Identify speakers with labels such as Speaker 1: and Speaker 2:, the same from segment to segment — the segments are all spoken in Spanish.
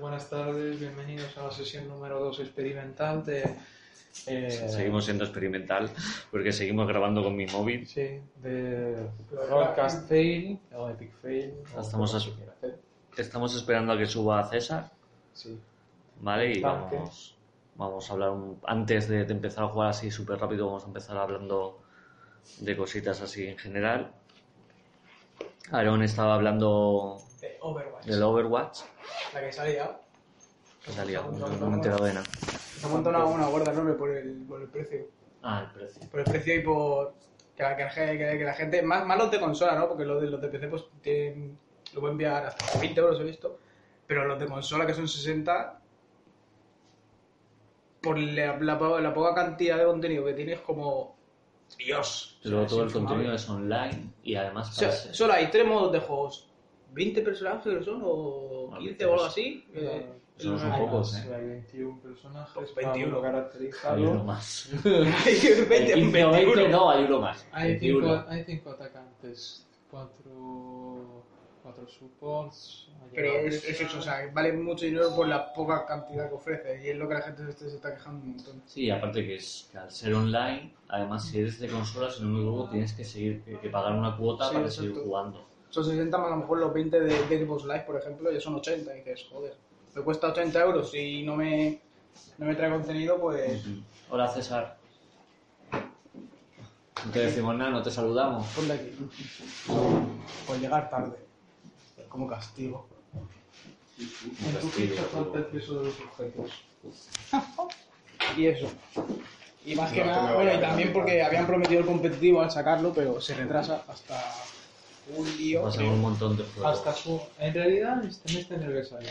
Speaker 1: buenas tardes, bienvenidos a la sesión número 2 experimental de... eh,
Speaker 2: Seguimos siendo experimental porque seguimos grabando con mi móvil.
Speaker 1: Sí, de Broadcast Fail o Epic Fail. o
Speaker 2: Estamos
Speaker 1: como
Speaker 2: a
Speaker 1: se
Speaker 2: su-
Speaker 1: quiera hacer.
Speaker 2: Estamos esperando a que suba César,
Speaker 1: Sí.
Speaker 2: ¿vale? Y
Speaker 1: Ah, ok.
Speaker 2: vamos, vamos a hablar un- antes de, de empezar a jugar así súper rápido, vamos a empezar hablando de cositas así en general. Aaron estaba hablando
Speaker 1: De Overwatch.
Speaker 2: del Overwatch,
Speaker 1: La que se ha liado.
Speaker 2: que salía, no, no me he enterado de nada.
Speaker 3: Se ha montado una, una guarda enorme por el, por el precio.
Speaker 2: Ah, el precio.
Speaker 3: Por el precio y por que la, que la ge- que- que la gente, más, más los de consola, ¿no? Porque los de, los de PC pues tienen, lo pueden enviar hasta 20 euros, he visto. Pero los de consola, que son 60, por la, la po- la poca cantidad de contenido que tienes, como... Dios. o sea,
Speaker 2: Luego
Speaker 3: es
Speaker 2: todo el
Speaker 3: infumable.
Speaker 2: contenido es online y además
Speaker 3: O sea,
Speaker 2: para-
Speaker 3: solo hay tres modos de juegos. 20 personajes creo que son, o
Speaker 2: Ah,
Speaker 3: 15 o algo
Speaker 2: pues,
Speaker 3: así. eh,
Speaker 2: son
Speaker 3: el-
Speaker 2: muy pocos,
Speaker 1: Hay
Speaker 2: ¿eh?
Speaker 1: 21 personajes,
Speaker 3: Pues
Speaker 1: cada
Speaker 3: 21.
Speaker 1: uno
Speaker 2: Hay uno
Speaker 1: caracterizado.
Speaker 2: más.
Speaker 3: hay 20,
Speaker 2: 15 o 20,
Speaker 3: 21.
Speaker 2: no, hay uno más.
Speaker 1: Hay 5
Speaker 2: 21.
Speaker 1: hay cinco atacantes, 4 cuatro supports. hay
Speaker 3: Pero
Speaker 1: una
Speaker 3: es, es
Speaker 1: presa.
Speaker 3: eso, o sea, vale mucho dinero por la poca cantidad que ofrece y es lo que la gente se, se está quejando un montón.
Speaker 2: Sí, aparte que, es, que al ser online, además si eres de consola, si no me equivoco, tienes que seguir que, que pagar una cuota
Speaker 3: Sí,
Speaker 2: para
Speaker 3: exacto.
Speaker 2: seguir jugando.
Speaker 3: Son 60 más a lo mejor los 20 de, de Xbox Live, por ejemplo, ya son 80 y dices, joder, me cuesta 80 euros y no me, no me trae contenido, pues...
Speaker 2: Mm. Hola César. No te decimos nada, no te saludamos.
Speaker 3: Ponle aquí. Por llegar tarde. Como castigo.
Speaker 1: En tu
Speaker 2: Castigo,
Speaker 1: ficha falta el
Speaker 2: pero-
Speaker 1: peso de los objetos.
Speaker 3: Y eso. Y más que
Speaker 4: No,
Speaker 3: nada,
Speaker 4: no,
Speaker 3: bueno,
Speaker 4: no,
Speaker 3: y
Speaker 4: no,
Speaker 3: también
Speaker 4: no,
Speaker 3: porque
Speaker 4: no.
Speaker 3: habían prometido el competitivo al sacarlo, pero se retrasa hasta julio.
Speaker 2: Pasan
Speaker 3: creo.
Speaker 2: un montón de juegos.
Speaker 1: Hasta su... En realidad, este mes tendría que salir.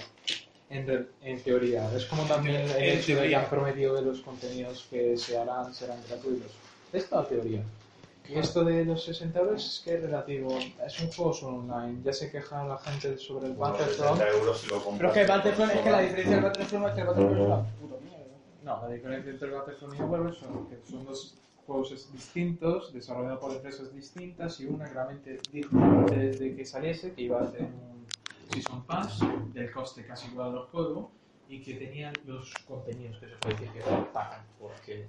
Speaker 1: En, re- en teoría. Es como también el hecho
Speaker 3: En
Speaker 1: de que
Speaker 3: teoría.
Speaker 1: han prometido que los contenidos que se harán serán gratuitos. Esta es la teoría. Y esto de los 60 euros es que es relativo. Es un juego solo online. Ya se queja la gente sobre el
Speaker 4: Unos
Speaker 1: Battlefront.
Speaker 4: 60 euros si lo
Speaker 3: Pero
Speaker 4: compras
Speaker 3: es que el
Speaker 4: en
Speaker 3: Battlefront, es que
Speaker 4: consola.
Speaker 3: la diferencia del Battlefront es que el Battlefront es una puta mierda.
Speaker 1: No, la diferencia entre el Battlefront y el Overwatch son que son dos juegos es- distintos, desarrollados por empresas distintas y una claramente dijo antes de que saliese que iba a hacer un Season Pass del coste casi igual al juego y que tenía los contenidos que se puede decir que pagan porque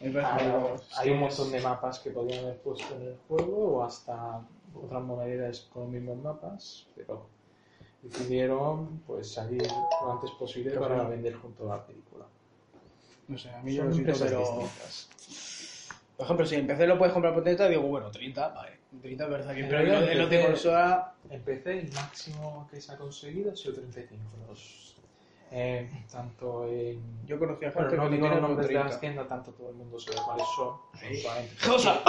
Speaker 3: El
Speaker 1: hay,
Speaker 3: Battlefront,
Speaker 1: hay un montón de mapas que podían haber puesto en el juego o hasta otras modalidades con los mismos mapas, pero decidieron pues salir lo antes posible
Speaker 3: Qué
Speaker 1: para
Speaker 3: bueno.
Speaker 1: vender junto a la película.
Speaker 3: No sé, a mí yo
Speaker 1: Son
Speaker 3: lo siento,
Speaker 1: empresas
Speaker 3: pero...
Speaker 1: distintas.
Speaker 3: Por ejemplo, si en PC lo puedes comprar por 30, digo, bueno, 30, vale. 30 es verdad que...
Speaker 1: En
Speaker 3: Pero
Speaker 1: realidad,
Speaker 3: en los de
Speaker 1: PC
Speaker 3: consola...
Speaker 1: En PC el máximo que se ha conseguido ha sido 35 euros. Eh, tanto en...
Speaker 3: Yo conocí a
Speaker 1: bueno,
Speaker 3: gente
Speaker 1: no
Speaker 3: que
Speaker 1: digo los
Speaker 3: tenía por
Speaker 1: nombres de
Speaker 3: 30.
Speaker 1: las tiendas, tanto todo el mundo sabe cuáles son.
Speaker 3: Sí.
Speaker 1: usualmente.
Speaker 3: ¡Josa!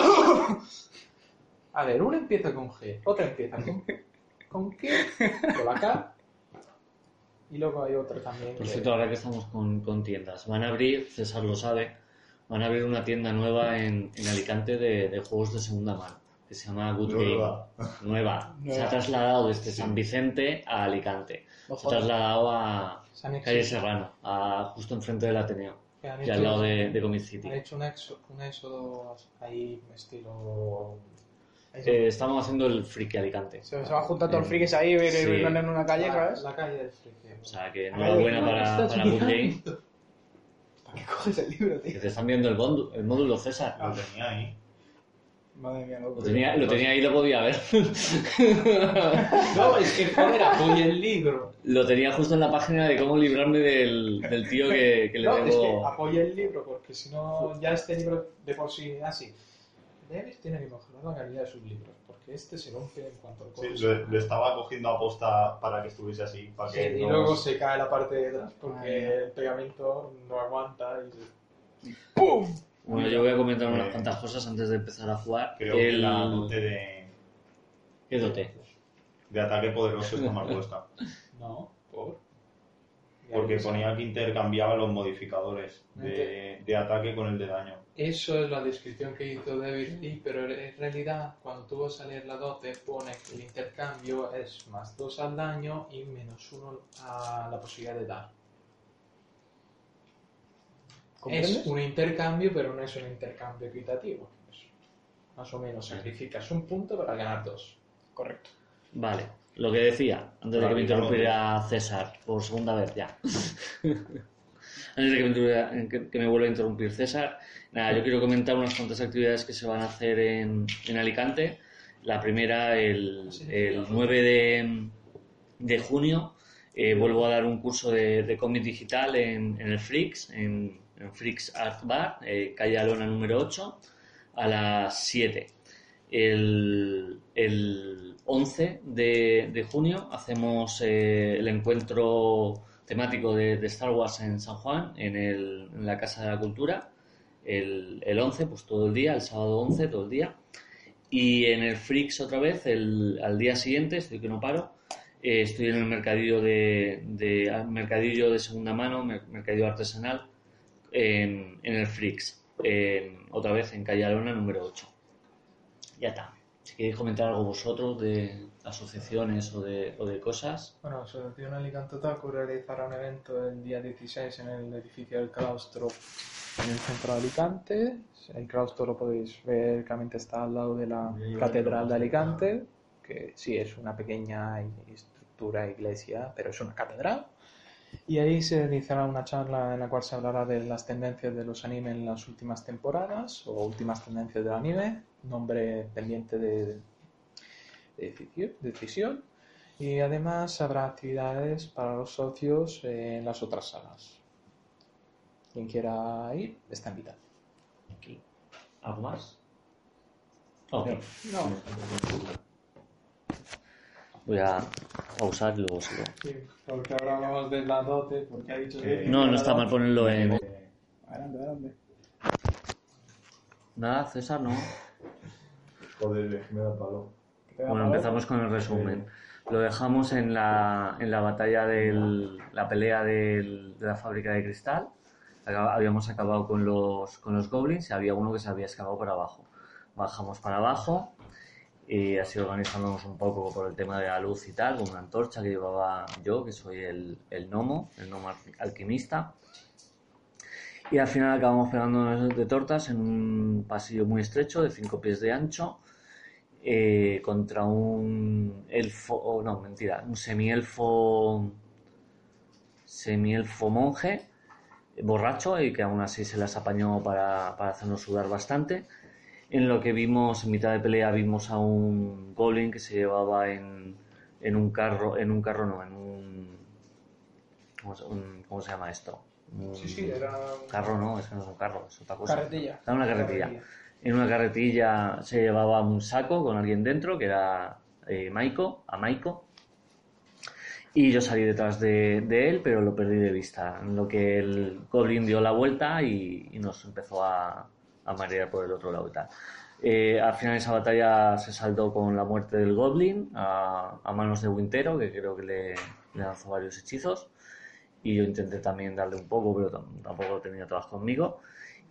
Speaker 1: A ver, una empieza con G, otra empieza con... ¿Con qué? Con la K. Y luego hay otra también.
Speaker 2: Por
Speaker 1: que-
Speaker 2: cierto, ahora que estamos con, con tiendas, van a abrir, César lo sabe, van a abrir una tienda nueva en, en Alicante de, de juegos de segunda mano, que se llama Good
Speaker 4: Nueva.
Speaker 2: Game. Nueva. Se ha
Speaker 3: Nueva.
Speaker 2: trasladado desde San Vicente a Alicante.
Speaker 3: No
Speaker 2: Se ha
Speaker 3: jodas.
Speaker 2: trasladado a
Speaker 1: se han hecho-
Speaker 2: Calle Serrano, a, justo enfrente del Ateneo,
Speaker 1: que han
Speaker 2: que al
Speaker 1: hecho-
Speaker 2: lado de, de Comic City.
Speaker 1: Han hecho un éxodo, un éxodo ahí estilo...
Speaker 2: Eh, estamos haciendo el friki Alicante.
Speaker 3: Se, se va a juntar todos los
Speaker 2: Eh,
Speaker 3: frikis ahí, ver
Speaker 2: sí.
Speaker 3: ver en una calle,
Speaker 1: la,
Speaker 3: ¿sabes?
Speaker 1: La calle del friki.
Speaker 2: O sea que
Speaker 1: Ay,
Speaker 2: enhorabuena
Speaker 1: no,
Speaker 2: para,
Speaker 1: estás
Speaker 2: para Good Game,
Speaker 1: mirando.
Speaker 3: ¿Para qué coges el libro,
Speaker 2: que
Speaker 3: tío?
Speaker 2: te están viendo el, bondu- el módulo César.
Speaker 1: Ah,
Speaker 4: Lo tenía ahí.
Speaker 3: Madre mía,
Speaker 2: Lo
Speaker 3: loco.
Speaker 2: tenía, lo tenía ahí, lo podía ver.
Speaker 1: No, es que joder, apoya el libro.
Speaker 2: Lo tenía justo en la página de cómo librarme del, del tío que, que le
Speaker 1: No, es que
Speaker 2: debo.
Speaker 1: apoya el libro, porque si no, ya este libro de por sí, así. Davis tiene que mejorar la calidad de sus libros, porque este se rompe en cuanto lo
Speaker 4: Sí,
Speaker 1: coges.
Speaker 4: lo, lo estaba cogiendo a posta para que estuviese así. Para
Speaker 1: Sí,
Speaker 4: que
Speaker 1: y
Speaker 4: no-
Speaker 1: luego se cae la parte de atrás
Speaker 3: Ay.
Speaker 1: porque el pegamento no aguanta. Y se-
Speaker 3: ¡Pum!
Speaker 2: Bueno, yo voy a comentar unas
Speaker 4: Eh,
Speaker 2: cuantas cosas antes de empezar a jugar.
Speaker 4: Creo que
Speaker 2: El-
Speaker 4: la dote de,
Speaker 2: ¿Qué dote?
Speaker 4: de ataque poderoso está mal puesta.
Speaker 1: No, por.
Speaker 4: Porque ponía que intercambiaba los modificadores de, de ataque con el de daño.
Speaker 1: Eso es la descripción que hizo David Lee, pero en realidad cuando tú vas a leer la dote pone que el intercambio es más 2 al daño y menos 1 a la posibilidad de dar.
Speaker 3: ¿Comprendes?
Speaker 1: Es un intercambio, pero no es un intercambio equitativo. Es más o menos sacrificas un punto para ganar dos.
Speaker 3: Correcto.
Speaker 2: Vale. Lo que decía, antes de que me
Speaker 4: Prácticamente.
Speaker 2: interrumpiera César, por segunda vez ya. antes de que me, interrumpiera- que- que me vuelva a interrumpir César, nada, yo quiero comentar unas cuantas actividades que se van a hacer en, en Alicante. La primera, el, el 9 de, de junio, eh, vuelvo a dar un curso de, de cómic digital en, en el Freaks, en, en Freaks Art Bar, eh, calle Alona número 8, a las 7 el, el 11 de, de junio hacemos eh, el encuentro temático de, de Star Wars en San Juan, en, el- en la Casa de la Cultura. El, el 11, pues todo el día, el sábado 11, todo el día. Y en el Freaks otra vez, el, al día siguiente, estoy que no paro, eh, estoy en el mercadillo de, de- ah, mercadillo de segunda mano, mer- mercadillo artesanal, en, en el Freaks, en- otra vez en Calle Alona número 8. Ya está. Si queréis comentar algo vosotros de asociaciones o de, o de cosas.
Speaker 1: Bueno, Asociación Alicante Otaku realizará un evento el día 16 en el edificio del claustro en el centro de Alicante. El claustro lo podéis ver, claramente está al lado de la Catedral de Alicante, que sí es una pequeña estructura iglesia, pero es una catedral. Y ahí se realizará una charla en la cual se hablará de las tendencias de los animes en las últimas temporadas o últimas tendencias del anime, nombre pendiente de, de decisión- decisión. Y además habrá actividades para los socios en las otras salas. Quien quiera ir está invitado.
Speaker 2: Aquí. ¿Algo más? Ah, Ok.
Speaker 1: No.
Speaker 2: Voy a pausar y luego sigo.
Speaker 1: porque ahora hablamos de la dote, porque ha dicho
Speaker 4: que-
Speaker 2: No, no está mal ponerlo
Speaker 4: eh,
Speaker 2: en.
Speaker 1: Adelante, adelante.
Speaker 2: Nada, César, no.
Speaker 4: Joder, me da palo.
Speaker 2: Bueno, empezamos con el resumen. Lo dejamos en la, en la batalla del, la pelea del- de la fábrica de cristal. Acab- Habíamos acabado con los, con los goblins y había uno que se había escapado para abajo. Bajamos para abajo y así organizándonos un poco por el tema de la luz y tal, con una antorcha que llevaba yo, que soy el, el gnomo, el gnomo alqui- alquimista. Y al final acabamos pegándonos de tortas en un pasillo muy estrecho de 5 pies de ancho eh, contra un elfo, o no, mentira, un semielfo, semielfo monje, eh, borracho, y que aún así se las apañó para, para hacernos sudar bastante. En lo que vimos, en mitad de pelea, vimos a un goblin que se llevaba en, en un carro, en un carro no, en un... ¿Cómo se, un- cómo se llama esto? Un-
Speaker 3: Sí, sí, era un-
Speaker 2: Carro no, es que no es un carro, es otra cosa.
Speaker 3: Carretilla.
Speaker 2: Era una carretilla. En una carretilla se llevaba un saco con alguien dentro, que era eh, Maiko, a Maiko. Y yo salí detrás de, de él, pero lo perdí de vista. En lo que el Goblin dio la vuelta y, y nos empezó a, a marear por el otro lado y tal. Eh, al final esa batalla se saldó con la muerte del Goblin a, a manos de Wintero, que creo que le, le lanzó varios hechizos. Y yo intenté también darle un poco, pero tam- tampoco lo tenía todas conmigo.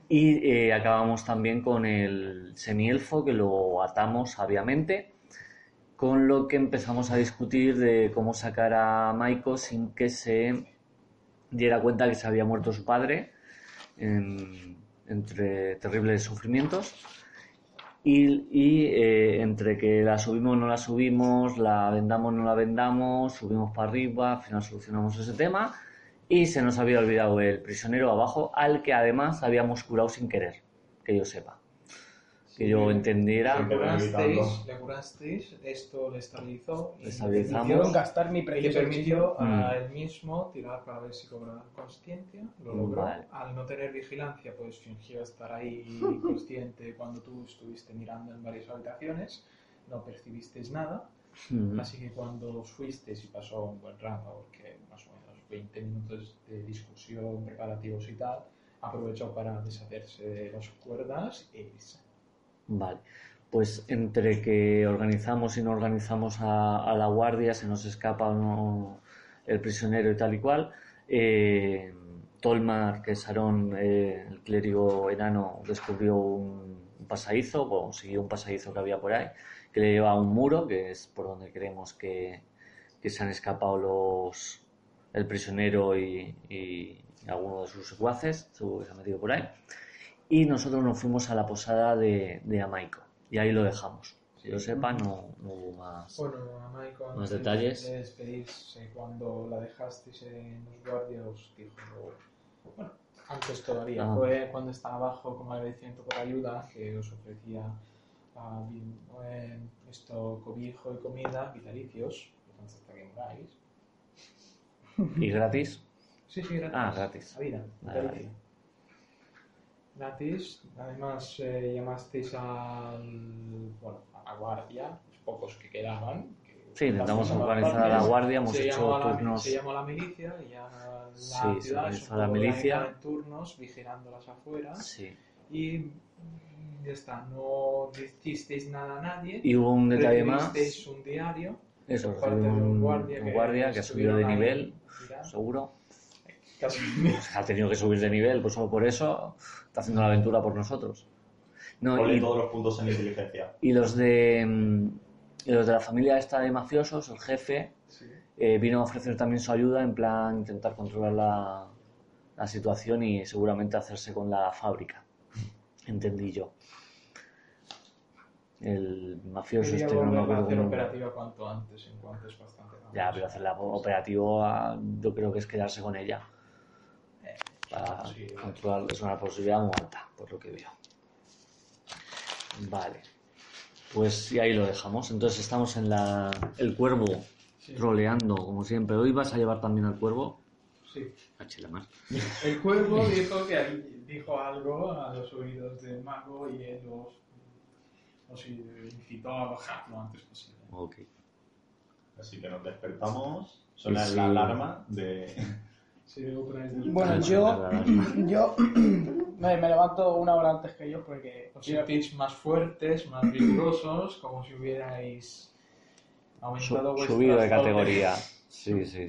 Speaker 2: Y eh, acabamos también con el semielfo, que lo atamos sabiamente, con lo que empezamos a discutir de cómo sacar a Maiko sin que se diera cuenta que se había muerto su padre en- entre terribles sufrimientos. Y, y, eh, entre que la subimos no la subimos, la vendamos no la vendamos, subimos para arriba, al final solucionamos ese tema. Y se nos había olvidado el prisionero abajo, al que además habíamos curado sin querer, que yo sepa. Que yo entendiera.
Speaker 4: Sí,
Speaker 1: Le
Speaker 4: pero-
Speaker 1: curasteis, le curasteis, esto le estabilizó. y
Speaker 2: Le estabilizamos.
Speaker 1: le
Speaker 3: Hicieron
Speaker 1: permitió-
Speaker 3: gastar mi
Speaker 1: Le
Speaker 3: precioso
Speaker 1: permitió
Speaker 3: cuchillo.
Speaker 2: Mm.
Speaker 1: a él mismo tirar para ver si cobraba consciencia. Lo logró.
Speaker 2: Mm, Vale.
Speaker 1: Al no tener vigilancia, pues fingió estar ahí consciente cuando tú estuviste mirando en varias habitaciones. No percibisteis nada.
Speaker 2: Mm.
Speaker 1: Así que cuando fuisteis y pasó un buen rato, porque más o menos 20 minutos de discusión, preparativos y tal, aprovechó para deshacerse de las cuerdas y irse.
Speaker 2: Vale. Pues entre que organizamos y no organizamos a, a la guardia, se nos escapa uno- el prisionero y tal y cual. eh, Tolmar, que Sarón, eh, el clérigo enano, descubrió un, un pasadizo, o siguió un pasadizo que había por ahí, que le lleva a un muro, que es por donde creemos que, que se han escapado los el prisionero y, y alguno de sus secuaces, seguro que se ha metido por ahí y nosotros nos fuimos a la posada de, de Amaico y ahí lo dejamos.
Speaker 1: Sí,
Speaker 2: Que yo sepa, no, no hubo más.
Speaker 1: Bueno, a Maiko,
Speaker 2: Más
Speaker 1: antes de-
Speaker 2: detalles.
Speaker 1: de despedirse cuando la dejasteis en los guardias, os dijo, bueno, antes todavía,
Speaker 2: Ah.
Speaker 1: fue cuando estaba abajo como agradecimiento por la ayuda que os ofrecía ah, vi- eh, esto cobijo y comida vitalicios, entonces hasta que moráis.
Speaker 2: ¿Y gratis?
Speaker 1: Sí, sí, gratis.
Speaker 2: Ah, gratis.
Speaker 1: La vida,
Speaker 2: Vale,
Speaker 1: vitalicia.
Speaker 2: vale.
Speaker 1: Gratis, además eh, llamasteis al, bueno, a la guardia, los pocos que quedaban. que-
Speaker 2: Sí, intentamos
Speaker 1: bastante
Speaker 2: organizar a la
Speaker 1: bastantes.
Speaker 2: guardia, hemos
Speaker 1: se
Speaker 2: hecho
Speaker 1: llamó a la-
Speaker 2: turnos.
Speaker 1: Se llamó a la milicia y ya la
Speaker 2: Sí, se
Speaker 1: ciudad
Speaker 2: organizó
Speaker 1: supongo
Speaker 2: la
Speaker 1: que
Speaker 2: milicia.
Speaker 1: organizaban turnos vigilándolas afuera
Speaker 2: Sí.
Speaker 1: y mm, ya está, no dijisteis nada a nadie.
Speaker 2: Y hubo un detalle más.
Speaker 1: Recibisteis un diario
Speaker 2: Eso,
Speaker 1: por parte
Speaker 2: recibió
Speaker 1: de
Speaker 2: un,
Speaker 1: un guardia
Speaker 2: un
Speaker 1: que,
Speaker 2: guardia que ha subido de
Speaker 1: estuvieron ahí
Speaker 2: nivel,
Speaker 1: mirando.
Speaker 2: seguro.
Speaker 1: Casi-
Speaker 2: Pues ha tenido que subir de nivel, pues solo por eso está haciendo la aventura por nosotros. No,
Speaker 4: Ponle
Speaker 2: y,
Speaker 4: todos los puntos en inteligencia.
Speaker 2: y los de mm, y los de la familia esta de mafiosos, el jefe,
Speaker 1: sí.
Speaker 2: eh, vino a ofrecer también su ayuda en plan intentar controlar la, la situación y seguramente hacerse con la fábrica. Entendí yo. El mafioso
Speaker 1: Quería
Speaker 2: este no me
Speaker 1: volver a
Speaker 2: acuerdo
Speaker 1: hacer
Speaker 2: cómo-
Speaker 1: operativa cuanto antes, en cuanto es bastante famoso.
Speaker 2: Ya, pero hacer la operativo a- yo creo que es quedarse con ella. eh, Para
Speaker 1: sí.
Speaker 2: controlar es una posibilidad muy alta, por lo que veo. Vale. Pues y ahí lo dejamos. Entonces estamos en la el cuervo
Speaker 1: Sí.
Speaker 2: troleando, como siempre. Hoy vas a llevar también al cuervo.
Speaker 1: Sí.
Speaker 2: Ah, chela más.
Speaker 1: El cuervo dijo que al- dijo algo a los oídos del mago y él los, los incitó a bajar lo antes posible.
Speaker 2: Ok.
Speaker 4: Así que nos despertamos. Suena
Speaker 2: Sí.
Speaker 4: la alarma de.
Speaker 1: Sí, luego ponéis de-
Speaker 3: Bueno, yo, yo me, me levanto una hora antes que ellos porque
Speaker 1: Os sentís más fuertes, más vigorosos, como si hubierais
Speaker 2: Su-
Speaker 1: aumentado vuestras
Speaker 2: subido de
Speaker 1: dotes.
Speaker 2: categoría. Sí, sí, sí.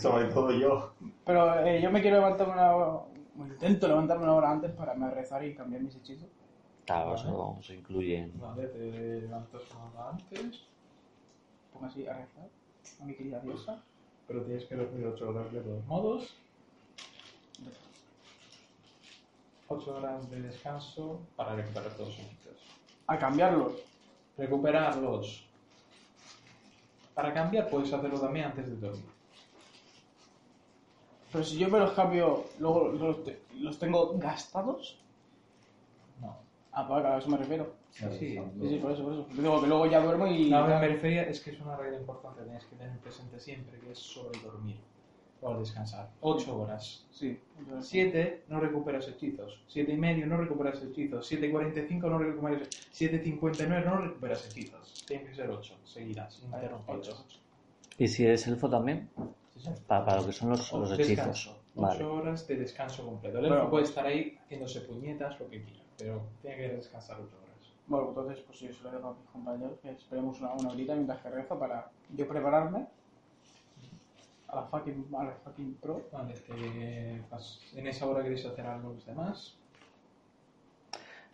Speaker 4: Sobre todo yo.
Speaker 3: Pero eh, yo me quiero levantar una hora, o intento levantarme una hora antes para me rezar y cambiar mis hechizos.
Speaker 2: Claro, eso se incluye. en-
Speaker 1: Vale, te levantas una hora antes,
Speaker 3: Pongo así a rezar a mi querida diosa.
Speaker 1: pero tienes que dormir 8 horas de todos modos. 8 horas de descanso para recuperar todos los puntos.
Speaker 3: A cambiarlos.
Speaker 1: Recuperarlos. Para cambiar puedes hacerlo también antes de dormir.
Speaker 3: Pero si yo me los cambio, luego los, te- los tengo gastados.
Speaker 1: No.
Speaker 3: Ah, para a eso me refiero.
Speaker 1: Sí.
Speaker 3: Sí, sí, por eso, por eso. Yo Digo que luego ya duermo y.
Speaker 1: No, me refería es que es una regla importante que tenéis que tener presente siempre, que es sobre dormir o descansar. 8 horas.
Speaker 3: Sí. entonces-
Speaker 1: 7 no recuperas hechizos. 7 y medio no recuperas hechizos. 7.45 no recuperas 7.59 no recuperas hechizos. Tienen que ser 8 seguidas, interrumpidas.
Speaker 3: ocho.
Speaker 2: ¿Y si eres elfo también? Pa- Para, lo que son los, los hechizos.
Speaker 1: Descanso. 8
Speaker 2: Vale.
Speaker 1: horas de descanso completo. El
Speaker 3: Bueno.
Speaker 1: elfo puede estar ahí haciéndose puñetas, lo que quiera, pero tiene que descansar 8 horas.
Speaker 3: Bueno, entonces, pues sí, se lo dejo a mis compañeros que esperemos una, una horita mientras que rezo para yo prepararme a la fucking, a la fucking pro.
Speaker 1: Vale, te pas- en esa hora queréis hacer algo los demás.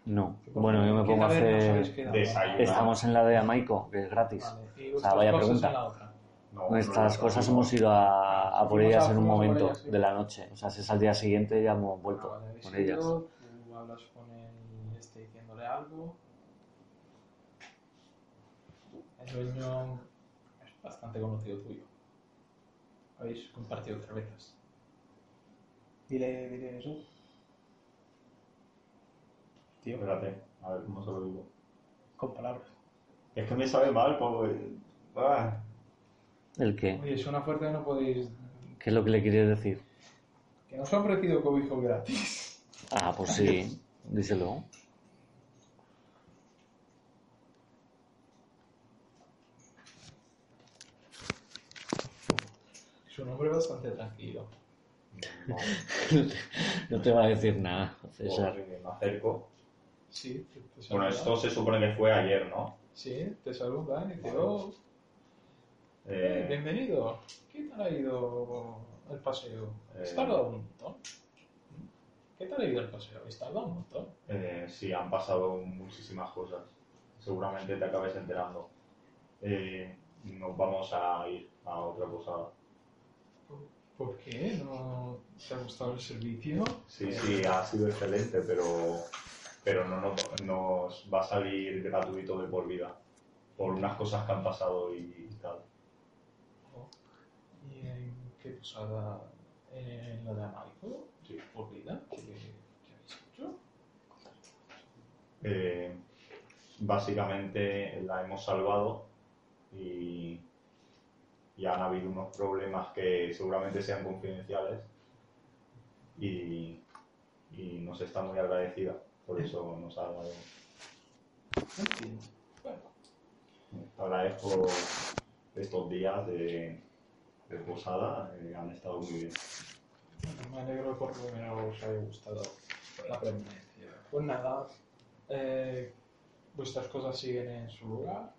Speaker 2: No. Bueno, yo me pongo a hacer.
Speaker 4: desayuno.
Speaker 2: Estamos en la de Amaico, que es gratis. O sea, vaya pregunta.
Speaker 4: No, no,
Speaker 2: Nuestras
Speaker 4: no,
Speaker 2: cosas
Speaker 4: no.
Speaker 2: hemos ido a, a por
Speaker 3: Fuimos
Speaker 2: ellas
Speaker 3: a-
Speaker 2: en un
Speaker 3: fuimos a por
Speaker 2: momento
Speaker 3: ellas, sí. Ah,
Speaker 2: de la noche. O sea, si es al día siguiente ya hemos vuelto con ellas.
Speaker 1: Ah, Tú hablas con el este diciéndole algo. El dueño es bastante conocido tuyo. Habéis compartido cervezas.
Speaker 3: Dile, dile eso.
Speaker 4: Tío, espérate. A ver, ¿cómo se lo digo?
Speaker 3: Con palabras.
Speaker 4: Es que me sabe mal, pues. ah.
Speaker 2: ¿El qué?
Speaker 1: Oye, suena fuerte que no podéis.
Speaker 2: ¿Qué es lo que le quieres decir?
Speaker 1: Que nos ha ofrecido cobijo gratis.
Speaker 2: Ah, pues sí. Díselo.
Speaker 1: Es un hombre bastante tranquilo.
Speaker 2: No te va a decir nada, César.
Speaker 4: Porque me acerco.
Speaker 1: Sí, te, te saluda.
Speaker 4: Bueno, esto se supone que fue ayer, ¿no?
Speaker 1: Sí, te saluda y te oh, eh,
Speaker 4: Eh,
Speaker 1: bienvenido. ¿Qué tal ha ido el paseo? Has
Speaker 4: Eh.
Speaker 1: tardado un montón. ¿Mm? ¿Qué tal ha ido el paseo? Has tardado un montón.
Speaker 4: eh, sí, han pasado muchísimas cosas. Seguramente te acabes enterando. Eh, nos vamos a ir a otra posada.
Speaker 1: ¿Por qué? ¿No te ha gustado el servicio?
Speaker 4: Sí, sí, ha sido excelente, pero, pero no, no- nos va a salir gratuito de por vida. por unas cosas que han pasado y, tal.
Speaker 1: ¿Y en qué posada? ¿En la de Amaico?
Speaker 4: Sí.
Speaker 1: ¿Por vida? ¿Qué, qué habéis hecho?
Speaker 4: Eh, básicamente la hemos salvado y, y han habido unos problemas que seguramente sean confidenciales y, y nos está muy agradecida, por eso nos ha dado.
Speaker 1: No entiendo. Bueno,
Speaker 4: Agradezco estos días de, de posada, eh, han estado muy bien.
Speaker 1: bueno, me alegro por lo menos os haya gustado la permanencia. Pues nada, eh, vuestras cosas siguen en su lugar.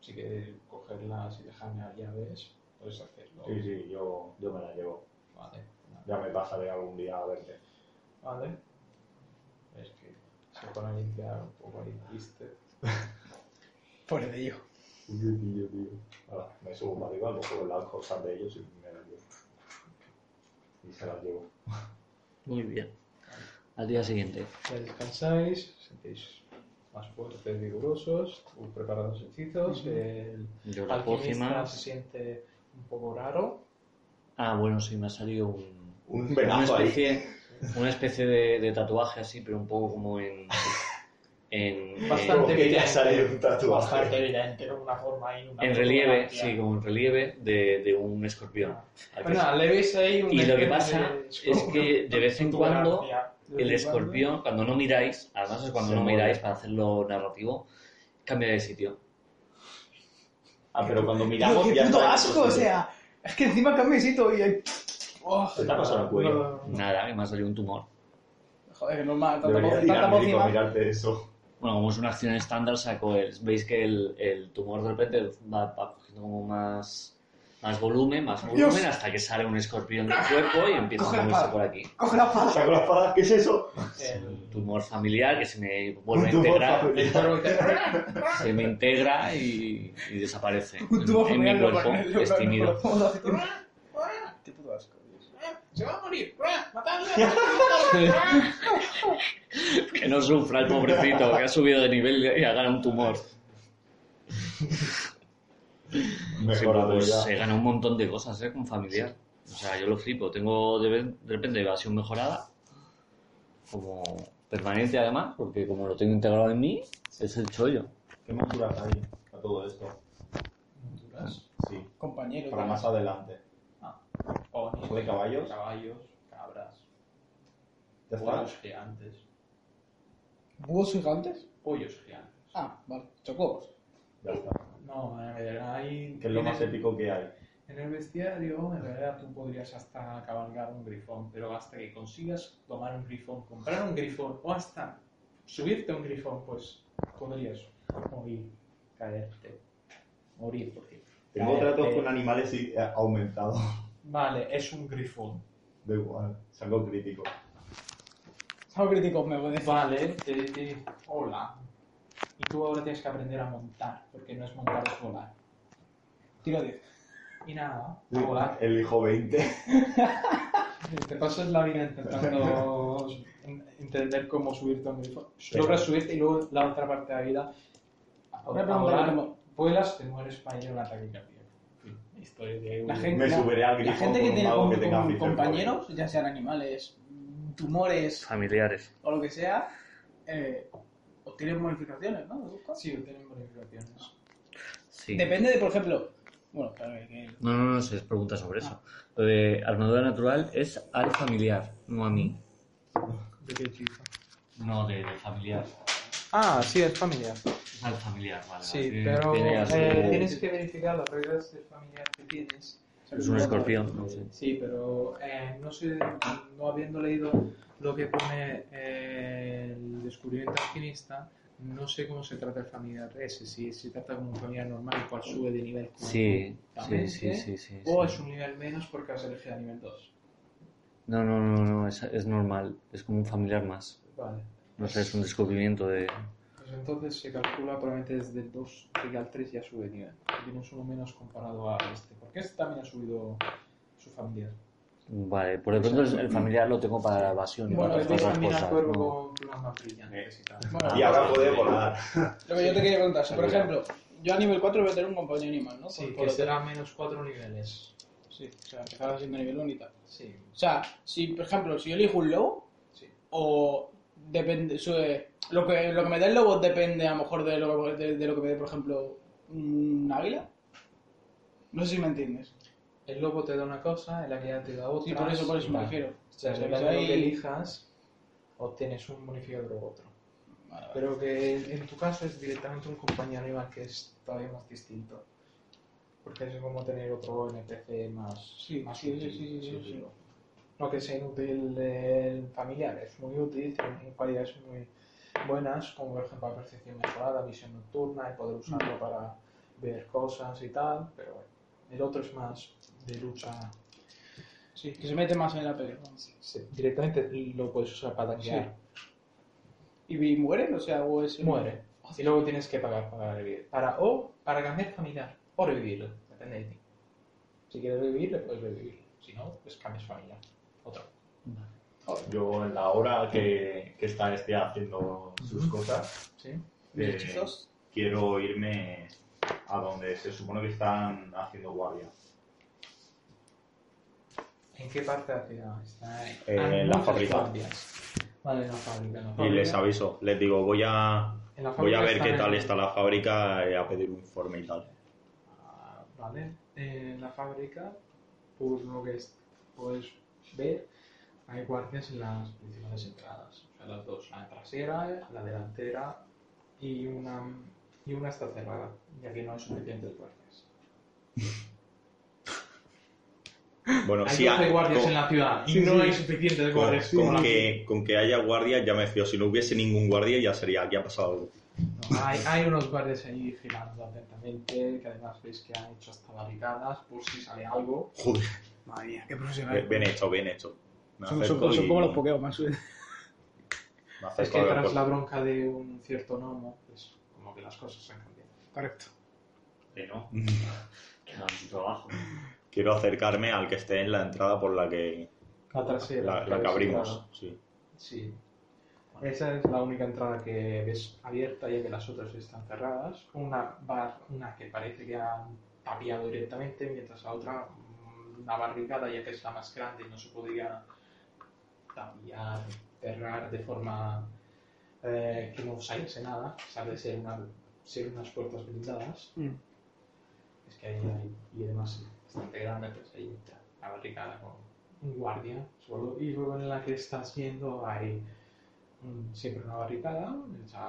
Speaker 1: Si queréis cogerlas y dejarme las llaves, podéis hacerlo.
Speaker 4: Sí, sí, yo, yo me la llevo.
Speaker 1: Vale.
Speaker 4: Ya me pasaré algún día a verte.
Speaker 1: Vale. Es que se pone a limpiar un poco ahí, ¿viste?
Speaker 3: Pobrecillo.
Speaker 4: Tío, tío, tío. Ahora, Ah, me subo para arriba, cojo las cosas de ellos y me las llevo. Y se las llevo.
Speaker 2: Muy bien. Al día siguiente.
Speaker 1: Ya descansáis, os sentéis más fuertes, vigorosos, muy preparados hechizos. El
Speaker 2: Yo la
Speaker 1: alquimista
Speaker 2: pócima.
Speaker 1: se siente un poco raro.
Speaker 2: Ah, bueno, sí, me ha salido un.
Speaker 4: Un
Speaker 2: una
Speaker 4: venazo ahí.
Speaker 2: especie, una especie de, de tatuaje así, pero un poco como en. en
Speaker 1: Bastante
Speaker 4: Como que ya
Speaker 1: evidente.
Speaker 4: sale un tatuaje.
Speaker 1: Bastante evidente, con una forma ahí. Una
Speaker 2: en relieve,
Speaker 1: fotografía.
Speaker 2: sí, como en relieve de, de un escorpión.
Speaker 1: Pero Pues nada, le veis ahí un
Speaker 2: Y lo que
Speaker 1: esquema
Speaker 2: pasa
Speaker 1: de-
Speaker 2: es que de vez en cuando
Speaker 1: fotografía. De vez
Speaker 2: El
Speaker 1: en
Speaker 2: escorpión, cuando no miráis, además es cuando
Speaker 4: Se
Speaker 2: no
Speaker 4: mueve.
Speaker 2: miráis para hacerlo narrativo, cambia de sitio.
Speaker 4: Ah, pero cuando miramos
Speaker 3: Qué
Speaker 4: ya
Speaker 3: puto
Speaker 4: está-
Speaker 3: asco, o sea. Es que encima camisito y... el- Oh,
Speaker 4: Se te ha pasado el
Speaker 1: cuando-
Speaker 4: cuello.
Speaker 1: No, no, no.
Speaker 2: Nada, que me ha salido un tumor.
Speaker 3: joder, normal. Tanta
Speaker 4: Deberías ir
Speaker 3: tanta
Speaker 4: al médico a
Speaker 3: pócima.
Speaker 4: mirarte eso.
Speaker 2: Bueno, como es una acción estándar, saco el. Veis que el, el tumor de repente va, va cogiendo como más, más volumen, más volumen,
Speaker 3: Dios.
Speaker 2: hasta que sale un escorpión del cuerpo y empieza
Speaker 3: Coge
Speaker 2: a
Speaker 3: la
Speaker 2: moverse
Speaker 3: espada.
Speaker 2: por aquí.
Speaker 3: Coge la espada.
Speaker 4: Saco la espada, ¿qué es eso?
Speaker 2: Un tumor familiar que se me vuelve a
Speaker 4: Un tumor
Speaker 2: integrar,
Speaker 4: familiar.
Speaker 2: se me integra y, y desaparece
Speaker 3: Un tubo
Speaker 2: en, en mi
Speaker 3: familiar, lo
Speaker 2: cuerpo,
Speaker 3: ponen- lo-
Speaker 2: extimido.
Speaker 3: lo- lo- lo- Qué puto asco, Dios.
Speaker 1: Se va a morir. Matadle.
Speaker 2: Que no sufra el pobrecito, que ha subido de nivel y ha ganado un tumor. Sí,
Speaker 4: Mejorado
Speaker 2: pues,
Speaker 4: ya.
Speaker 2: se gana un montón de cosas, ¿eh? Con familiar. O sea, yo lo flipo. Tengo de, vez- de repente evasión mejorada, como permanente además, porque como lo tengo integrado en mí, es el chollo.
Speaker 4: ¿Qué monturas hay a todo esto?
Speaker 1: Honduras,
Speaker 4: Sí,
Speaker 3: Compañero.
Speaker 4: para más adelante.
Speaker 1: ponies,
Speaker 4: ¿De caballos?
Speaker 1: Caballos, cabras,
Speaker 4: ¿Ya está?
Speaker 1: pollos gigantes,
Speaker 3: ¿Búhos gigantes?
Speaker 1: pollos gigantes.
Speaker 3: Ah, vale. Chocobos.
Speaker 4: Ya está.
Speaker 1: No, en realidad hay...
Speaker 4: ¿Qué es lo
Speaker 1: en
Speaker 4: más
Speaker 1: el-
Speaker 4: épico que hay?
Speaker 1: En el bestiario, en realidad tú podrías hasta cabalgar un grifón, pero hasta que consigas tomar un grifón, comprar un grifón o hasta subirte a un grifón, pues podrías morir, caerte, morir porque...
Speaker 4: Tengo
Speaker 1: caerte.
Speaker 4: tratos con animales y eh, aumentado.
Speaker 1: Vale, es un grifón.
Speaker 4: Da igual, saco crítico.
Speaker 3: Son críticos, me voy a decir.
Speaker 1: Vale, te dice, hola. Y tú ahora tienes que aprender a montar, porque no es montar, es volar.
Speaker 3: Tiro 10.
Speaker 1: Y nada, a volar.
Speaker 4: El hijo 20.
Speaker 1: Te pasas la vida intentando en- entender cómo subirte a un grifo. Logras subirte y luego la otra parte de la vida. a-
Speaker 3: Una
Speaker 1: a
Speaker 3: pregunta
Speaker 1: volar,
Speaker 3: que tengo.
Speaker 1: vuelas, te mueres para ir a un ataque cardíaco. Fin. Historia de
Speaker 3: La
Speaker 1: un-
Speaker 3: gente-
Speaker 4: Me subiré al
Speaker 3: La
Speaker 4: grifo
Speaker 3: gente
Speaker 4: con
Speaker 3: que
Speaker 4: un
Speaker 3: tiene
Speaker 4: mago
Speaker 3: con-
Speaker 4: que tenga
Speaker 3: con
Speaker 4: Fisher
Speaker 3: compañeros, ya sean animales, tumores
Speaker 2: Familiares.
Speaker 3: o lo que sea, eh, obtienen modificaciones, ¿no?
Speaker 1: Sí, tienen bonificaciones.
Speaker 2: Sí.
Speaker 3: Depende de, por ejemplo... Bueno, claro, que...
Speaker 2: No, no, no, se pregunta sobre eso. Lo de armadura natural es al familiar, no a mí.
Speaker 1: ¿De qué chifa?
Speaker 2: No, de, de familiar.
Speaker 1: Ah, sí, es familiar.
Speaker 2: Es al familiar, vale.
Speaker 1: Ah, Sí,
Speaker 2: vale.
Speaker 1: pero
Speaker 2: Tiene así-
Speaker 1: eh, tienes que verificar las reglas de familiar que tienes.
Speaker 2: Es un escorpión, no sé.
Speaker 1: Sí, pero eh, no sé, no habiendo leído lo que pone eh, el descubrimiento alquimista, no sé cómo se trata el familiar ese, si se trata como un familiar normal, el cual sube de nivel.
Speaker 2: Sí, sí,
Speaker 1: conjuntamente,
Speaker 2: sí, sí, sí,
Speaker 1: O
Speaker 2: sí.
Speaker 1: es un nivel menos porque has elegido a nivel 2.
Speaker 2: No, no, no, no, es, es normal. Es como un familiar más.
Speaker 1: Vale.
Speaker 2: No sé, es un descubrimiento de...
Speaker 1: Pues entonces se calcula probablemente desde el 2 llega al 3 ya sube de nivel. Tienes uno menos comparado a este, porque este también ha subido su familiar.
Speaker 2: Vale, por lo pronto el el familiar lo tengo para la evasión y
Speaker 3: Bueno,
Speaker 2: para
Speaker 1: Bueno,
Speaker 2: otras
Speaker 3: es
Speaker 1: es también
Speaker 2: cosas.
Speaker 1: al cuervo
Speaker 2: ¿no?
Speaker 1: con plumas más brillantes y tal.
Speaker 3: Bueno,
Speaker 4: Y ahora puede volar.
Speaker 3: Lo que yo te quería preguntar, si por ejemplo, yo a nivel 4 voy a tener un compañero animal, ¿no?
Speaker 1: Sí,
Speaker 3: Por-
Speaker 1: que
Speaker 3: por lo
Speaker 1: será menos cuatro niveles.
Speaker 3: tanto, sí, o sea, empezar haciendo nivel 1 y tal.
Speaker 1: Sí.
Speaker 3: O sea, si, por ejemplo, si yo elijo un lobo,
Speaker 1: Sí.
Speaker 3: o depende, su- eh, lo, que, lo que me dé el lobo depende a lo mejor de lo, de, de lo que me dé, por ejemplo, un águila. No sé si me entiendes.
Speaker 1: El lobo te da una cosa, el águila te da otra.
Speaker 3: Sí, por eso, por eso me
Speaker 1: Vale.
Speaker 3: refiero.
Speaker 1: O sea,
Speaker 3: O sea,
Speaker 1: depende de
Speaker 3: que
Speaker 1: lo que
Speaker 3: ahí-
Speaker 1: elijas, obtienes un bonificador u otro.
Speaker 3: Vale, vale.
Speaker 1: Pero que en en tu caso es directamente un compañero animal que es todavía más distinto. Porque es como tener otro NPC más.
Speaker 3: Sí,
Speaker 1: más
Speaker 3: sí,
Speaker 1: útil,
Speaker 3: sí, sí, sí,
Speaker 1: más
Speaker 3: sí,
Speaker 1: útil.
Speaker 3: sí.
Speaker 1: No que sea inútil el familiar, es muy útil, tiene cualidades muy buenas, como por ejemplo la percepción mejorada, visión nocturna, y poder
Speaker 3: Mm.
Speaker 1: usarlo para ver cosas y tal, pero bueno, el otro es más de lucha.
Speaker 3: Sí, que se mete más en la pelea. vamos.
Speaker 1: Sí, directamente lo puedes usar para tanquear.
Speaker 3: ¿Y, y mueren? O sea, o es...
Speaker 1: Muere. Y luego tienes que pagar para revivir. Para, o para cambiar familiar. O revivirlo. Depende de ti. Si quieres revivirlo, puedes revivirlo. Si no, pues cambias familiar. Otro.
Speaker 4: Yo en la hora que, que está este haciendo sus cosas,
Speaker 1: ¿Sí?
Speaker 3: ¿Mis
Speaker 4: eh,
Speaker 3: hechizos?
Speaker 4: quiero irme a donde se supone que están haciendo guardia.
Speaker 1: ¿En qué parte de la ciudad está?
Speaker 4: Eh,
Speaker 1: Hay
Speaker 4: en la
Speaker 1: muchas
Speaker 4: fábrica.
Speaker 1: guardias. Vale, en la fábrica. en la
Speaker 4: Y
Speaker 1: fábrica.
Speaker 4: les aviso, les digo, voy a,
Speaker 1: En la
Speaker 4: voy
Speaker 1: fábrica
Speaker 4: a ver qué
Speaker 1: están
Speaker 4: tal
Speaker 1: en-
Speaker 4: está la fábrica y a pedir un informe y tal.
Speaker 1: Ah, Vale, en la fábrica, por lo que es- puedes ver, hay guardias en las principales entradas. O sea, las dos, la trasera, la delantera y una, y una está cerrada, ya que no hay suficientes guardias.
Speaker 4: Bueno,
Speaker 1: hay
Speaker 4: sí,
Speaker 1: doce
Speaker 4: ah,
Speaker 1: guardias
Speaker 4: con-
Speaker 1: en la ciudad y
Speaker 4: Sí,
Speaker 1: no
Speaker 4: sí.
Speaker 1: hay suficientes
Speaker 4: con,
Speaker 1: guardias.
Speaker 4: con
Speaker 1: como la-
Speaker 4: que, con que haya guardia ya me fío. Si no hubiese ningún guardia ya sería, aquí ha pasado algo.
Speaker 1: No, hay, hay unos guardias ahí vigilando atentamente, que además veis que han hecho hasta barricadas por si sale algo.
Speaker 4: Joder,
Speaker 3: Madre mía, qué
Speaker 4: bien-
Speaker 3: profesional.
Speaker 4: bien hecho, bien hecho. Me
Speaker 3: Son, son-
Speaker 4: acerco
Speaker 3: son
Speaker 4: y-
Speaker 3: como los Pokémon. suben.
Speaker 4: me acerco
Speaker 1: Es que
Speaker 4: a ver
Speaker 1: tras
Speaker 4: por-
Speaker 1: la bronca de un cierto gnomo, pues como que las cosas han cambiado.
Speaker 3: Correcto.
Speaker 2: Que no, que no es un trabajo.
Speaker 4: Quiero acercarme al que esté en la entrada por la que,
Speaker 1: La trasera.
Speaker 4: la, la que abrimos. Sí.
Speaker 1: Sí. Esa es la única entrada que ves abierta, ya que las otras están cerradas. Una, bar, una que parece que han tapiado directamente, mientras la otra, mm, una barricada, ya que es la más grande y no se podía tapiar, cerrar de forma eh, que no saliese nada, sabe ser, una, ser unas puertas blindadas.
Speaker 3: Mm.
Speaker 1: Es que ahí hay, y además bastante grande, pues ahí está la barricada con un guardia. solo. y luego en la que estás viendo hay mm, siempre una barricada, hecha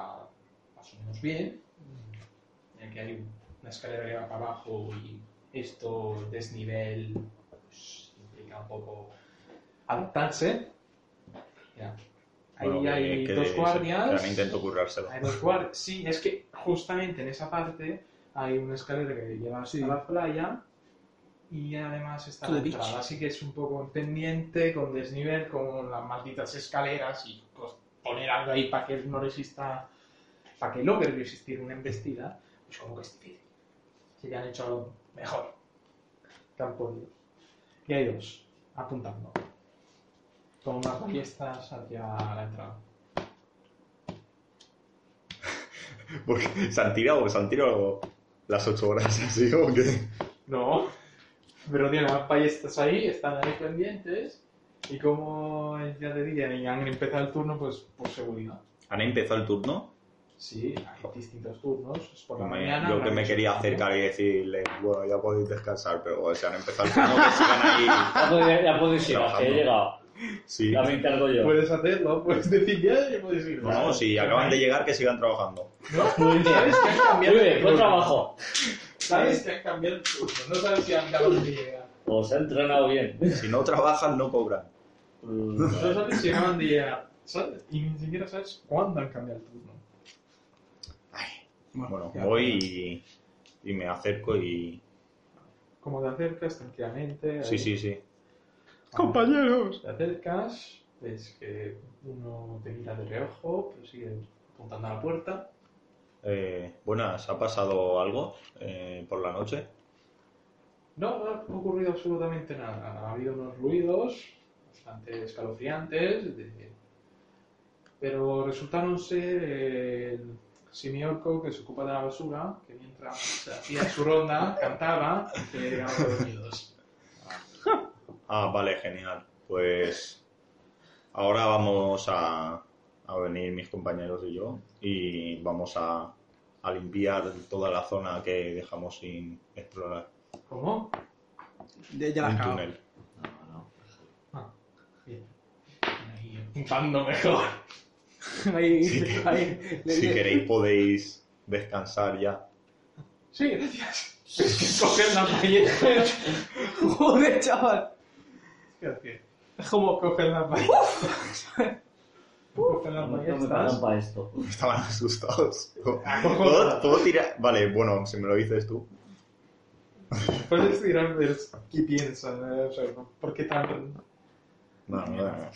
Speaker 1: más o menos bien. mm, En la que hay una escalera que va para abajo y esto, el desnivel, pues, implica un poco adaptarse. Ya. Ahí
Speaker 4: Bueno, que-
Speaker 1: hay
Speaker 4: que
Speaker 1: dos
Speaker 4: se-
Speaker 1: guardias.
Speaker 4: que han intento currárselo.
Speaker 1: Hay dos guardias. Sí, es que justamente en esa parte hay una escalera que lleva
Speaker 3: Sí.
Speaker 1: a la playa y además está
Speaker 3: To
Speaker 1: la
Speaker 3: the beach.
Speaker 1: entrada. Así que es un poco en pendiente, con desnivel, con las malditas escaleras y pues, poner algo ahí para que no resista, para que logre resistir una embestida, pues como que es difícil. Si le han hecho algo mejor que han podido. Y hay dos apuntando con unas ballestas hacia la entrada.
Speaker 4: Porque se han tirado, se han tirado las ocho horas así o qué?
Speaker 1: No, pero tiene las ballestas ahí, están ahí pendientes. Y como ya te dije, y han empezado el turno, pues por seguridad.
Speaker 4: ¿Han empezado el turno?
Speaker 1: Sí, hay distintos turnos. Es por la
Speaker 4: Me-
Speaker 1: mañana.
Speaker 4: yo que me
Speaker 1: durante
Speaker 4: quería
Speaker 1: el día.
Speaker 4: acercar y decirle, bueno, ya podéis descansar, pero o sea, han empezado el turno que sigan ahí.
Speaker 2: Ya podéis, ya podéis ir,
Speaker 4: Trabajando.
Speaker 2: que he llegado.
Speaker 4: Sí.
Speaker 2: Ya me encargo yo.
Speaker 1: Puedes hacerlo, puedes decir ya y puedes ir.
Speaker 4: No, no, si acaban de llegar que sigan trabajando.
Speaker 2: Muy bien.
Speaker 1: Sabes que han
Speaker 2: Muy
Speaker 1: cambiado el
Speaker 2: bien, buen
Speaker 1: turno.
Speaker 2: trabajo.
Speaker 1: Sabes que han cambiado el turno. No sabes si han acabado de llegar.
Speaker 2: Os he entrenado bien.
Speaker 4: Si no trabajan, no cobran.
Speaker 2: Mm,
Speaker 1: No sabes si acaban de llegar. ¿sabes? Y ni siquiera sabes cuándo han cambiado el turno.
Speaker 4: Bueno,
Speaker 3: ya.
Speaker 4: voy y, y me acerco y...
Speaker 1: Como te acercas tranquilamente.
Speaker 4: Sí,
Speaker 1: ahí.
Speaker 4: sí, sí.
Speaker 3: Compañeros.
Speaker 1: Te acercas, ves que uno te mira de reojo, pero sigue apuntando a la puerta.
Speaker 4: Eh, buenas, ¿ha pasado algo eh, por la noche?
Speaker 1: No, no ha ocurrido absolutamente nada. Ha habido unos ruidos bastante escalofriantes, de- pero resultaron ser el, simiorco que se ocupa de la basura, que mientras se hacía su ronda cantaba que le llegaban los dormidos.
Speaker 4: Ah, vale, genial. Pues ahora vamos a, a venir mis compañeros y yo y vamos a, a limpiar toda la zona que dejamos sin explorar.
Speaker 5: ¿Cómo?
Speaker 3: Ya, ya la
Speaker 4: un
Speaker 3: has cagado.
Speaker 4: túnel.
Speaker 2: No, no.
Speaker 5: Ahí, apuntando mejor.
Speaker 3: Ahí,
Speaker 4: Sí.
Speaker 3: ahí, le-
Speaker 4: Si
Speaker 3: le-
Speaker 4: queréis podéis descansar ya.
Speaker 5: Sí, gracias. Coger la paella.
Speaker 3: Joder, chaval.
Speaker 1: Gracias.
Speaker 3: Es como
Speaker 1: Cogen la paella. Cogen la
Speaker 2: No,
Speaker 1: paella.
Speaker 2: no me
Speaker 1: estás-
Speaker 2: pagan para esto.
Speaker 4: Estaban asustados. ¿Puedo, puedo tirar? Vale, bueno, si me lo dices tú.
Speaker 1: Puedes ir a ver qué piensan, eh, o sea, por qué tan
Speaker 4: No, no, no.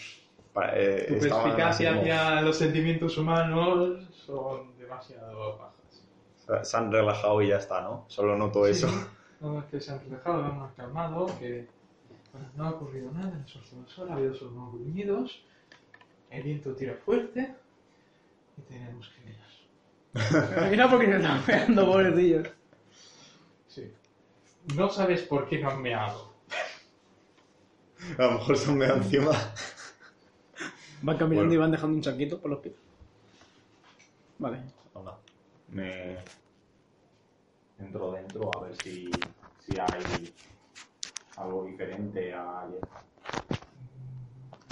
Speaker 4: Para- eh,
Speaker 1: tu
Speaker 4: estaban
Speaker 1: perspicacia
Speaker 4: así como-
Speaker 1: hacia los sentimientos humanos son demasiado bajas.
Speaker 4: Se han relajado y ya está, ¿no? Solo noto
Speaker 1: Sí.
Speaker 4: eso.
Speaker 1: No es que se han relajado, han más calmado, que bueno, no ha ocurrido nada en las últimas horas, ha habido solo unos gruñidos, el viento tira fuerte y tenemos que ir.
Speaker 3: Mira porque se está pegando, pobrecillo.
Speaker 1: Sí. No sabes por qué no han meado.
Speaker 4: A lo mejor se me da encima.
Speaker 3: Van caminando
Speaker 4: Bueno.
Speaker 3: y van dejando un chanquito por los pies. Vale.
Speaker 4: Hola. Me entro dentro a ver si, si hay algo diferente a ayer.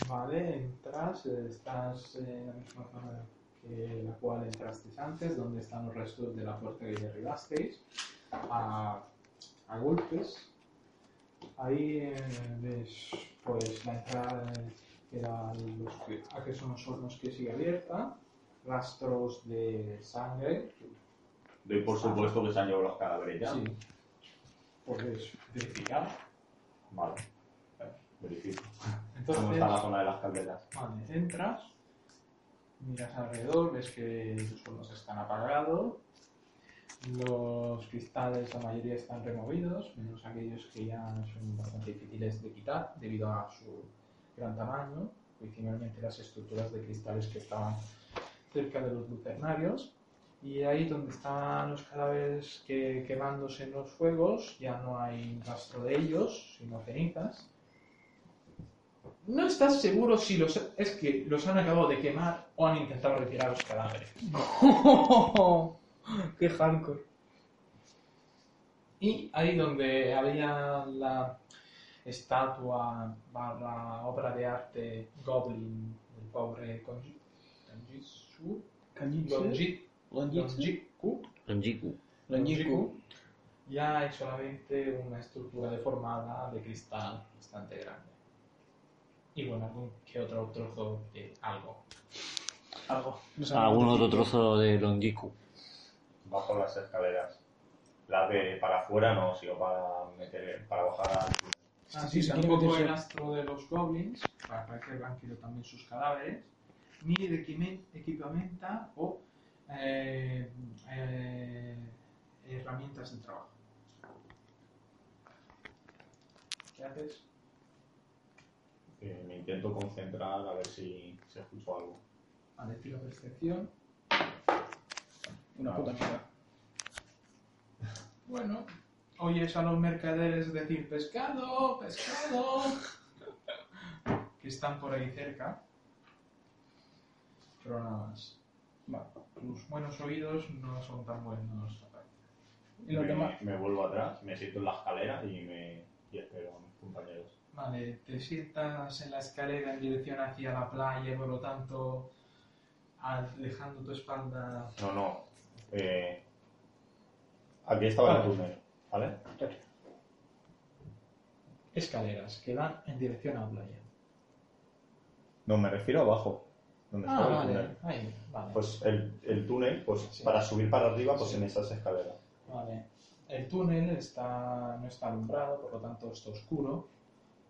Speaker 1: Vale, entras, eh, estás en la misma zona que la cual entrasteis antes, donde están los restos de la puerta que derribasteis, a, a golpes. Ahí eh, ves pues, la entrada eh, que da los que- a que son los hornos que sigue abierta, rastros de sangre,
Speaker 4: Doy por supuesto que se han llevado los cadáveres ya.
Speaker 1: sí, puedes verificar.
Speaker 4: Vale. Verifico. ¿Cómo
Speaker 1: Entonces,
Speaker 4: está la zona de las calderas?
Speaker 1: Vale, entras, miras alrededor, ves que los hornos están apagados, los cristales la mayoría están removidos, menos aquellos que ya son bastante difíciles de quitar debido a su gran tamaño, principalmente las estructuras de cristales que estaban cerca de los lucernarios. Y ahí donde están los cadáveres que, quemándose en los fuegos, ya no hay rastro de ellos, sino cenizas. No estás seguro si los es que los han acabado de quemar o han intentado retirar los cadáveres.
Speaker 3: Qué hardcore.
Speaker 1: Y ahí donde había la estatua barra obra de arte Goblin del pobre Konji- Kanjitsu, Longi- Longiku,
Speaker 2: Longiku.
Speaker 1: Longiku, ya hay solamente una estructura deformada de cristal bastante grande. Y bueno, algún que otro trozo de algo.
Speaker 3: Algo. No sé.
Speaker 2: Algún otro trozo Ah, de Longiku.
Speaker 4: Bajo las escaleras. La de para afuera no, sino para meter, para bajar al túnel.
Speaker 1: Ah,
Speaker 3: Sí,
Speaker 1: sí,
Speaker 3: se quiere
Speaker 1: tampoco
Speaker 3: meterse.
Speaker 1: el astro de los goblins, para parecer que han querido también sus cadáveres, ni de equimen- equipamenta o eh, eh, herramientas de trabajo. ¿Qué haces?
Speaker 4: Eh, me intento concentrar a ver si, si escucho algo.
Speaker 1: A decir la percepción.
Speaker 3: Una puta mierda.
Speaker 1: Bueno, oyes a los mercaderes decir pescado, pescado, que están por ahí cerca. Pero nada más. Va, tus buenos oídos no son tan buenos.
Speaker 3: Y los
Speaker 4: me,
Speaker 3: demás.
Speaker 4: me vuelvo atrás, me siento en la escalera y, me, y espero a mis compañeros.
Speaker 1: Vale, te sientas en la escalera en dirección hacia la playa, por lo tanto, al- dejando tu espalda.
Speaker 4: No, no. eh, aquí estaba
Speaker 1: Vale.
Speaker 4: el túnel, ¿vale?
Speaker 1: Escaleras que dan en dirección a la playa.
Speaker 4: No, me refiero abajo, donde
Speaker 1: Ah,
Speaker 4: estaba el
Speaker 1: vale,
Speaker 4: túnel.
Speaker 1: ahí, vale.
Speaker 4: Pues el, el túnel, pues
Speaker 1: Sí.
Speaker 4: para subir para arriba, pues
Speaker 1: Sí.
Speaker 4: en esas escaleras.
Speaker 1: Vale. El túnel está, no está alumbrado, por lo tanto está oscuro.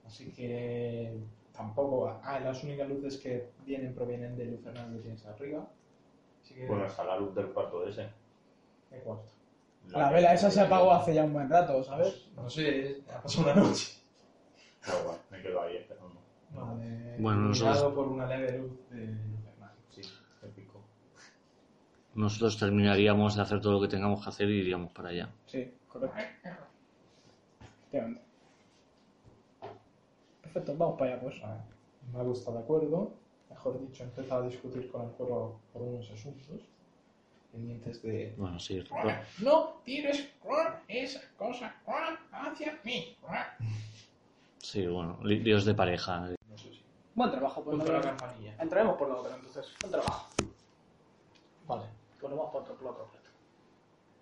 Speaker 1: Así que tampoco. Ah, las únicas luces que vienen provienen del lucernario que tienes arriba. Así que.
Speaker 4: Bueno, está la luz del cuarto de ese.
Speaker 1: de cuarto.
Speaker 3: La vela esa se apagó
Speaker 4: hace...
Speaker 3: hace ya un buen rato, ¿sabes?
Speaker 1: No sé, es- ha pasado una noche.
Speaker 4: me quedo ahí esperando.
Speaker 1: Vale.
Speaker 2: Bueno,
Speaker 1: iluminado
Speaker 2: nosotros-
Speaker 1: por una leve luz del lucernario.
Speaker 4: Sí, épico.
Speaker 2: nosotros terminaríamos de hacer todo lo que tengamos que hacer y iríamos para allá.
Speaker 3: Sí, correcto. Efectivamente. Perfecto, vamos para allá pues.
Speaker 1: Vale. Maru está de acuerdo. Mejor dicho, empieza a discutir con el coro por unos asuntos pendientes de...
Speaker 2: Bueno, sí,
Speaker 5: Ruan, No tires Ruan, esas cosas Ruan, hacia mí. Ruan.
Speaker 2: sí, bueno, li- líos de pareja.
Speaker 1: No sé si...
Speaker 3: Buen trabajo por
Speaker 1: Contra la
Speaker 3: la
Speaker 1: campanilla.
Speaker 3: Entraremos por la otra, entonces. Buen trabajo.
Speaker 1: Vale.
Speaker 3: Pues nos vamos por otro, por otro.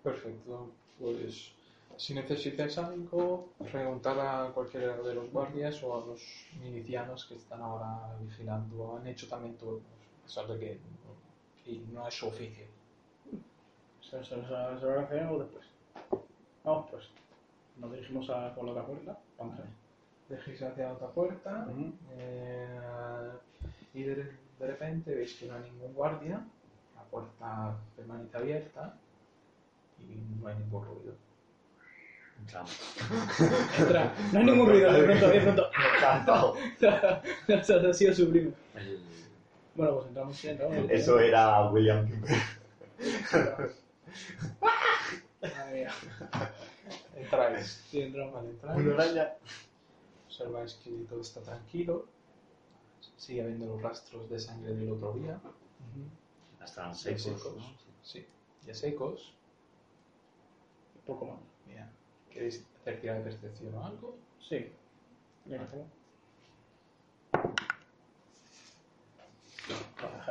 Speaker 1: Perfecto. Pues si necesitáis algo, preguntar a cualquiera de los guardias o a los milicianos que están ahora vigilando. Han hecho también turnos, a pesar de que y no es su oficio.
Speaker 3: Se, se, se, se lo agradecemos después. Vamos pues. Nos dirigimos a por la otra puerta. Vamos a ver.
Speaker 1: Dejéis hacia la otra puerta eh, y de, de repente veis que no hay ningún guardia. La puerta permanece abierta y no hay ningún ruido.
Speaker 2: Entramos.
Speaker 3: Entra. No hay ningún ruido, de pronto, de pronto.
Speaker 4: Me encantó.
Speaker 3: ha sido sublime. Bueno, pues entramos y entramos.
Speaker 4: Eso era William Cooper.
Speaker 3: Madre mía.
Speaker 1: Entráis.
Speaker 3: Sí, entramos.
Speaker 1: Vale, entráis.
Speaker 4: Una araña.
Speaker 1: Observáis que todo está tranquilo. Sigue habiendo los rastros de sangre del otro día.
Speaker 2: Hasta secos.
Speaker 1: secos.
Speaker 2: ¿no?
Speaker 1: Sí. Ya secos.
Speaker 3: Poco más.
Speaker 1: Bien. ¿Queréis hacer tirada de percepción o algo?
Speaker 3: Sí. Ya que hacemos.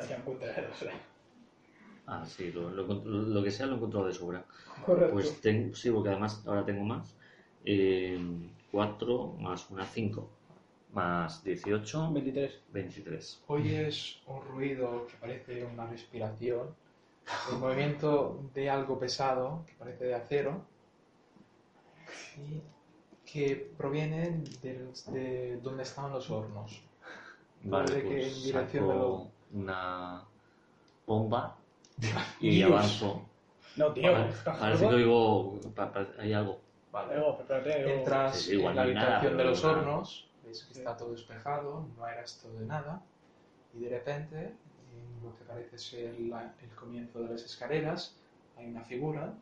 Speaker 3: Ya encontraré, o sea.
Speaker 2: Ah, sí, lo, lo encont- lo que sea lo encontró de sobra.
Speaker 3: Correcto.
Speaker 2: Pues tengo, sí, porque además ahora tengo más. Eh, 4 más una 5. Más 18,
Speaker 3: 23.
Speaker 2: 23.
Speaker 1: Oyes un ruido que parece una respiración, el movimiento de algo pesado que parece de acero y que proviene del- de donde estaban los hornos.
Speaker 2: Vale,
Speaker 1: Parece que en
Speaker 2: pues
Speaker 1: dirección de
Speaker 2: saco una bomba y avanzo.
Speaker 3: No, tío.
Speaker 2: Vale, parece que oigo. pa- pa- hay algo.
Speaker 3: Luego, espérate. luego.
Speaker 1: Entras
Speaker 2: Sí, igual
Speaker 1: en la
Speaker 2: no hay nada,
Speaker 1: habitación de
Speaker 2: pero
Speaker 1: los
Speaker 2: nada.
Speaker 1: hornos, ves que está todo despejado, no era esto de nada, y de repente, en lo que parece ser la- el comienzo de las escaleras, hay una figura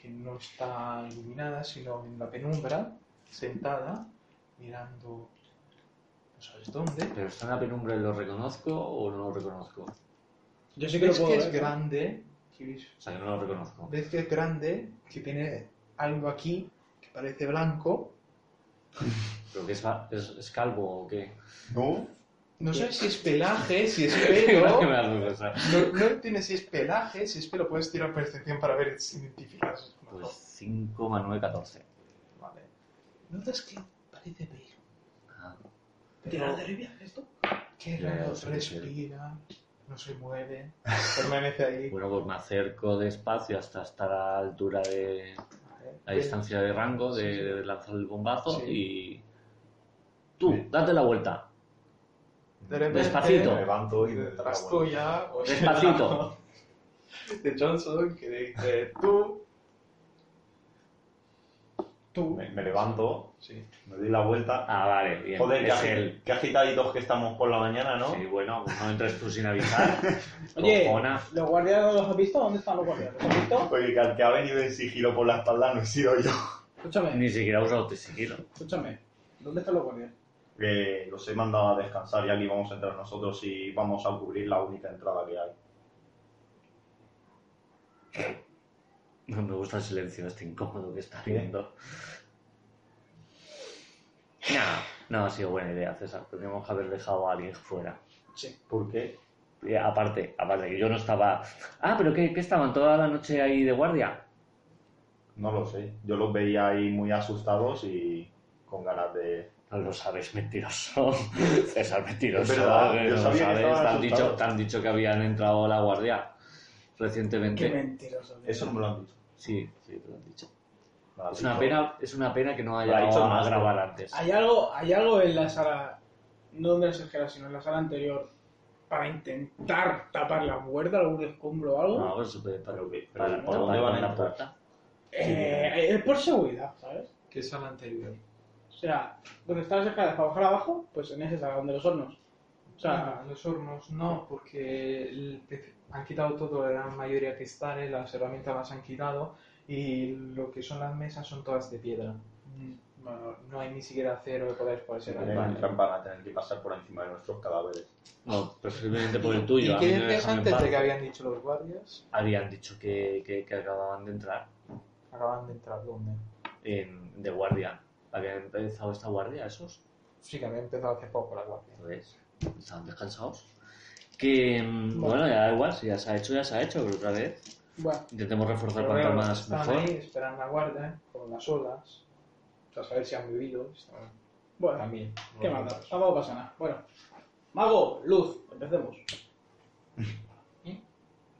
Speaker 1: que no está iluminada, sino en la penumbra, sentada, mirando no sabes dónde.
Speaker 2: Pero está en la penumbra, ¿lo reconozco o no lo reconozco?
Speaker 3: Yo sí que lo
Speaker 1: Ves
Speaker 3: puedo
Speaker 1: que es
Speaker 3: ver.
Speaker 1: grande, que ves-
Speaker 2: O sea, que no lo reconozco.
Speaker 1: ves que es grande, que tiene algo aquí que parece blanco.
Speaker 2: ¿Pero que es, va- es, es calvo o qué?
Speaker 4: ¿No?
Speaker 1: No
Speaker 3: Sí.
Speaker 1: sé si es pelaje, si es pelo.
Speaker 2: Que me hace pensar.
Speaker 1: No, no entiendes si es pelaje, si es pelo, puedes tirar percepción para ver si identificas. mejor.
Speaker 2: Pues 5 más 9, 14.
Speaker 1: Vale. Notas que parece pelo.
Speaker 2: Ah,
Speaker 3: ¿Tirar de ribia esto?
Speaker 1: Qué
Speaker 2: Ya, ya
Speaker 1: raro,
Speaker 2: lo sé,
Speaker 1: respira, no se mueve, permanece ahí.
Speaker 2: Bueno, pues me acerco despacio hasta estar a la altura de
Speaker 1: Vale.
Speaker 2: la distancia de rango de,
Speaker 1: Sí, sí.
Speaker 2: de lanzar el bombazo
Speaker 1: Sí.
Speaker 2: y. Tú, date la vuelta.
Speaker 1: De repente,
Speaker 2: Despacito.
Speaker 4: Me levanto y
Speaker 1: Y
Speaker 4: me
Speaker 1: detrás tuya, oye,
Speaker 2: Despacito.
Speaker 1: de Johnson, que le dice tú. Tú.
Speaker 4: Me, me levanto,
Speaker 1: Sí.
Speaker 4: me doy la vuelta.
Speaker 2: Ah, vale, bien.
Speaker 4: Joder, qué,
Speaker 2: es
Speaker 4: agi-
Speaker 2: él.
Speaker 4: qué agitaditos que estamos por la mañana, ¿no?
Speaker 2: Sí, bueno, pues no entres tú sin avisar.
Speaker 3: Oye.
Speaker 2: Cojona.
Speaker 3: ¿Los guardias no los has visto? ¿Dónde están los guardias? ¿Los has visto?
Speaker 4: Porque Pues que al que ha venido en sigilo por la espalda no he sido yo.
Speaker 3: Escúchame,
Speaker 2: Ni siquiera usa autosigilo.
Speaker 3: escúchame. ¿Dónde están los guardias?
Speaker 4: Que los he mandado a descansar y aquí vamos a entrar nosotros y vamos a cubrir la única entrada que hay.
Speaker 2: No me gusta el silencio este incómodo que está viendo. No, no ha sido buena idea, César. Tendríamos que haber dejado a alguien fuera.
Speaker 4: ¿Por qué?
Speaker 2: Y aparte, aparte, que yo no estaba. Ah, pero ¿qué, qué estaban toda la noche ahí de guardia?
Speaker 4: No lo sé. Yo los veía ahí muy asustados y con ganas de...
Speaker 2: No lo sabes, mentiroso. César, mentiroso.
Speaker 4: Es verdad,
Speaker 2: que no
Speaker 4: yo
Speaker 2: lo
Speaker 4: sabía que
Speaker 2: sabes.
Speaker 4: estaban
Speaker 2: Te han, dicho,
Speaker 4: asustados.
Speaker 2: te han dicho que habían entrado a la guardia
Speaker 3: Qué
Speaker 2: recientemente.
Speaker 3: mentiroso. tío.
Speaker 4: Eso no me lo han dicho.
Speaker 2: Sí, sí, te lo han dicho.
Speaker 4: Me lo han
Speaker 2: Es una
Speaker 4: dicho.
Speaker 2: pena, es una pena que no
Speaker 4: Lo ha
Speaker 2: haya
Speaker 4: dicho
Speaker 2: ido a
Speaker 4: más, pero-
Speaker 2: grabar antes.
Speaker 3: Hay algo, hay algo en la sala, no donde las escaleras, sino en la sala anterior, para intentar tapar la puerta, algún escombro o algo.
Speaker 2: No, pues super para,
Speaker 4: Pero que-
Speaker 2: para,
Speaker 4: pero ¿por dónde van a
Speaker 2: la
Speaker 4: entrar?
Speaker 2: puerta.
Speaker 3: Eh, es por seguridad, ¿sabes?
Speaker 1: Que es al anterior.
Speaker 3: O sea, donde están las escaleras para bajar abajo, pues en ese salón de los hornos.
Speaker 1: O sea, los hornos no, porque el- han quitado todo, la gran mayoría cristales, las herramientas las han quitado y lo que son las mesas son todas de piedra. Mm, bueno, no hay ni siquiera acero que podáis ponerse
Speaker 4: Vale,
Speaker 2: Vale.
Speaker 4: entran van a tener que pasar por encima de nuestros cadáveres.
Speaker 2: No, preferiblemente por el tuyo.
Speaker 1: ¿Y
Speaker 2: a
Speaker 1: qué
Speaker 2: mí me
Speaker 1: decías
Speaker 2: dejan en
Speaker 1: antes
Speaker 2: paz.
Speaker 1: de que habían dicho los guardias?
Speaker 2: Habían dicho que, que- que acababan de entrar
Speaker 1: Acaban de entrar, ¿dónde?
Speaker 2: en- de guardia. Habían empezado esta guardia, esos.
Speaker 1: Sí, que había empezado hace poco la guardia.
Speaker 2: Entonces, estaban descansados. Que, mm, bueno, ya da igual, si ya se ha hecho, ya se ha hecho, pero otra vez
Speaker 3: Bueno,
Speaker 2: intentemos reforzar
Speaker 1: Pero
Speaker 2: cuanto
Speaker 1: claro,
Speaker 3: pues,
Speaker 2: más
Speaker 1: están
Speaker 2: mejor.
Speaker 1: ahí, esperan la guardia eh, con las olas, para saber si han vivido. están-
Speaker 3: bueno,
Speaker 1: También.
Speaker 3: ¿qué más da? Tampoco pasa nada. Bueno, mago, luz, empecemos.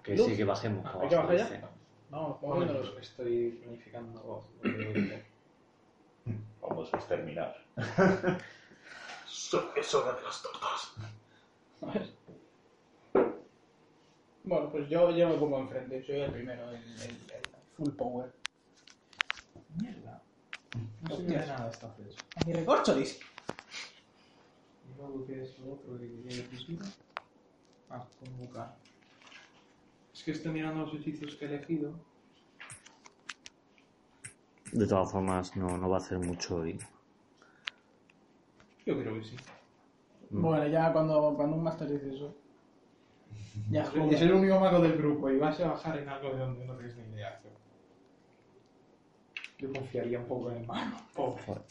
Speaker 2: Que
Speaker 3: Luz.
Speaker 2: sí, que bajemos.
Speaker 1: Ah,
Speaker 2: para
Speaker 3: ¿hay que
Speaker 2: abajo,
Speaker 3: bajar ya?
Speaker 2: dice.
Speaker 3: Vamos,
Speaker 1: Un momento,
Speaker 3: moviéndonos.
Speaker 1: que estoy planificando. lo que voy a hacer.
Speaker 4: Vamos a exterminar.
Speaker 3: A ver. Bueno, pues yo, yo me pongo enfrente, soy el primero, el, el- el full power.
Speaker 1: Mierda. No
Speaker 3: Hostias.
Speaker 1: sirve de nada esta flecha.
Speaker 3: ¡Mi recorcholis!
Speaker 1: Y luego que es lo otro que quería decir. Ah, convocar. Es que estoy mirando los hechizos que he elegido.
Speaker 2: De todas formas, no, no va a hacer mucho hoy.
Speaker 1: Yo creo que sí.
Speaker 2: Mm.
Speaker 3: Bueno, ya cuando, cuando un máster dice eso. Ya es como-
Speaker 1: Es el único mago del grupo y vas a bajar en algo de donde no tienes ni idea. tío. Yo confiaría un poco en el mago. Pobre. Que no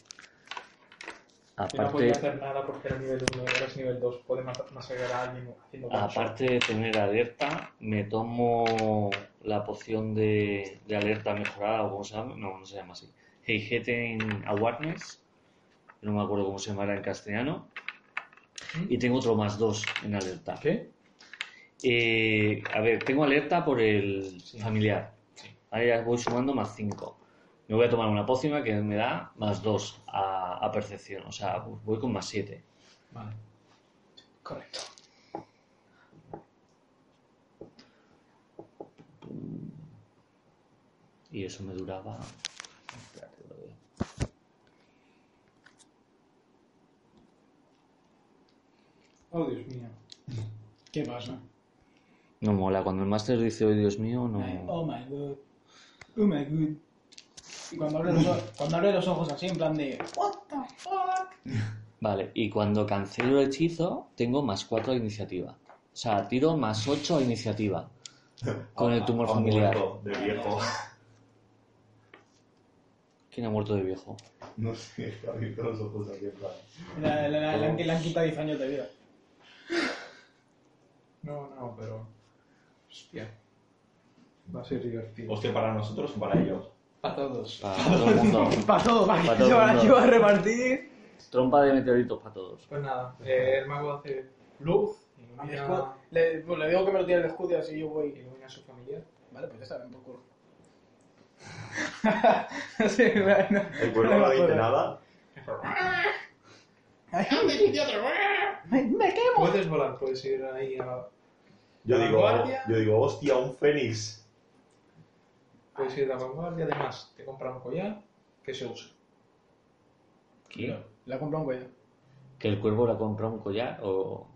Speaker 3: pues,
Speaker 1: podía
Speaker 2: Aparte,
Speaker 1: hacer nada porque era nivel 1, ahora es nivel 2. Puede matar- masacrar a alguien haciendo gancho.
Speaker 2: aparte de tener alerta, me tomo la poción de, de alerta mejorada, o como se llama, no, no se llama así. Hey, Getting Awareness, no me acuerdo cómo se llamará en castellano.
Speaker 3: ¿Mm?
Speaker 2: Y tengo otro más dos en alerta.
Speaker 1: ¿Qué?
Speaker 2: Eh, a ver, tengo alerta por el
Speaker 1: Sí.
Speaker 2: familiar.
Speaker 1: Sí.
Speaker 2: Ahora ya voy sumando más 5. Me voy a tomar una pócima que me da más 2 a, a percepción. O sea, voy con más 7.
Speaker 1: Vale.
Speaker 3: Correcto.
Speaker 2: Y eso me duraba. Espérate, lo veo.
Speaker 1: Oh, Dios mío.
Speaker 3: ¿Qué pasa?
Speaker 2: No mola. Cuando el máster dice, oh Dios mío,
Speaker 3: Eh,
Speaker 2: no.
Speaker 3: Oh my god. Oh my god. Y cuando abre, los, o- cuando abre los ojos así, en plan de. ¿What the fuck?
Speaker 2: Vale, y cuando cancelo el hechizo, tengo más 4 a iniciativa. O sea, tiro más 8 a iniciativa. Con el tumor
Speaker 4: Ha
Speaker 2: familiar.
Speaker 4: muerto De viejo.
Speaker 2: ¿Quién ha muerto de viejo?
Speaker 4: No sé, está abierto los ojos aquí en plan.
Speaker 3: Le, le-
Speaker 2: Oh.
Speaker 3: le- le han, le han quitado 10 años de vida.
Speaker 1: No, no, pero. Hostia. Va a ser divertido.
Speaker 4: Hostia, para nosotros o para ellos.
Speaker 1: A todos.
Speaker 2: Para todo el mundo.
Speaker 3: Para todo, para
Speaker 2: Pa'
Speaker 3: que
Speaker 2: todo
Speaker 3: se
Speaker 2: el
Speaker 3: van a
Speaker 2: mundo.
Speaker 3: llevar a repartir.
Speaker 2: Trompa de meteoritos para todos.
Speaker 1: Pues nada, eh, el mago hace luz, ilumina,
Speaker 3: Le, pues, le digo que me lo tire el escudo y así yo voy.
Speaker 1: ilumina a su familia.
Speaker 3: Vale, pues ya está, ven por culo. sí, bueno.
Speaker 4: El cuerpo no dice nada.
Speaker 3: Me, me quemo.
Speaker 1: Puedes volar, puedes ir ahí a.
Speaker 4: Yo
Speaker 1: ¿La
Speaker 4: digo,
Speaker 1: guardia?
Speaker 4: yo digo, hostia, un fénix.
Speaker 1: Puedes ir a la vanguardia, además te compra un collar que se usa.
Speaker 2: ¿Qué?
Speaker 3: Le ha comprado un cuello.
Speaker 2: ¿Que el cuervo le ha comprado un collar o...?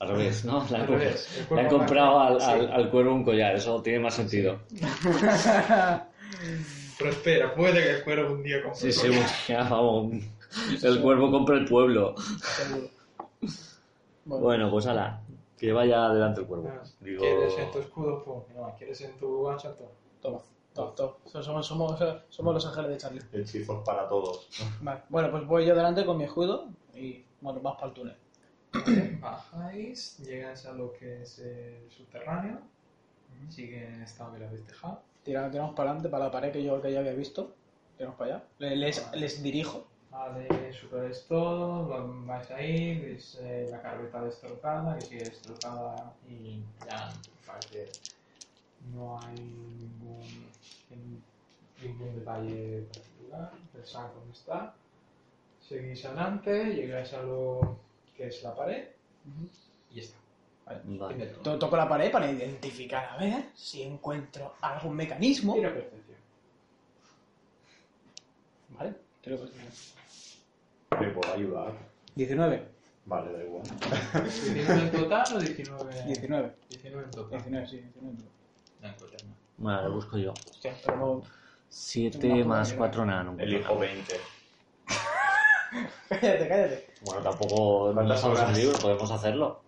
Speaker 2: Al revés, ¿no? Le
Speaker 1: Al
Speaker 2: han,
Speaker 1: revés, el
Speaker 2: le han
Speaker 1: cuervo
Speaker 2: comprado al,
Speaker 1: blanco,
Speaker 2: al- al cuervo un collar, eso tiene más sentido.
Speaker 1: Pero espera, puede que el cuero un día compre.
Speaker 2: Sí, sí, ya, vamos. El cuervo compra el pueblo.
Speaker 3: Seguro.
Speaker 2: Bueno, pues ala, que vaya adelante el cuervo.
Speaker 1: Ah,
Speaker 2: Digo,
Speaker 1: ¿Quieres en tu escudo? Pum. No, ¿quieres en tu hacha? Pum.
Speaker 3: Toma, toma, toma. So- Somos, somos, somos los ángeles de Charlie.
Speaker 4: Hechizos para todos.
Speaker 3: Vale. Bueno, pues voy yo delante con mi escudo y bueno, vas para el túnel.
Speaker 1: Vale, Bajáis, llegáis a lo que es el subterráneo. Sigue en esta que la habéis dejado.
Speaker 3: Tira- tiramos para adelante, para la pared que yo que ya había visto. Tiramos para allá. Le- Les, les dirijo.
Speaker 1: Vale, superáis todo, va- vais ahí, veis eh, la carpeta destrozada, que sigue destrozada y ya parece no hay ningún, en- ningún detalle particular, el saco no está. Seguís adelante, llegáis a lo que es la pared y está.
Speaker 2: vale.
Speaker 1: Fin del turno.
Speaker 3: To- toco la pared para identificar, a ver si encuentro algún mecanismo.
Speaker 1: Tira percepción.
Speaker 3: Vale, creo que
Speaker 4: ¿Me puedo ayudar?
Speaker 3: 19.
Speaker 4: Vale, da igual.
Speaker 1: 19 en total o 19?
Speaker 3: 19.
Speaker 1: 19 en total.
Speaker 3: 19, sí, 19.
Speaker 1: No encuentro nada.
Speaker 2: Bueno, lo busco yo.
Speaker 3: Hostia, pero no.
Speaker 2: 7 más 4 nano.
Speaker 4: Elijo 20.
Speaker 3: cállate, cállate.
Speaker 2: Bueno, tampoco no
Speaker 4: ¿Cuántas
Speaker 2: somos un
Speaker 4: horas?
Speaker 2: libro, podemos hacerlo.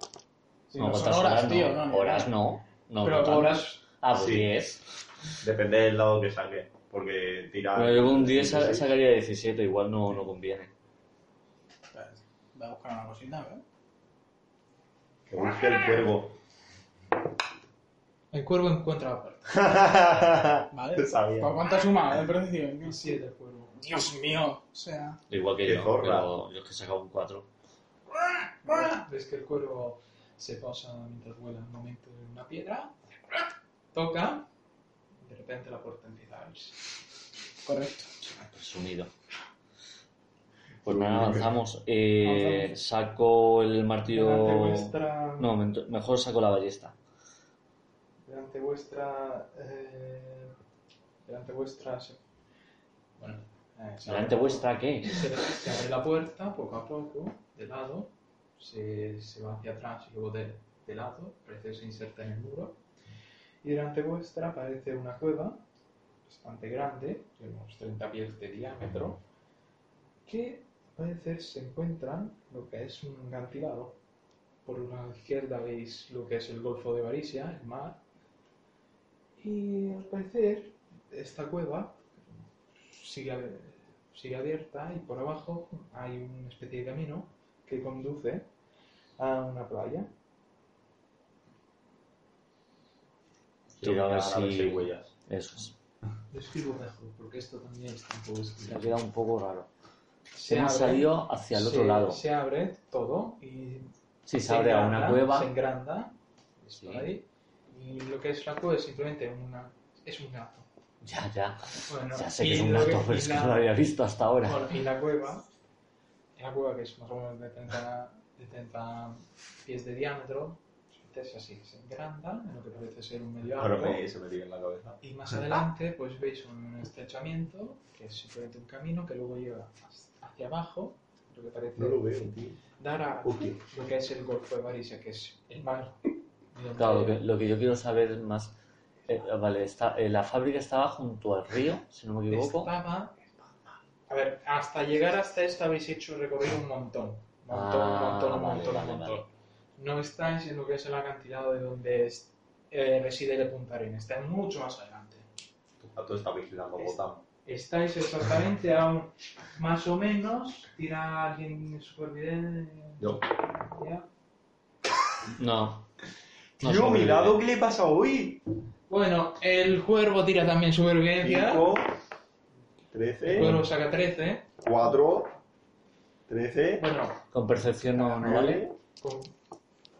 Speaker 3: Sí,
Speaker 2: No,
Speaker 3: no, son
Speaker 2: ¿cuántas
Speaker 3: horas, tío.
Speaker 2: no?
Speaker 3: No, ni
Speaker 2: horas
Speaker 3: nada.
Speaker 2: no. No,
Speaker 3: Pero
Speaker 2: no tanto.
Speaker 3: horas.
Speaker 2: Ah, pues
Speaker 4: Sí.
Speaker 2: 10.
Speaker 4: Depende del lado que saque. Porque tirar.
Speaker 2: Bueno, yo con 10 sa-
Speaker 4: 16.
Speaker 2: sacaría 17, igual no, no conviene.
Speaker 3: Voy a buscar una cosita, ¿verdad?
Speaker 4: Que busque el cuervo.
Speaker 1: El cuervo encuentra la puerta.
Speaker 3: Vale.
Speaker 4: Te sabía.
Speaker 3: ¿Por cuánto suma el precio?
Speaker 1: 7 el cuervo.
Speaker 3: Dios mío. O sea.
Speaker 2: Igual que
Speaker 4: Qué
Speaker 2: yo,
Speaker 4: zorra.
Speaker 2: pero yo es que he sacado un 4.
Speaker 1: Ves que el cuervo se posa mientras vuela un momento en una piedra, toca, y de repente la puerta empieza a abrirse.
Speaker 3: Correcto.
Speaker 2: Presumido. Pues nada, avanzamos. Eh, saco el
Speaker 1: Delante
Speaker 2: martillo...
Speaker 1: vuestra,
Speaker 2: No, mento- mejor saco la ballesta.
Speaker 1: delante vuestra, eh, delante vuestra, se- bueno, eh, se abre-
Speaker 2: ¿Delante vuestra qué?
Speaker 1: se, se abre la puerta poco a poco, de lado, se, se va hacia atrás y luego de, de lado, parece que se inserta en el muro. Y delante vuestra aparece una cueva bastante grande, de unos 30 pies de diámetro, que a veces se encuentran lo que es un acantilado. Por la izquierda veis lo que es el Golfo de Varisia, el mar. Y al parecer esta cueva sigue, abe- sigue abierta y por abajo hay una especie de camino que conduce a una playa.
Speaker 2: Tira a ver
Speaker 4: Mirar
Speaker 2: si-
Speaker 4: hay huellas.
Speaker 2: Eso es.
Speaker 1: Describo mejor, porque esto también está un poco
Speaker 2: Se ha
Speaker 1: escrito.
Speaker 2: quedado un poco raro.
Speaker 1: Se
Speaker 2: Hemos
Speaker 1: abre-
Speaker 2: salido hacia el otro
Speaker 1: se-
Speaker 2: lado.
Speaker 1: Se abre todo y
Speaker 2: Sí, se abre a una
Speaker 1: engranda,
Speaker 2: cueva.
Speaker 1: Se engranda.
Speaker 2: Sí.
Speaker 1: por ahí, Y lo que es la cueva es simplemente una, es un gato.
Speaker 2: Ya, ya.
Speaker 1: Bueno,
Speaker 2: Ya sé
Speaker 1: y
Speaker 2: que es un
Speaker 1: lo
Speaker 2: gato, pero es
Speaker 1: y
Speaker 2: que
Speaker 1: la-
Speaker 2: no lo había visto hasta ahora.
Speaker 1: bueno, y la cueva, la cueva que es más o menos de 30, de 30 pies de diámetro, es así, se engranda en lo que parece ser un medio
Speaker 4: Ahora
Speaker 1: arco.
Speaker 4: me, se me tira en la cabeza.
Speaker 1: Y más adelante, pues veis un estrechamiento, que es simplemente un camino que luego lleva hacia abajo, lo que parece
Speaker 4: No lo veo, tío.
Speaker 1: dar a
Speaker 4: Hostia.
Speaker 1: lo que es el Golfo de Varisa, que es el mar. donde-
Speaker 2: Claro, lo que, lo que yo quiero saber es más. eh, vale, está, eh, la fábrica estaba junto al río, si no me equivoco.
Speaker 1: Estaba- A ver, hasta llegar hasta esta habéis hecho recorrido un montón. Montón,
Speaker 2: Ah,
Speaker 1: montón,
Speaker 2: vale,
Speaker 1: montón,
Speaker 2: vale,
Speaker 1: montón. No estáis en lo que es el acantilado de donde es- eh, reside el Punta Arenas. Estáis mucho más adelante.
Speaker 4: A todo está vigilando Gotham.
Speaker 1: Estáis exactamente a un... Más o menos... Tira alguien supervivencia.
Speaker 4: Yo.
Speaker 1: ya.
Speaker 2: No. No
Speaker 4: Tío, mi
Speaker 2: sobrevive.
Speaker 4: lado, ¿qué le pasa hoy?
Speaker 1: Bueno, el cuervo tira también supervivencia.
Speaker 4: 5,
Speaker 1: El
Speaker 4: 13,
Speaker 1: cuervo saca 13.
Speaker 4: 4, 13,
Speaker 1: Bueno,
Speaker 2: Con percepción no, no vale.
Speaker 4: 9.
Speaker 1: con...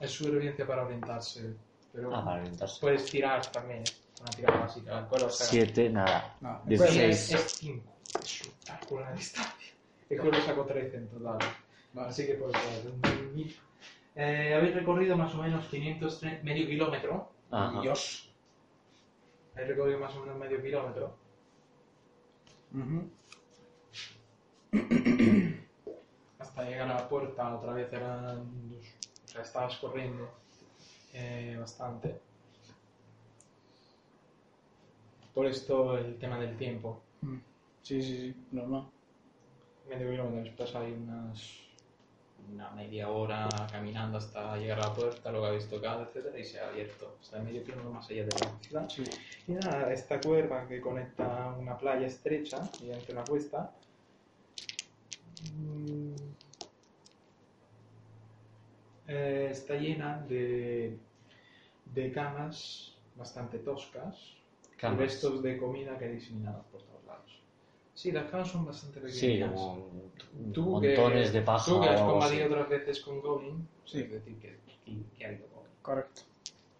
Speaker 1: es supervivencia para orientarse. Pero
Speaker 2: Ah, para orientarse.
Speaker 1: Puedes tirar también ¿eh? una tirada básica. El cuervo saca.
Speaker 2: 7, nada.
Speaker 3: No.
Speaker 1: Bueno,
Speaker 2: 16.
Speaker 1: Es, es 5. Es un cálculo a la distancia. El cuervo sacó 13 en total. Así que por favor. Eh, habéis recorrido más o menos 500, medio kilómetro.
Speaker 2: Ajá.
Speaker 3: Dios.
Speaker 1: Habéis recorrido más o menos medio kilómetro.
Speaker 3: Ujú.
Speaker 1: Hasta llegar a la puerta, otra vez eran. dos- O sea, estabas corriendo eh, bastante. Por esto el tema del tiempo.
Speaker 3: Sí, sí, sí. Normal.
Speaker 1: medio kilómetro después hay unas una media hora caminando hasta llegar a la puerta, lo que habéis tocado, etcétera, y se ha abierto. Está medio kilómetro más allá de la ciudad.
Speaker 3: Sí.
Speaker 1: Y nada, esta cuerda que conecta una playa estrecha y entre una cuesta. mm, eh, está llena de, de camas bastante toscas
Speaker 2: Camas.
Speaker 1: y restos de comida que hay diseminados por todos lados. Sí, las camas son bastante pequeñas.
Speaker 2: Sí, como
Speaker 1: Tú que-
Speaker 2: montones de paja.
Speaker 1: Tú que has
Speaker 2: o algo
Speaker 1: combatido
Speaker 2: así.
Speaker 1: otras veces con Goblin,
Speaker 3: Sí.
Speaker 1: es decir, que, que, que ha habido Goblin.
Speaker 3: Correcto.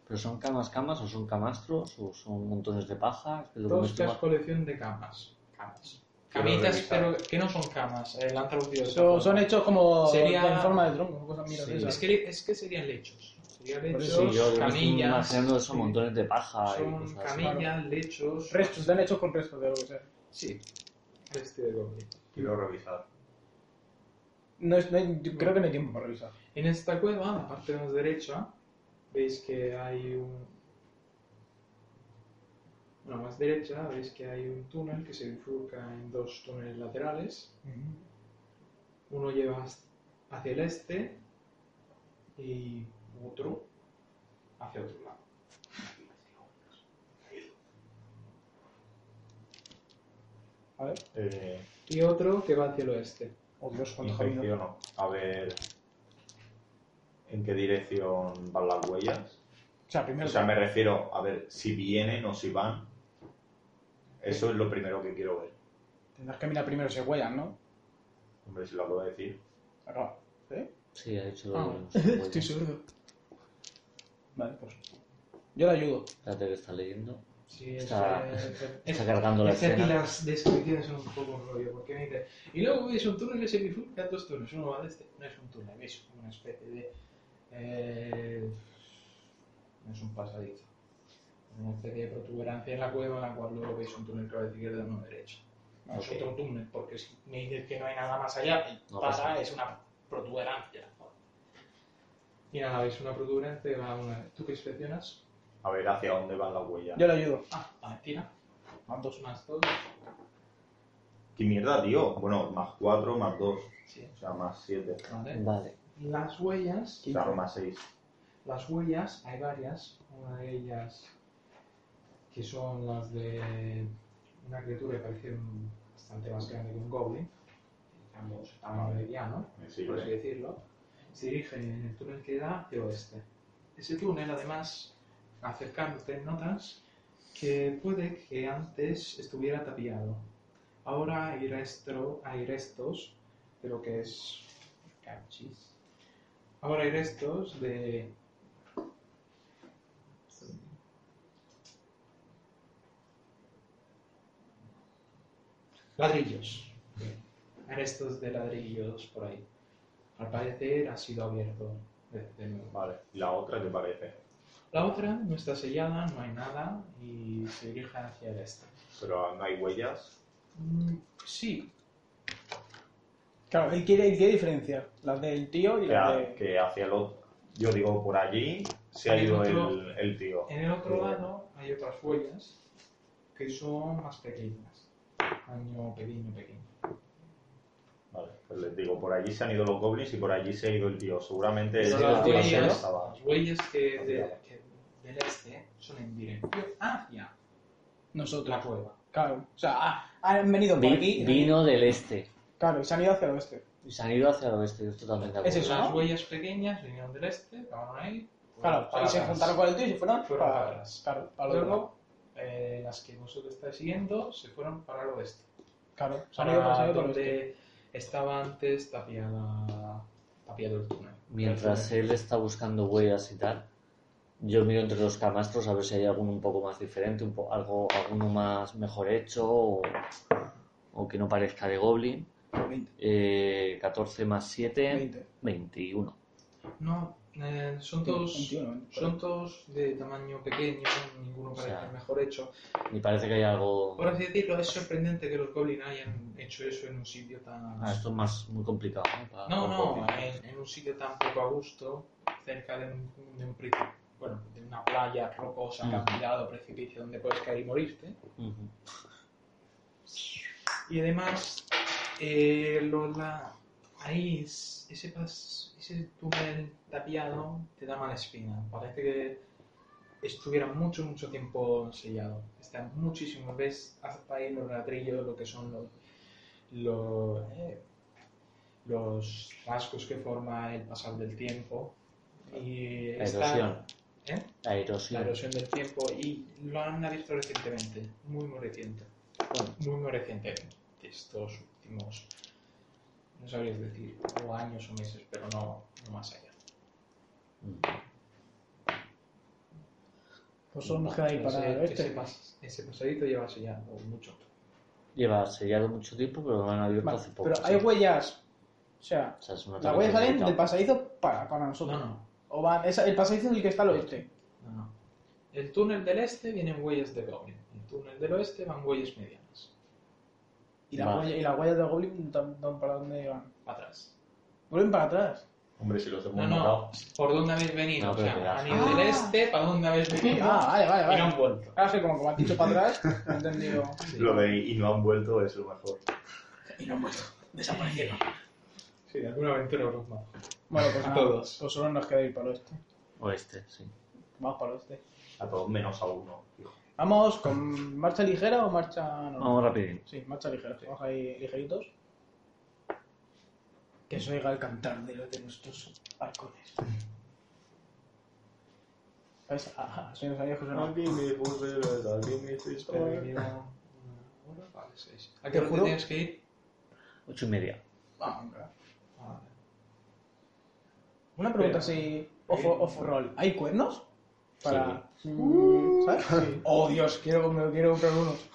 Speaker 2: Pero son camas, camas, o son camastros, o son montones de paja. Es que lo que me estoy
Speaker 1: Toscas
Speaker 2: ma-
Speaker 1: colección de camas. Camas.
Speaker 4: Quiero
Speaker 1: Camitas,
Speaker 4: revisar.
Speaker 1: pero que no son camas. eh, El antropido
Speaker 3: Son, son hechos como
Speaker 1: Sería-
Speaker 3: en forma de tronco, cosas miras
Speaker 2: Sí.
Speaker 3: de esas.
Speaker 1: Es que, es que serían lechos. Serían lechos,
Speaker 2: Sí, yo lo que me estoy
Speaker 1: camillas.
Speaker 2: imaginando son
Speaker 1: sí.
Speaker 2: montones de paja. y
Speaker 1: Son
Speaker 2: cosas así.
Speaker 1: camillas, lechos.
Speaker 3: Restos, están hechos con restos de lo que sea.
Speaker 1: Sí. Este de Goblin.
Speaker 4: Quiero revisar.
Speaker 3: no es, no hay- yo creo que no hay tiempo para revisar.
Speaker 1: En esta cueva, en ah, la parte más derecha, veis que hay un... Bueno, más derecha veis que hay un túnel que se bifurca en dos túneles laterales. Uno lleva has- hacia el este y otro hacia otro lado.
Speaker 3: A ver.
Speaker 4: Eh,
Speaker 1: Y otro que va hacia el oeste.
Speaker 3: Oh Dios, cuánto camino.
Speaker 4: infección, no. A ver en qué dirección van las huellas.
Speaker 3: O sea, primero.
Speaker 4: O sea, me refiero a ver si vienen o si van. Eso es lo primero que quiero ver.
Speaker 3: Tendrás que mirar primero si hay huellas, ¿no?
Speaker 4: Hombre, si lo acabo de decir.
Speaker 3: Acaba.
Speaker 2: Sí, ha dicho.
Speaker 1: Ah,
Speaker 2: no sé, bueno,
Speaker 3: seguro. Vale, pues. Yo le ayudo.
Speaker 2: Espérate que está leyendo.
Speaker 1: Sí,
Speaker 2: Está-
Speaker 1: es, eh, es-
Speaker 2: Está cargando la
Speaker 1: es que aquí
Speaker 2: escena.
Speaker 1: las descripciones son un poco un rollo, porque me dice, y luego veis un túnel que se bifurca en dos túneles, uno va de este, no es un túnel, es una especie de... eh, no es un pasadizo, una especie de protuberancia en la cueva en la cual luego veis un túnel que va de izquierda a uno derecha. No
Speaker 2: Ok.
Speaker 1: es otro túnel, porque si me dices que no hay nada más allá, y
Speaker 2: No
Speaker 1: pasa,
Speaker 2: pasa.
Speaker 1: es una protuberancia. Y nada, veis una protuberancia que va a una... ¿Tú qué inspeccionas?
Speaker 4: A ver hacia dónde van las huellas.
Speaker 3: Yo le ayudo.
Speaker 1: Ah, vale, tira.
Speaker 3: Más
Speaker 1: Dos
Speaker 3: dos.
Speaker 1: más dos.
Speaker 4: ¿Qué mierda, tío? Bueno, más 4, más 2.
Speaker 1: Sí.
Speaker 4: O sea, más 7.
Speaker 1: Vale.
Speaker 2: Vale.
Speaker 1: Las huellas,
Speaker 4: O sea, más 6.
Speaker 1: las huellas, hay varias, una de ellas que son las de una criatura que parece un- bastante más grande que un goblin, digamos, tamaño mediano, por
Speaker 4: Me
Speaker 1: así
Speaker 4: sirve.
Speaker 1: decirlo, se dirige en el túnel que da hacia oeste. Ese túnel, además, acercándote, notas que puede que antes estuviera tapiado. Ahora hay, restro- hay restos de lo que es. Cachis. Ahora hay restos de. Ladrillos. Hay restos de ladrillos por ahí. Al parecer ha sido abierto de- de nuevo.
Speaker 4: Vale. ¿Y la otra qué parece?
Speaker 1: La otra no está sellada, no hay nada y se dirige hacia el este.
Speaker 4: Pero no hay huellas.
Speaker 1: Mm, sí,
Speaker 3: Claro, él quiere, él quiere diferenciar las del tío y
Speaker 4: Que,
Speaker 3: las
Speaker 4: ha-
Speaker 3: de.
Speaker 4: que hacia el otro. Yo digo, por allí se ha
Speaker 1: Hay Eh.
Speaker 4: ido
Speaker 1: otro-
Speaker 4: el, el tío.
Speaker 1: en el otro lado hay otras huellas que son más pequeñas. Año pequeño, pequeño.
Speaker 4: Vale. Pues les digo, por allí se han ido los goblins y por allí se ha ido el tío. Seguramente el
Speaker 1: Pero
Speaker 4: tío
Speaker 1: las
Speaker 2: tío
Speaker 4: anterior
Speaker 1: huellas,
Speaker 4: estaba.
Speaker 1: las huellas que, de-
Speaker 4: Hacia-
Speaker 1: que del este son en dirección hacia la
Speaker 3: Nosotros.
Speaker 1: cueva.
Speaker 3: Claro. O sea, ah, han venido por
Speaker 2: Vi-
Speaker 3: aquí. eh,
Speaker 2: vino
Speaker 1: eh.
Speaker 2: del este.
Speaker 3: Claro, y se han ido hacia el oeste.
Speaker 2: Y se han ido hacia el oeste. Yo estoy totalmente de
Speaker 3: Es
Speaker 2: acuerdo.
Speaker 3: eso,
Speaker 1: Las
Speaker 3: ¿no?
Speaker 1: huellas pequeñas vinieron del este, acabaron ahí.
Speaker 3: Claro,
Speaker 1: para
Speaker 3: ahí se
Speaker 1: atrás.
Speaker 3: juntaron con el tío y se fueron.
Speaker 1: Fueron
Speaker 3: para-
Speaker 1: para atrás.
Speaker 3: Claro, para el otro lado.
Speaker 1: Luego, eh, las que vosotros estáis siguiendo se fueron para el oeste.
Speaker 3: Claro, se han ido
Speaker 1: Para
Speaker 3: para el oeste.
Speaker 1: donde estaba antes tapiada, tapiado el túnel.
Speaker 2: Mientras él está buscando huellas y tal, yo miro entre los camastros a ver si hay alguno un poco más diferente, un po- algo, alguno más mejor hecho o, o que no parezca de Goblin.
Speaker 3: 20.
Speaker 2: Eh, 14 más 7,
Speaker 3: 20.
Speaker 2: 21.
Speaker 1: No, eh, son todos,
Speaker 3: 21, 20.
Speaker 1: son todos de tamaño pequeño, ninguno
Speaker 2: O
Speaker 1: parece
Speaker 2: sea.
Speaker 1: mejor hecho.
Speaker 2: Me parece que hay algo...
Speaker 1: Por así decirlo, es sorprendente que los goblins hayan hecho eso en un sitio tan...
Speaker 2: Ah, esto es más muy complicado, ¿no? Para-
Speaker 1: No,
Speaker 2: para
Speaker 1: no,
Speaker 2: Goblin.
Speaker 1: en, en un sitio tan poco a gusto, cerca de un, de un preci- bueno, de una playa rocosa,
Speaker 2: Mm.
Speaker 1: acantilado, precipicio, donde puedes caer y morirte.
Speaker 2: Ujú.
Speaker 1: Y además, eh, lo- la- ahí es- ese, pas- ese túnel tapiado te da mala espina. Parece que estuviera mucho, mucho tiempo sellado. Está muchísimo, ves hasta ahí los ladrillos, lo que son los, lo- eh, los rasgos que forma el pasar del tiempo. Y
Speaker 2: La
Speaker 1: está-
Speaker 2: erosión.
Speaker 1: ¿Eh?
Speaker 2: La
Speaker 1: la
Speaker 2: erosión.
Speaker 1: erosión del tiempo y lo han visto recientemente, muy muy reciente. Muy muy reciente, de estos últimos, no sabrías decir, o años o meses, pero no, no más allá.
Speaker 2: Mm.
Speaker 3: Pues solo nos queda ir para este el
Speaker 1: ese, ese,
Speaker 3: oeste.
Speaker 1: pas- ese pasadito lleva sellado mucho.
Speaker 2: Lleva sellado mucho tiempo, pero lo han abierto
Speaker 3: Vale,
Speaker 2: hace poco.
Speaker 3: Pero hay
Speaker 2: sí.
Speaker 3: huellas. O sea,
Speaker 2: O sea, es una
Speaker 3: las
Speaker 2: tarea
Speaker 3: huellas salen
Speaker 2: complicada.
Speaker 3: del pasadizo para, para
Speaker 1: No,
Speaker 3: nosotros.
Speaker 1: no,
Speaker 3: O van, esa- el pasadizo es el que está al oeste.
Speaker 1: no, no. El túnel del este vienen huellas de Goblin, el túnel del oeste van huellas medianas,
Speaker 3: Y las
Speaker 2: Vale.
Speaker 3: huellas, y las huellas del Goblin, tam- tam- ¿para dónde van?
Speaker 1: para atrás.
Speaker 3: Vuelven para atrás.
Speaker 4: Hombre, si los hemos
Speaker 6: No,
Speaker 4: matado.
Speaker 6: no. ¿Por dónde habéis venido?
Speaker 4: No,
Speaker 6: o
Speaker 4: pero
Speaker 6: sea,
Speaker 4: ya.
Speaker 6: han ido del este, ¿para dónde habéis venido?
Speaker 3: Ah, vale, vale,
Speaker 6: y no han
Speaker 3: vale.
Speaker 6: vuelto.
Speaker 3: Ahora sí, como, como has dicho para atrás, no he entendido.
Speaker 4: Lo de y no han vuelto es lo mejor.
Speaker 6: Y no han vuelto. Desaparecieron.
Speaker 1: Sí, de alguna aventura os más.
Speaker 3: Bueno, pues
Speaker 1: A
Speaker 3: nada,
Speaker 1: todos.
Speaker 3: Pues solo nos queda ir para el oeste.
Speaker 2: Oeste, sí.
Speaker 3: Vamos para el oeste.
Speaker 4: A todos menos a uno. fijo.
Speaker 3: Vamos con marcha ligera o marcha normal.
Speaker 2: Vamos rapidín.
Speaker 3: Sí, marcha ligera. Vamos ahí ligeritos. Que se oiga el cantar de los de nuestros balcones. ¿Sabes? Ajá, Ah, soy los años que suena.
Speaker 4: Alguien me puso el- alguien me hizo
Speaker 1: Pero he
Speaker 4: historia.
Speaker 1: venido una hora, vale, seis. ¿A
Speaker 3: Te
Speaker 1: qué hora te
Speaker 3: juro.
Speaker 1: tienes que ir?
Speaker 2: Ocho y media.
Speaker 3: Ah, venga.
Speaker 1: Vale.
Speaker 3: Una pregunta
Speaker 1: Pero-
Speaker 3: así, off, off roll. ¿Hay cuernos? Para... ¿Sabes?
Speaker 1: Sí.
Speaker 3: Oh, Dios, quiero, me quiero comprar unos.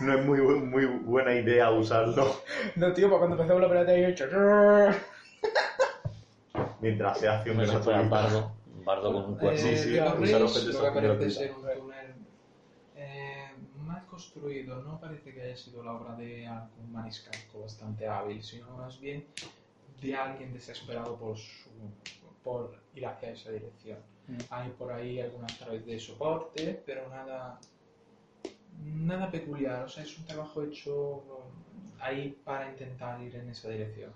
Speaker 4: No es muy, bu- muy buena idea usarlo
Speaker 3: No, tío, para cuando empezamos la pelota yo he hecho... "Rrrr".
Speaker 4: mientras sea acción
Speaker 2: Como si fuera un
Speaker 4: gratuita.
Speaker 2: bardo. Un bardo con un cuerno.
Speaker 4: sí,
Speaker 1: Eh,
Speaker 4: sí,
Speaker 1: Río
Speaker 4: usa
Speaker 1: Reyes,
Speaker 4: los objetos
Speaker 1: lo que
Speaker 4: también
Speaker 1: parece
Speaker 4: gratuita.
Speaker 1: ser un túnel eh, mal construido. No parece que haya sido la obra de algún maniscalco bastante hábil, sino más bien de alguien desesperado por, su- por ir hacia esa dirección.
Speaker 3: Mm.
Speaker 1: Hay por ahí algunas traves de soporte, pero nada, nada peculiar. O sea, es un trabajo hecho mm, ahí para intentar ir en esa dirección.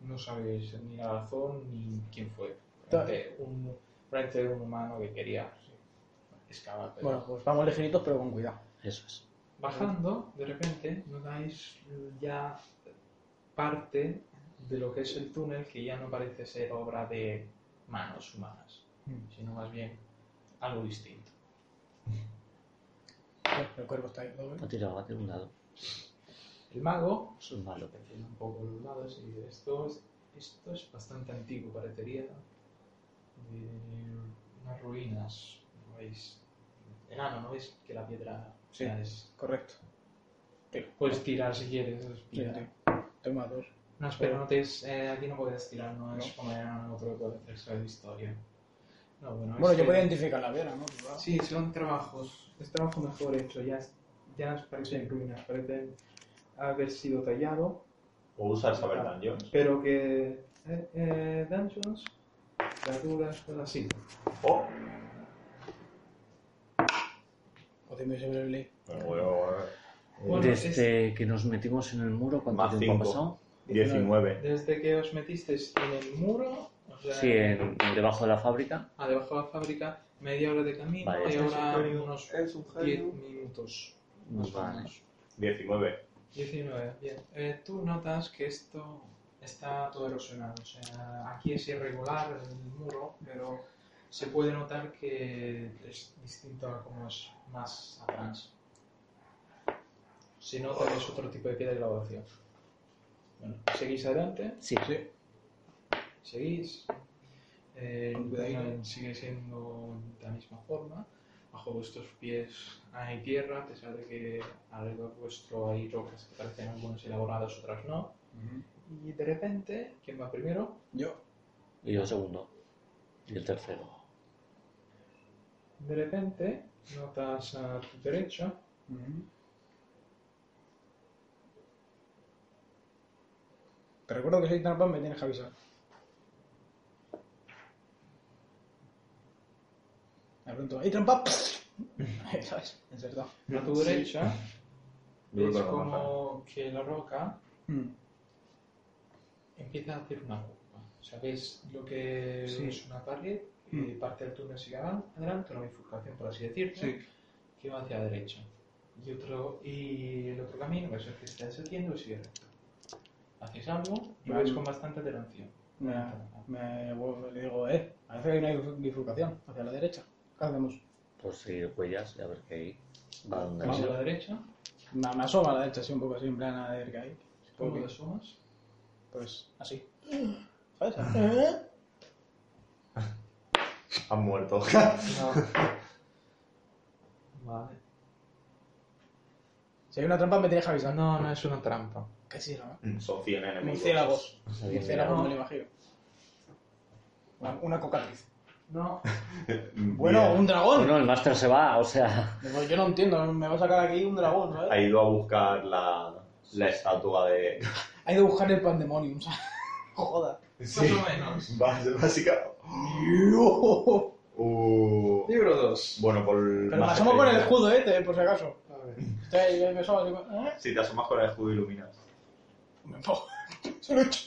Speaker 1: No sabéis ni la razón ni quién fue.
Speaker 3: Ta-
Speaker 1: Realmente un, realmente un humano que quería excavar. pero-
Speaker 3: Bueno, pues vamos ligeritos, pero con cuidado.
Speaker 2: Eso es.
Speaker 1: Bajando, de repente, notáis ya parte de lo que es el túnel que ya no parece ser obra de manos humanas,
Speaker 3: Mm.
Speaker 1: sino más bien algo distinto.
Speaker 3: El cuervo está ahí. ¿no?
Speaker 2: Ha tirado, ha tirado un dado.
Speaker 1: El mago
Speaker 2: Eso es malo.
Speaker 1: Tiene un poco los lados y dice, esto es, esto es bastante antiguo, parecería de unas ruinas. ¿No veis? Enano, ¿no veis que la piedra
Speaker 3: Sí.
Speaker 1: ya es?
Speaker 3: Correcto.
Speaker 1: Puedes tirar si quieres. es
Speaker 3: Sí,
Speaker 1: piedra.
Speaker 3: sí. Toma dos.
Speaker 1: No, espera, no te es- eh, aquí no puedes tirar, no es
Speaker 3: No.
Speaker 1: como enano, otro que puede hacer saber historia. No, bueno,
Speaker 3: Bueno, yo
Speaker 1: este-
Speaker 3: puedo identificar la piedra, ¿no? Pues
Speaker 1: Sí, son trabajos. Es trabajo mejor hecho. Ya, es- ya parecen ruinas, parecen haber sido tallado.
Speaker 4: O usar saber Dungeons.
Speaker 1: Pero que. Eh, eh, dungeons, criaturas, cosas así.
Speaker 4: Oh,
Speaker 3: O tengo invisibilidad.
Speaker 4: bueno, bueno, bueno.
Speaker 1: Bueno,
Speaker 2: Desde que nos metimos en el muro, ¿cuánto
Speaker 4: Más
Speaker 2: tiempo
Speaker 4: cinco.
Speaker 2: ha pasado?
Speaker 4: 19.
Speaker 1: Desde que os metisteis en el muro, o sea,
Speaker 2: Sí, eh. en- debajo de la fábrica.
Speaker 1: a debajo de la fábrica, media hora de camino
Speaker 2: Vale.
Speaker 1: y ahora unos
Speaker 4: Es un
Speaker 1: 10 minutos.
Speaker 2: Nos eh.
Speaker 1: Más o
Speaker 2: vale.
Speaker 1: menos.
Speaker 4: 19.
Speaker 1: 19, bien. Eh, tú notas que esto está todo erosionado. O sea, aquí es irregular el muro, pero se puede notar que es distinto a como es más atrás. Si nota que es otro tipo de piedra de graduación. Bueno, seguís adelante,
Speaker 2: Sí.
Speaker 1: seguís. Eh,
Speaker 3: Con cuidadito.
Speaker 1: bueno, sigue siendo de la misma forma. Bajo vuestros pies hay tierra, a pesar de que alrededor vuestro hay rocas que parecen algunas elaboradas, otras no. Y de repente, ¿quién va primero?
Speaker 3: Yo.
Speaker 2: Y yo segundo. Y el tercero.
Speaker 1: De repente, notas a tu derecha
Speaker 3: Te recuerdo que soy trampa, me tienes que avisar. De pronto, ¡ay, trampa! ¿Sabes? Es verdad.
Speaker 1: A tu derecha
Speaker 4: Yo
Speaker 1: es
Speaker 4: creo que no
Speaker 1: como que la roca
Speaker 3: Mm.
Speaker 1: empieza a hacer una curva. O sea, veis lo que
Speaker 3: Sí.
Speaker 1: es una pared, y
Speaker 3: Mm.
Speaker 1: parte del túnel sigue avan- adelante, una bifurcación, por así decirlo, que va hacia la derecha. Y, otro, y el otro camino, que es el que está deshaciendo, sigue recto. Haces algo y
Speaker 3: Vale.
Speaker 1: ves con bastante atención.
Speaker 3: Me, me vuelvo- le digo, eh, parece que hay una bifur- bifurcación hacia la derecha. ¿Qué hacemos?
Speaker 2: Por si huellas y a ver qué hay. Va donde
Speaker 1: Vas a
Speaker 2: va.
Speaker 1: la derecha,
Speaker 3: Me, me asoma a la derecha así un poco así, en plan a ver qué hay.
Speaker 1: ¿cómo
Speaker 3: Porque-
Speaker 1: te asomas?
Speaker 3: Pues así. ¿Sabes? ¿Eh?
Speaker 4: Han muerto.
Speaker 1: Vale.
Speaker 3: Si hay una trampa me tienes que avisar.
Speaker 1: No, no es una trampa.
Speaker 3: Que sí, ¿no?
Speaker 4: Mm, Son 100 enemigos.
Speaker 3: Murciélagos.
Speaker 2: Sabía
Speaker 3: Murciélagos este me lo imagino. Una, una cocatriz.
Speaker 1: No,
Speaker 4: Bien.
Speaker 3: Bueno, un dragón.
Speaker 2: Bueno, el máster se va, o sea.
Speaker 3: Digo, Yo no entiendo, me va a sacar aquí un dragón, ¿sabes?
Speaker 4: Ha ido a buscar la, la estatua de...
Speaker 3: Hay que buscar el pandemonium, ¿sabes? Joda.
Speaker 4: Sí,
Speaker 5: Más o menos.
Speaker 4: bás- básica... ¡Oh! Uh,
Speaker 1: Libro 2.
Speaker 4: Bueno, por...
Speaker 3: Pero me
Speaker 4: más
Speaker 3: asomo con el escudo,
Speaker 4: experiencia.
Speaker 3: ¿eh? te- Por si acaso. Estoy ahí, me asomo, digo, ¿eh?
Speaker 4: Si te asomas con el escudo iluminas.
Speaker 3: Me pongo. Se lo he hecho.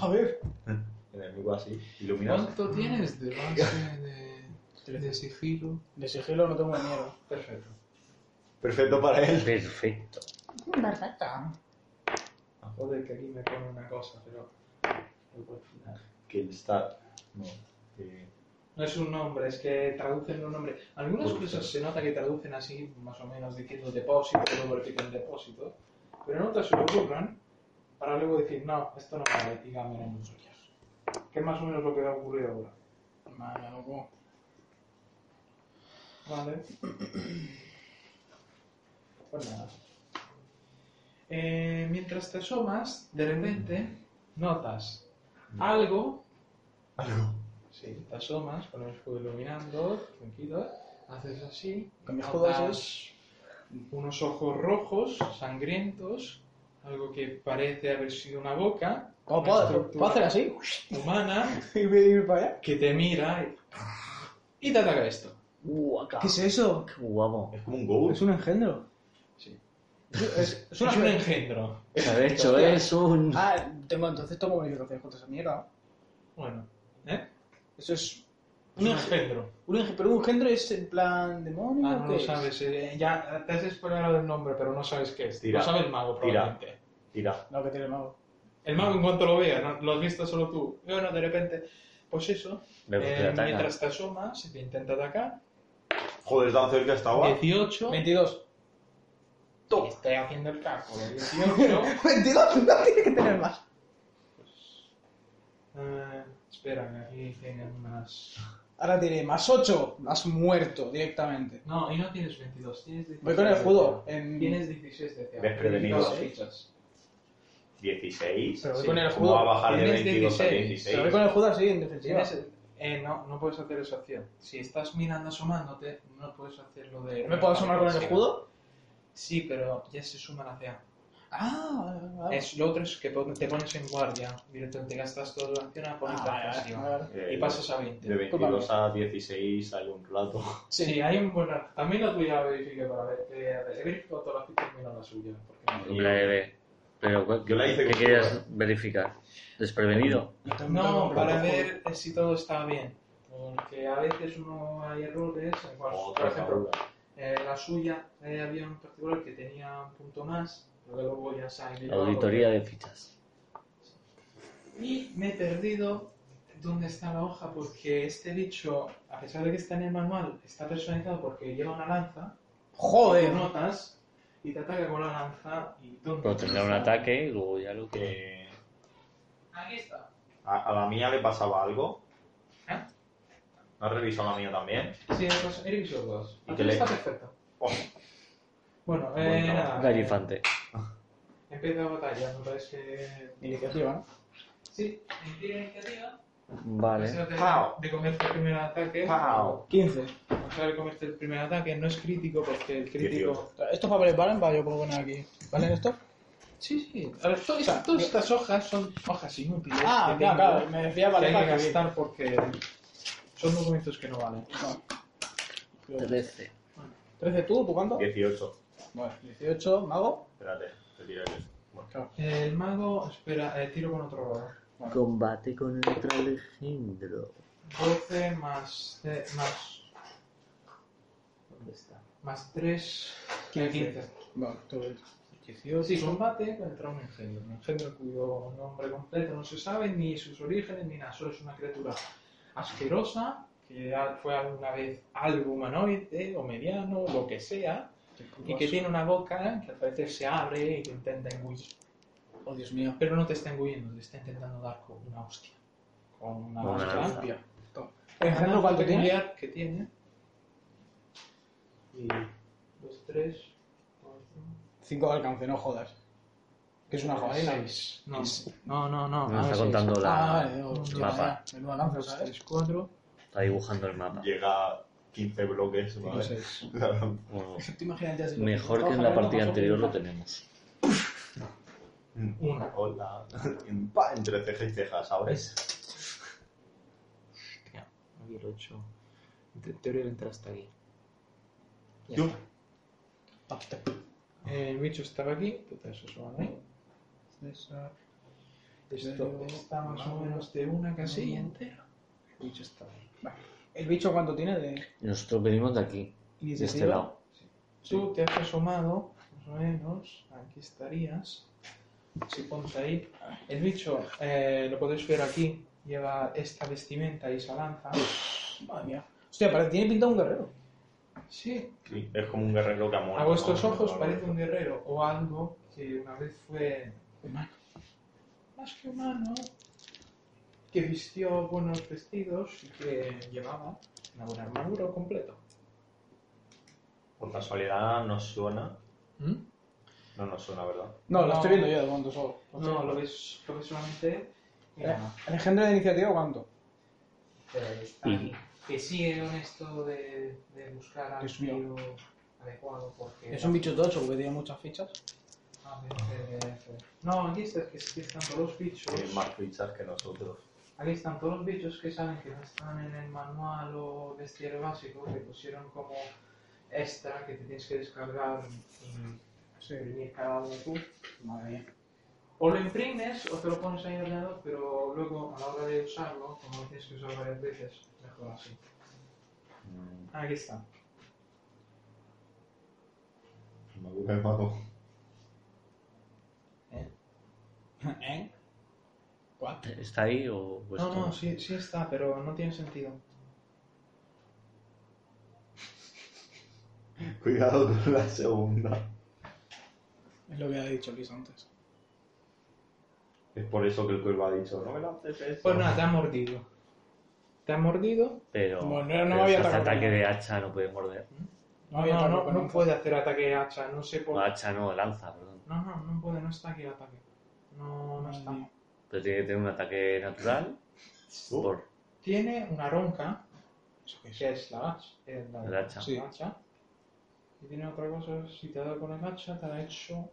Speaker 3: A ver.
Speaker 4: En el micro así, iluminas.
Speaker 1: ¿Cuánto tienes de base de, de sigilo?
Speaker 3: De sigilo no tengo ni miedo.
Speaker 1: Perfecto.
Speaker 4: Perfecto para él.
Speaker 2: Perfecto.
Speaker 3: Perfecta.
Speaker 1: Joder, que aquí me pone una cosa, pero. lo puedo quitar.
Speaker 4: Killstart. No. eh,
Speaker 1: No es un nombre, es que traducen un nombre. Algunas
Speaker 4: Por
Speaker 1: cosas
Speaker 4: favor.
Speaker 1: se nota que traducen así, más o menos, diciendo depósito, luego repiten depósito, pero en otras se lo ocurran para luego decir, no, esto no vale, y cambian en los suyos. Que es más o menos lo que ha ocurrido ahora.
Speaker 3: Mala, loco.
Speaker 1: Vale. Pues nada. Eh, mientras te asomas, de repente notas algo.
Speaker 4: Algo.
Speaker 1: Sí, te asomas con el escudo iluminando, tranquilo. Haces así.
Speaker 3: Con mi
Speaker 1: notas
Speaker 3: escudo esos.
Speaker 1: Unos ojos rojos, sangrientos. Algo que parece haber sido una boca.
Speaker 3: ¿Cómo
Speaker 1: una
Speaker 3: puedo,
Speaker 1: estructura
Speaker 3: puedo hacer así?
Speaker 1: Humana
Speaker 3: Y voy a ir para allá.
Speaker 1: que te mira y, y te ataca esto.
Speaker 2: Guaca.
Speaker 3: ¿Qué es eso?
Speaker 2: Qué guapo.
Speaker 4: Es como un go.
Speaker 3: Es un engendro.
Speaker 1: Sí.
Speaker 3: Es,
Speaker 1: Es
Speaker 3: es una.
Speaker 1: un engendro.
Speaker 2: De hecho, es un.
Speaker 3: Ah, tengo, entonces tengo bonificaciones contra esa mierda. ¿no?
Speaker 1: Bueno, ¿eh?
Speaker 3: Eso es.
Speaker 1: Es
Speaker 3: Un
Speaker 1: un
Speaker 3: engendro.
Speaker 1: engendro.
Speaker 3: Un enge- Pero un engendro es en plan demonio.
Speaker 1: Ah, no
Speaker 3: ¿qué
Speaker 1: lo
Speaker 3: es?
Speaker 1: sabes. eh, ya te has explorado el nombre, pero no sabes qué es.
Speaker 4: Tira.
Speaker 1: Lo sabe el mago,
Speaker 4: Tira.
Speaker 1: probablemente.
Speaker 4: Tira.
Speaker 3: Lo que tiene el mago.
Speaker 1: El mago, en cuanto lo vea, no- lo has visto solo tú. Y Bueno, de repente, pues eso.
Speaker 2: Le-
Speaker 1: eh,
Speaker 2: le ataca.
Speaker 1: mientras te asomas, si te intenta atacar,
Speaker 4: Joder, tan cerca estaba.
Speaker 1: 18.
Speaker 3: 22.
Speaker 1: Y Estoy haciendo el ¿eh? cálculo. 18.
Speaker 3: 22, no tiene que tener más.
Speaker 1: eh, espera, que aquí tienen más.
Speaker 3: Ahora tiene más 8, has muerto directamente.
Speaker 1: No, y no tienes 22, tienes 16.
Speaker 3: Voy con el
Speaker 1: de
Speaker 3: escudo.
Speaker 1: cielo.
Speaker 3: En...
Speaker 1: Tienes 16 de cielo.
Speaker 4: Desprevenido.
Speaker 1: Dos fichas.
Speaker 4: 16.
Speaker 3: Pero voy
Speaker 1: Sí.
Speaker 3: con el
Speaker 4: ¿Cómo va a
Speaker 3: escudo.
Speaker 4: bajar de
Speaker 1: Tienes
Speaker 4: 22 a
Speaker 1: 16.
Speaker 4: 16?
Speaker 3: Pero voy con el escudo así, en defensiva.
Speaker 1: Tienes- eh, no, no puedes hacer esa acción. Si estás mirando asomándote, no puedes hacer lo de.
Speaker 3: ¿No me puedo asomar con el escudo?
Speaker 1: Sí, pero ya se suma la CA.
Speaker 3: Ah, vale, vale.
Speaker 1: Es, lo otro es que pon- te pones en guardia, directamente gastas toda la acción a
Speaker 3: Ah,
Speaker 1: ponerte
Speaker 3: vale, vale,
Speaker 1: ofensiva.
Speaker 3: vale.
Speaker 4: Eh,
Speaker 1: Y pasas a 20.
Speaker 4: De 22 a 16 hay un rato.
Speaker 1: Sí, hay un buen... También la tuya la verifique para ver. Eh, he verificado todas las fichas menos la suya. Porque
Speaker 2: Hombre, bebé. Pero, ¿cu-
Speaker 4: Yo la hice
Speaker 2: ¿qué
Speaker 4: con-
Speaker 2: querías verificar? ¿Desprevenido?
Speaker 3: Tengo que
Speaker 1: no,
Speaker 3: comprar
Speaker 1: para
Speaker 3: otro juego.
Speaker 1: ver si todo está bien. Porque a veces uno hay errores. en cual- por
Speaker 4: Otra
Speaker 1: ejemplo,
Speaker 4: cabrón.
Speaker 1: eh, la suya eh, había un particular que tenía un punto más, pero que luego ya se ha eliminado
Speaker 2: Auditoría de fichas.
Speaker 1: Y me he perdido dónde está la hoja porque este bicho, a pesar de que está en el manual, está personalizado porque lleva una lanza.
Speaker 3: Joder.
Speaker 1: tú notas y te ataca con la lanza y tú...
Speaker 2: Pero Pues tendrá un ataque y luego ya lo que.
Speaker 4: Eh,
Speaker 1: Aquí está.
Speaker 4: a, a la mía le pasaba algo.
Speaker 1: ¿Eh?
Speaker 4: ¿No has revisado la mía también?
Speaker 1: Sí, pues Eric los dos.
Speaker 4: Y
Speaker 1: Aquí
Speaker 4: te le-
Speaker 1: está perfecto.
Speaker 4: Oh,
Speaker 1: Bueno,
Speaker 4: Buen
Speaker 1: eh,
Speaker 4: trabajo.
Speaker 1: nada.
Speaker 2: Gallifante.
Speaker 1: eh, Empieza la batalla, me parece que...
Speaker 3: Iniciativa, ¿no?
Speaker 1: Sí, en tira iniciativa.
Speaker 2: Vale.
Speaker 1: Deseo de-
Speaker 4: Pau.
Speaker 1: De comerte el primer ataque.
Speaker 4: Pau.
Speaker 3: 15.
Speaker 1: O sea, de comerte el primer ataque no es crítico porque el crítico...
Speaker 4: 18.
Speaker 3: Estos papeles valen para yo poner aquí. ¿Valen estos?
Speaker 1: Sí, sí. A ver, todas, estas- todas estas hojas son hojas inútiles.
Speaker 3: Ah,
Speaker 1: que
Speaker 3: claro,
Speaker 1: Este tengo,
Speaker 3: claro. Me decía
Speaker 1: Que
Speaker 3: vale
Speaker 1: hay que
Speaker 3: para aquí.
Speaker 1: gastar porque son documentos que no valen.
Speaker 3: No.
Speaker 2: 13.
Speaker 3: 13 tú, ¿tú cuánto?
Speaker 4: 18.
Speaker 3: Bueno, 18, mago.
Speaker 4: Espérate, te tiro el... Bueno,
Speaker 1: El mago, espera, eh, tiro con otro lado.
Speaker 2: Combate con el otro Alejandro.
Speaker 1: 12 más, eh, más,
Speaker 2: ¿Dónde está?
Speaker 1: más 3, 15.
Speaker 3: Bueno, tú.
Speaker 1: 18. Sí, combate contra un engendro. Un engendro cuyo nombre completo no se sabe, ni sus orígenes, ni nada. Solo es una criatura asquerosa, que ya fue alguna vez algo humanoide o mediano, lo que sea, y que tiene una boca que al parecer se abre y te intenta engullir.
Speaker 3: Oh, Dios mío.
Speaker 1: Pero no te está engullendo, te está intentando dar con una hostia. Con una
Speaker 2: Con una
Speaker 3: Ah,
Speaker 1: lanza.
Speaker 2: lanza.
Speaker 3: Engendro, ¿cuánto Ah, tiene?
Speaker 1: peculiar que tiene. Y dos, tres, cuatro.
Speaker 3: 5 de alcance, no jodas. Que es una jabalina.
Speaker 1: Seis. No, no, no. no.
Speaker 2: No
Speaker 1: Ah,
Speaker 2: está
Speaker 1: seis.
Speaker 2: contando
Speaker 3: Ah, vale,
Speaker 2: la.
Speaker 3: digo,
Speaker 1: Un
Speaker 3: hostia,
Speaker 2: mapa.
Speaker 3: vaya, Menudo alcance,
Speaker 1: Dos,
Speaker 3: ¿sabes?
Speaker 1: tres, cuatro.
Speaker 2: Está dibujando el mapa.
Speaker 4: Llega a 15 bloques,
Speaker 3: Cinco,
Speaker 4: ¿vale?
Speaker 3: seis.
Speaker 2: Bueno,
Speaker 3: Tú imagínate así.
Speaker 2: mejor que en la partida anterior lo tenemos.
Speaker 1: Una.
Speaker 4: Hola. Pa, Entre ceja y ceja, ¿sabes?
Speaker 5: Hostia, aquí el 8. En teoría le entra hasta aquí. Ya
Speaker 4: Yo.
Speaker 5: está.
Speaker 1: Eh, El bicho estaba aquí, entonces eso ¿eh? va ahí. Esa-
Speaker 3: Esto
Speaker 1: está más o menos de una casilla entera.
Speaker 3: El bicho está ahí. Vale. ¿El bicho cuánto tiene de
Speaker 2: Nosotros venimos de aquí, de este
Speaker 3: iniciativa?
Speaker 2: lado.
Speaker 1: Tú te has asomado, más o menos, aquí estarías. Si pones ahí, el bicho eh, lo podéis ver aquí. Lleva esta vestimenta y esa lanza.
Speaker 3: Madre mía. Hostia, parece, tiene pinta de un guerrero.
Speaker 1: Sí,
Speaker 4: Sí, Es como un guerrero que ha muerto.
Speaker 1: a vuestros
Speaker 4: ¿no?
Speaker 1: ojos parece un guerrero o algo que una vez fue humano. Más que humano, que vistió buenos vestidos y que llevaba una buena armadura o completo.
Speaker 4: Por casualidad nos suena.
Speaker 1: ¿Mm?
Speaker 4: No nos suena, ¿verdad?
Speaker 3: No, lo
Speaker 1: No.
Speaker 3: estoy viendo yo de momento solo.
Speaker 1: No, lo ves, lo ves solamente.
Speaker 3: Eh,
Speaker 1: Mira,
Speaker 3: ¿El engendro de iniciativa cuánto?
Speaker 1: eh, está aquí. Que sigue honesto de, de buscar al
Speaker 3: Dios mío.
Speaker 1: tío adecuado porque.
Speaker 3: Es un bicho tocho porque tiene muchas fichas.
Speaker 1: A ver, eh, No, aquí está, que aquí están todos los bichos.
Speaker 4: Tiene Eh, más fichas que nosotros.
Speaker 1: Aquí están todos los bichos que saben que no están en el manual o bestiario básico, que pusieron como extra que te tienes que descargar y imprimir cada uno tú.
Speaker 3: Madre mía.
Speaker 1: O lo imprimes o te lo pones ahí en el ordenador, pero luego a la hora de usarlo, como lo tienes que usar varias veces, mejor así.
Speaker 4: Mm,
Speaker 1: Aquí está.
Speaker 4: Madura de mago.
Speaker 3: ¿Eh? ¿Cuánto?
Speaker 2: ¿Está ahí o o
Speaker 1: No,
Speaker 2: Pues está?
Speaker 1: no, sí, sí está, pero no tiene sentido.
Speaker 4: Cuidado con la segunda.
Speaker 3: Es lo que ha dicho Luis antes.
Speaker 4: Es por eso que el cuervo ha dicho, no me lances eso.
Speaker 1: Pues nada, te ha mordido. Te ha mordido.
Speaker 2: Pero,
Speaker 3: Bueno, no
Speaker 2: pero
Speaker 3: me
Speaker 2: si
Speaker 3: había
Speaker 2: hace
Speaker 3: atacado
Speaker 2: ataque
Speaker 3: nunca.
Speaker 2: de hacha no puede morder.
Speaker 1: No,
Speaker 3: había
Speaker 1: no,
Speaker 3: atacado
Speaker 1: no,
Speaker 3: con
Speaker 1: no
Speaker 3: lanza.
Speaker 1: puede hacer ataque de hacha, no sé
Speaker 2: No,
Speaker 1: por qué.
Speaker 2: hacha no, lanza, perdón.
Speaker 1: No, no, no puede, no está aquí el ataque. No, no está.
Speaker 2: Pero tiene que tener un ataque natural
Speaker 4: Uh,
Speaker 2: por
Speaker 1: Tiene una ronca,
Speaker 3: ¿Eso qué es?
Speaker 1: que es la hacha. eh, la-
Speaker 2: el hacha.
Speaker 3: Sí.
Speaker 1: la hacha. Y tiene otra cosa, si te ha dado con el hacha, te ha hecho...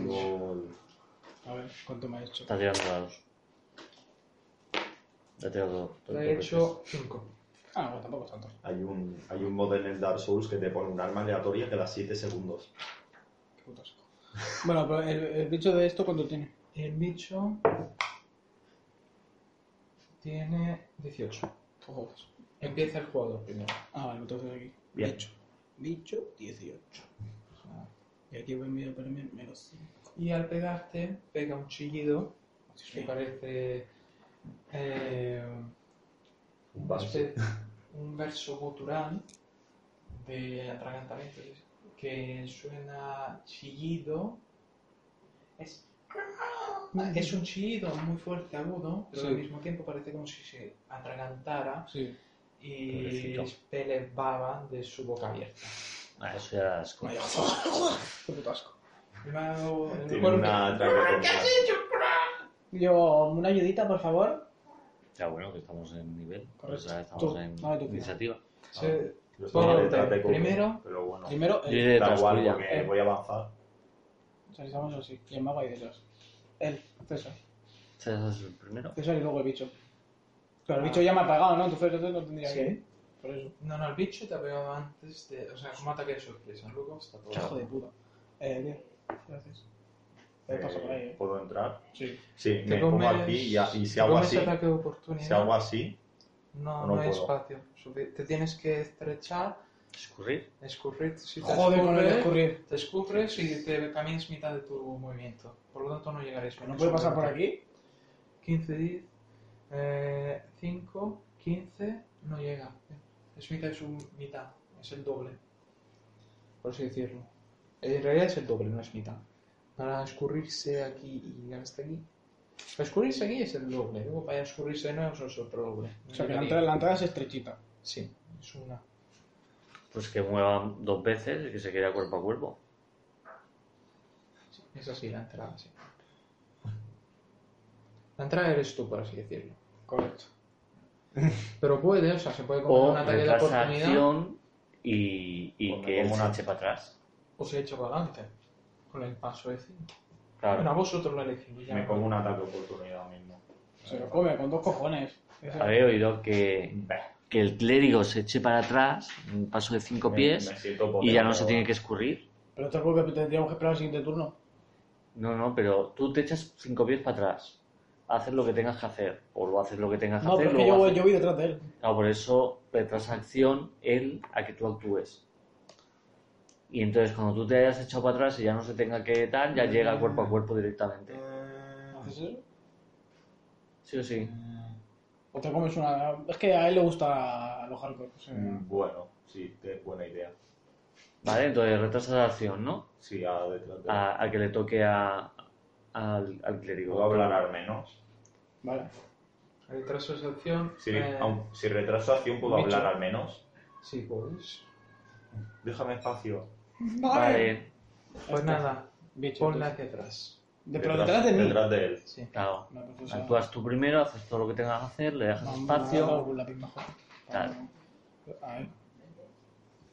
Speaker 4: gol.
Speaker 3: A ver, ¿cuánto me ha hecho?
Speaker 2: Está tirando dados. Está tirando
Speaker 1: Te ha hecho 5.
Speaker 3: Ah, bueno, tampoco es tanto.
Speaker 4: Hay un, hay un mod en el Dark Souls que te pone un arma aleatoria cada 7 segundos.
Speaker 3: Qué puto asco. Bueno, pero el, el bicho de esto, ¿cuánto tiene?
Speaker 1: El bicho tiene 18.
Speaker 3: Ojos.
Speaker 1: Empieza el jugador primero.
Speaker 3: Ah, vale, entonces aquí.
Speaker 2: Bien.
Speaker 3: Bicho. Bicho, 18. Y aquí voy medio para mí, menos 5.
Speaker 1: Y al pegarte, pega un chillido que parece eh,
Speaker 4: Un base.
Speaker 1: un verso gutural de atragantamiento que suena chillido. Es, es un chillido muy fuerte, agudo, pero al
Speaker 3: Sí.
Speaker 1: mismo tiempo parece como si se atragantara
Speaker 3: Sí.
Speaker 1: y
Speaker 2: Pobrecito.
Speaker 1: pele baba de su boca abierta.
Speaker 2: Ah, eso ya da asco.
Speaker 3: Vaya. Qué puto asco.
Speaker 1: Luego, el
Speaker 4: Tiene
Speaker 1: cuerpo-
Speaker 4: una traquetomía.
Speaker 3: Yo, una ayudita, por favor.
Speaker 2: Ya bueno, que estamos en nivel.
Speaker 3: Correcto.
Speaker 2: O sea, estamos
Speaker 3: Tú,
Speaker 2: en
Speaker 3: dame tu
Speaker 2: iniciativa.
Speaker 1: se-
Speaker 4: Lo estoy
Speaker 1: Todo
Speaker 4: detrás
Speaker 1: orden.
Speaker 4: Ah, de Coco,
Speaker 1: Primero-
Speaker 4: Pero bueno,
Speaker 3: Primero,
Speaker 2: Yo iré
Speaker 3: el,
Speaker 4: da
Speaker 2: detrás
Speaker 4: igual
Speaker 2: tuya.
Speaker 4: porque
Speaker 1: Eh,
Speaker 4: voy a avanzar.
Speaker 3: realizamos así. Y el mago ahí detrás. El César.
Speaker 2: César Este es el primero.
Speaker 3: César y luego el bicho. Pero el bicho ya me ha pagado, ¿no? Entonces entonces no tendría
Speaker 1: Sí.
Speaker 3: que ir. Por eso.
Speaker 1: No, no, el bicho te ha pegado antes de. O sea, como ataque de sorpresa. Luego está todo.
Speaker 3: Hijo de puta. Eh, tío. Gracias. Te paso por ahí,
Speaker 4: Eh,
Speaker 3: ¿eh?
Speaker 4: ¿Puedo entrar?
Speaker 3: Sí.
Speaker 4: Sí,
Speaker 1: Te
Speaker 4: me pongo
Speaker 1: comes-
Speaker 4: aquí y, a- y si
Speaker 1: te
Speaker 4: hago
Speaker 1: comes
Speaker 4: así,
Speaker 1: ataque de oportunidad.
Speaker 4: si hago así,
Speaker 1: No,
Speaker 4: no
Speaker 1: no, hay
Speaker 4: puedo.
Speaker 1: espacio. Subi- Te tienes que estrechar,
Speaker 2: Escurrir.
Speaker 1: escurrir. Si te
Speaker 3: Joder con el
Speaker 1: escurres,
Speaker 3: escurrir.
Speaker 1: Te escurres y te cambias mitad de tu movimiento. Por lo tanto, no llegaréis.
Speaker 3: ¿No puede pasar por aquí?
Speaker 1: 15, 10, eh, 5, 15, no llega. Es mitad de su mitad, es el doble. Por así decirlo. En realidad es el doble, no es mitad. Para escurrirse aquí y llegar hasta aquí. Para escurrirse aquí es el doble, luego para escurrirse de nuevo es otro doble.
Speaker 3: O sea, que la entrada, la entrada es estrechita.
Speaker 1: Sí, es una.
Speaker 2: Pues que mueva dos veces y que se quede cuerpo a cuerpo.
Speaker 1: Sí, es así la entrada, sí. La entrada eres tú, por así decirlo.
Speaker 3: Correcto.
Speaker 1: Pero puede, o sea, se puede comer
Speaker 2: O
Speaker 1: un ataque de
Speaker 2: retrasa
Speaker 1: oportunidad.
Speaker 2: acción y, y
Speaker 4: Pues me
Speaker 2: que él
Speaker 4: como
Speaker 2: se
Speaker 4: una-
Speaker 2: eche para atrás.
Speaker 1: os he hecho para adelante con el paso de 5. Bueno, a
Speaker 4: Claro,
Speaker 1: vosotros lo elegís. ya.
Speaker 4: me como un ataque de oportunidad mismo. Eh,
Speaker 3: Se lo come con dos cojones.
Speaker 2: Habéis oído que,
Speaker 4: Bah,
Speaker 2: que el clérigo se eche para atrás, un paso de cinco
Speaker 4: me-
Speaker 2: pies,
Speaker 4: me siento
Speaker 2: y ya no
Speaker 4: potente,
Speaker 2: se tiene que escurrir.
Speaker 3: Pero esto es porque tendríamos que esperar al siguiente turno.
Speaker 2: No, no, pero tú te echas cinco pies para atrás. Haces lo que tengas que hacer, o lo haces lo que tengas que
Speaker 3: No,
Speaker 2: hacer.
Speaker 3: pero es que
Speaker 2: luego
Speaker 3: yo,
Speaker 2: haces-
Speaker 3: yo voy detrás de él.
Speaker 2: Claro, por eso retrasa acción él a que tú actúes. Y entonces cuando tú te hayas echado para atrás y ya no se tenga que tal, ya llega cuerpo a cuerpo directamente.
Speaker 3: ¿Haces eso?
Speaker 2: Sí o sí.
Speaker 3: O te comes una. Es que a él le gusta los hardcore. o sea,
Speaker 4: Mm, Bueno, sí, es buena idea.
Speaker 2: Vale, entonces retrasa la acción, ¿no?
Speaker 4: Sí, a detrás de...
Speaker 1: Ah.
Speaker 2: A, a que le toque a, al, al clérigo.
Speaker 4: Puedo hablar al menos.
Speaker 3: Vale.
Speaker 1: Retraso de acción.
Speaker 4: Sí,
Speaker 1: eh,
Speaker 4: aun- si retraso acción puedo
Speaker 1: bicho.
Speaker 4: hablar al menos.
Speaker 1: Sí, pues.
Speaker 4: Déjame espacio.
Speaker 2: Vale,
Speaker 1: Pues nada,
Speaker 3: Bicho.
Speaker 1: ponla
Speaker 3: entonces.
Speaker 1: hacia atrás.
Speaker 3: De, pero detrás de mí.
Speaker 4: Detrás de él.
Speaker 1: Sí.
Speaker 2: claro.
Speaker 3: Vale, pues, o sea,
Speaker 2: Actúas tú primero, haces todo lo que tengas que hacer, le dejas
Speaker 3: vamos a dar
Speaker 2: espacio.
Speaker 3: un lápiz mejor.
Speaker 2: Claro.
Speaker 3: A ver.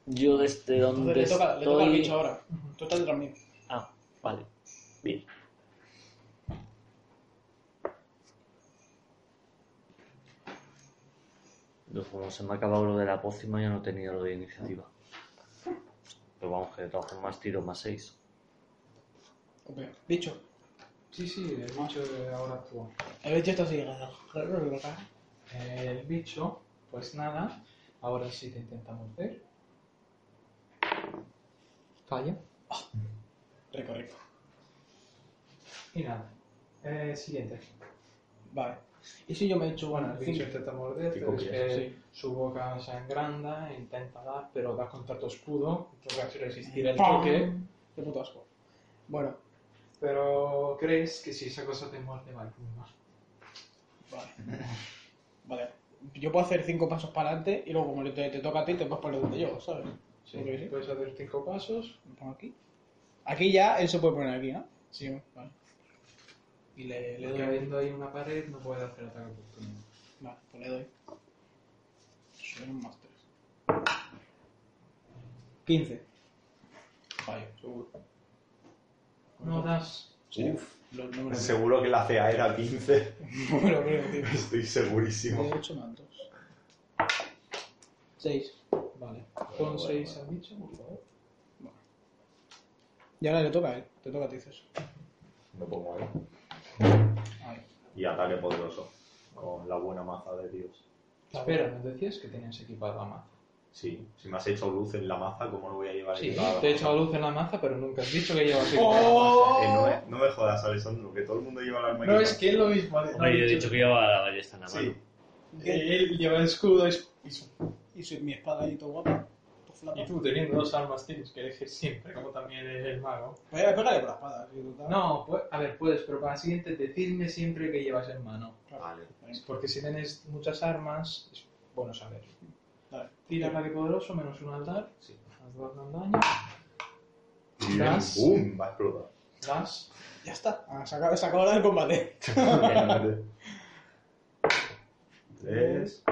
Speaker 2: Yo desde donde
Speaker 3: Entonces le toca, le toca al
Speaker 2: estoy-
Speaker 3: bicho ahora. Tú estás detrás mío.
Speaker 2: Ah, vale. Bien. Yo, Como se me ha acabado lo de la pócima, ya no he tenido lo de iniciativa. Pero vamos, que de todas formas tiro más 6.
Speaker 3: Ok. Bicho.
Speaker 1: Sí, sí, el bicho de ahora actúa.
Speaker 3: El bicho está así.
Speaker 1: El bicho, pues nada, ahora sí te intenta morder. Falla.
Speaker 3: Rico, rico.
Speaker 1: Y nada. Eh, siguiente.
Speaker 3: Vale. ¿Y si yo me echo
Speaker 1: Bueno,
Speaker 3: bueno,
Speaker 1: el bicho este
Speaker 3: cinco?
Speaker 1: intenta morder,
Speaker 4: Cinco
Speaker 1: pero es
Speaker 4: pies,
Speaker 1: que su boca se engranda, intenta dar, pero das contra tu escudo, tocas resistir el
Speaker 3: ¡Pam!
Speaker 1: toque.
Speaker 3: Qué puto asco. Bueno,
Speaker 1: Pero crees que si esa cosa te muerde, vale, Pues muy mal.
Speaker 3: vale. Vale. Yo puedo hacer cinco pasos para adelante y luego, como te, te toca a ti, te vas para donde yo, ¿sabes?
Speaker 1: Sí,
Speaker 3: Ok, sí.
Speaker 1: puedes hacer cinco pasos.
Speaker 3: Me pongo aquí. Aquí ya él se puede poner aquí, ¿no? Sí, vale. Y le, le
Speaker 1: Porque
Speaker 3: doy.
Speaker 1: habiendo ahí una pared, no puedes hacer ataque de oportunidad.
Speaker 3: Vale, pues le doy. Soy un más tres. 15. Fallo, seguro.
Speaker 1: No das.
Speaker 4: Uf,
Speaker 3: Los números.
Speaker 4: seguro que la CA era 15.
Speaker 3: Bueno, creo, tío.
Speaker 4: Estoy segurísimo.
Speaker 3: De 8 más 2. 6.
Speaker 1: Vale.
Speaker 4: bueno,
Speaker 1: Pon seis
Speaker 4: bueno.
Speaker 1: al bicho, por favor.
Speaker 3: Y ahora le toca a él. Te toca a ti, César.
Speaker 4: Me pongo ahí.
Speaker 3: Ahí.
Speaker 4: Y ataque poderoso. Con la buena maza de Dios.
Speaker 1: Espera, nos decías que tenías equipada la maza.
Speaker 4: Sí, si me has hecho luz en la maza, ¿cómo no voy a llevar
Speaker 1: Sí,
Speaker 4: equipada la
Speaker 1: te he
Speaker 4: maza?
Speaker 1: echado luz en la maza, pero nunca has dicho que llevas equipada la maza.
Speaker 3: ¡Oh!
Speaker 4: Eh, no, me, no me jodas, Alessandro, que todo el mundo lleva la arma
Speaker 1: No, es que es lo mismo. ¿vale?
Speaker 2: Hombre, yo he dicho que llevaba la ballesta en la mano.
Speaker 4: Sí,
Speaker 1: Él lleva el escudo es-
Speaker 3: Y su, y su- mi espada ahí, todo guapa. Todo flapa.
Speaker 1: y tú teniendo dos armas tienes que elegir siempre, como también es el mago.
Speaker 3: Pégale, pégale con la espada. sí, total.
Speaker 1: No, pues, a ver, puedes, pero para la siguiente decirme siempre que llevas en mano.
Speaker 4: Vale.
Speaker 1: Porque si tienes muchas armas, es bueno saber.
Speaker 3: Dale.
Speaker 1: Tira ataque poderoso, menos un al dar.
Speaker 4: Sí.
Speaker 1: Haz dos de daño.
Speaker 4: Y bien,
Speaker 1: Das.
Speaker 4: ¡boom! Va a explotar.
Speaker 1: Das.
Speaker 3: Ya está. Ah, se acaba, se acaba ahora el combate.
Speaker 4: Tres,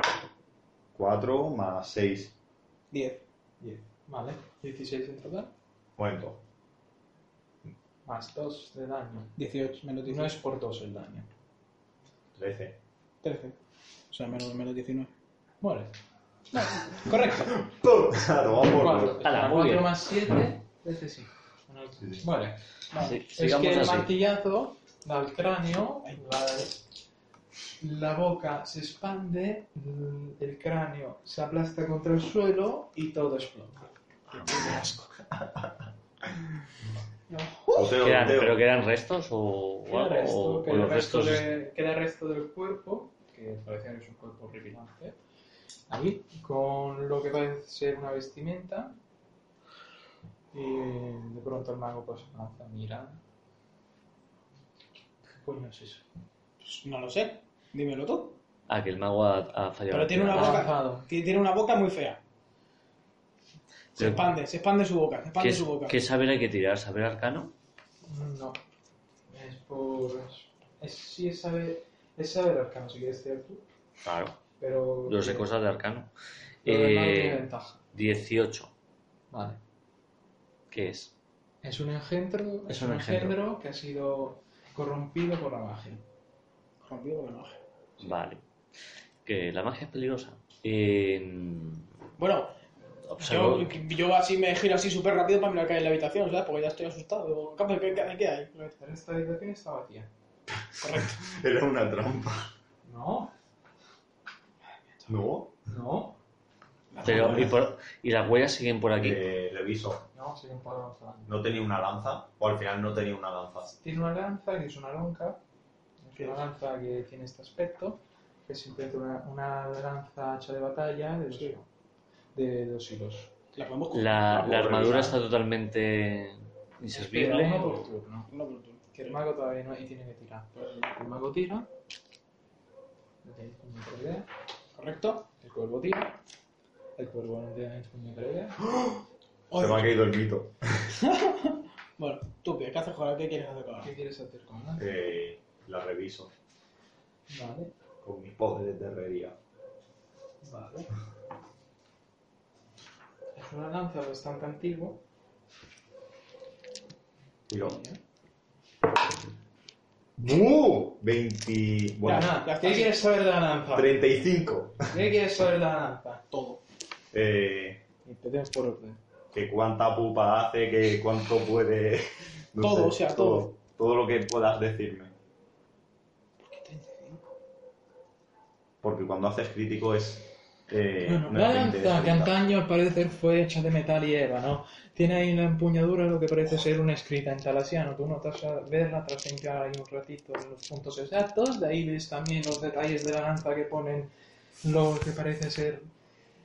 Speaker 4: cuatro más seis.
Speaker 3: 10.
Speaker 1: Vale. 16 en total.
Speaker 4: Momento.
Speaker 1: Más 2 de daño.
Speaker 3: 18. Menos
Speaker 1: No
Speaker 3: 19.
Speaker 1: es por 2 el daño.
Speaker 4: Trece.
Speaker 3: 13. O sea, menos, menos 19.
Speaker 1: Muere.
Speaker 3: Correcto.
Speaker 4: ¡Pum! A tomar Ah, por culo.
Speaker 1: 4.
Speaker 2: Ala, muy bien.
Speaker 1: más 7. Este sí.
Speaker 4: Sí, sí.
Speaker 1: Vale.
Speaker 3: Vale.
Speaker 1: Es
Speaker 2: sigamos
Speaker 1: que el
Speaker 2: así.
Speaker 1: martillazo da al cráneo, la, la boca se expande, l- el cráneo se aplasta contra el suelo y todo explota.
Speaker 4: Oteo,
Speaker 2: Quedan-
Speaker 4: oteo.
Speaker 2: ¿Pero quedan restos o,
Speaker 1: Queda
Speaker 2: o-
Speaker 1: resto,
Speaker 2: o
Speaker 1: queda
Speaker 2: los
Speaker 1: resto
Speaker 2: restos?
Speaker 1: de- queda resto del cuerpo, que parece que es un cuerpo horripilante, ahí, con lo que parece ser una vestimenta. Y de pronto el mago pues avanza, mira. ¿Qué coño es eso?
Speaker 3: Pues no lo sé. Dímelo tú.
Speaker 2: Ah, que el mago ha, ha fallado.
Speaker 3: Pero tiene una
Speaker 2: Ah,
Speaker 3: boca-
Speaker 1: Avanzado.
Speaker 3: Que tiene una boca muy fea. Se
Speaker 2: pero
Speaker 3: expande, se expande su boca. Se expande
Speaker 2: ¿qué-
Speaker 3: su boca.
Speaker 2: ¿Qué saber hay que tirar? ¿Saber arcano?
Speaker 1: No. Es por. Es, sí, es saber. Es saber arcano, si quieres tirar tú.
Speaker 2: Claro,
Speaker 1: Pero.
Speaker 2: yo sé cosas de arcano.
Speaker 1: Pero el mago tiene
Speaker 2: Eh,
Speaker 1: ventaja.
Speaker 2: 18,
Speaker 1: Vale.
Speaker 2: ¿qué es?
Speaker 1: Es un engendro,
Speaker 2: Es un engendro.
Speaker 1: que ha sido corrompido por la magia.
Speaker 3: Corrompido por la magia.
Speaker 2: Vale. Que la magia es peligrosa. Eh,
Speaker 3: Bueno,
Speaker 2: observo-
Speaker 3: yo, yo así me giro así súper rápido para mirar qué hay en la habitación, ¿sabes? Porque ya estoy asustado. Digo, ¿qué, qué, qué- qué hay?
Speaker 1: Pero esta habitación está vacía.
Speaker 3: Correcto.
Speaker 4: Era una trampa.
Speaker 1: No,
Speaker 4: ¿No?
Speaker 1: no,
Speaker 2: pero, y, por- y las huellas siguen por aquí.
Speaker 4: Eh, reviso.
Speaker 1: no, sigue un poco avanzando.
Speaker 4: ¿No tenía una lanza? ¿O al final no tenía una lanza?
Speaker 1: Tiene una lanza que es una lonca. Es una lanza que tiene este aspecto. Que es simplemente una, una lanza hacha de batalla de dos,
Speaker 3: Sí.
Speaker 1: de dos hilos.
Speaker 3: ¿La podemos coger?
Speaker 2: La, la
Speaker 4: Puedo
Speaker 2: armadura
Speaker 4: revisar.
Speaker 2: está totalmente
Speaker 1: Pero
Speaker 2: inservible.
Speaker 1: uno por turno.
Speaker 3: No, pero tú.
Speaker 1: El
Speaker 3: ¿Quieres más? pues,
Speaker 1: mago todavía no y tiene que tirar. El mago tira. No tenéis puñetera idea.
Speaker 3: ¿Correcto?
Speaker 1: El cuervo tira. El cuervo no tiene puñetera idea.
Speaker 4: Se me ha caído el mito.
Speaker 3: Bueno, tú, ¿qué haces con la- ¿Qué quieres hacer con la-
Speaker 1: ¿Qué quieres hacer con la?
Speaker 4: Eh, la reviso
Speaker 1: Vale,
Speaker 4: con mis poderes de herrería.
Speaker 1: vale. Es una lanza bastante antigua.
Speaker 4: Tiro. ¡Buh! 20... Bueno,
Speaker 1: Ajá,
Speaker 3: ya está.
Speaker 1: ¿Qué quieres saber de la lanza?
Speaker 4: 35.
Speaker 1: ¿Qué quieres saber de la lanza?
Speaker 3: Todo.
Speaker 4: Eh,
Speaker 1: Empecemos por orden.
Speaker 4: que cuánta pupa hace, que cuánto puede... no
Speaker 3: Todo, o sea, todo.
Speaker 4: Todo lo que puedas decirme. Porque cuando haces crítico es... Eh,
Speaker 1: Bueno,
Speaker 4: no
Speaker 1: la
Speaker 4: es 20 de
Speaker 1: lanza que
Speaker 4: fruta.
Speaker 1: antaño al parecer fue hecha de metal y eva, ¿no? Tiene ahí la empuñadura lo que parece ser una escrita en talasiano. Tú notas a verla tras limpiar ahí un ratito los puntos exactos. De ahí ves también los detalles de la lanza que ponen lo que parece ser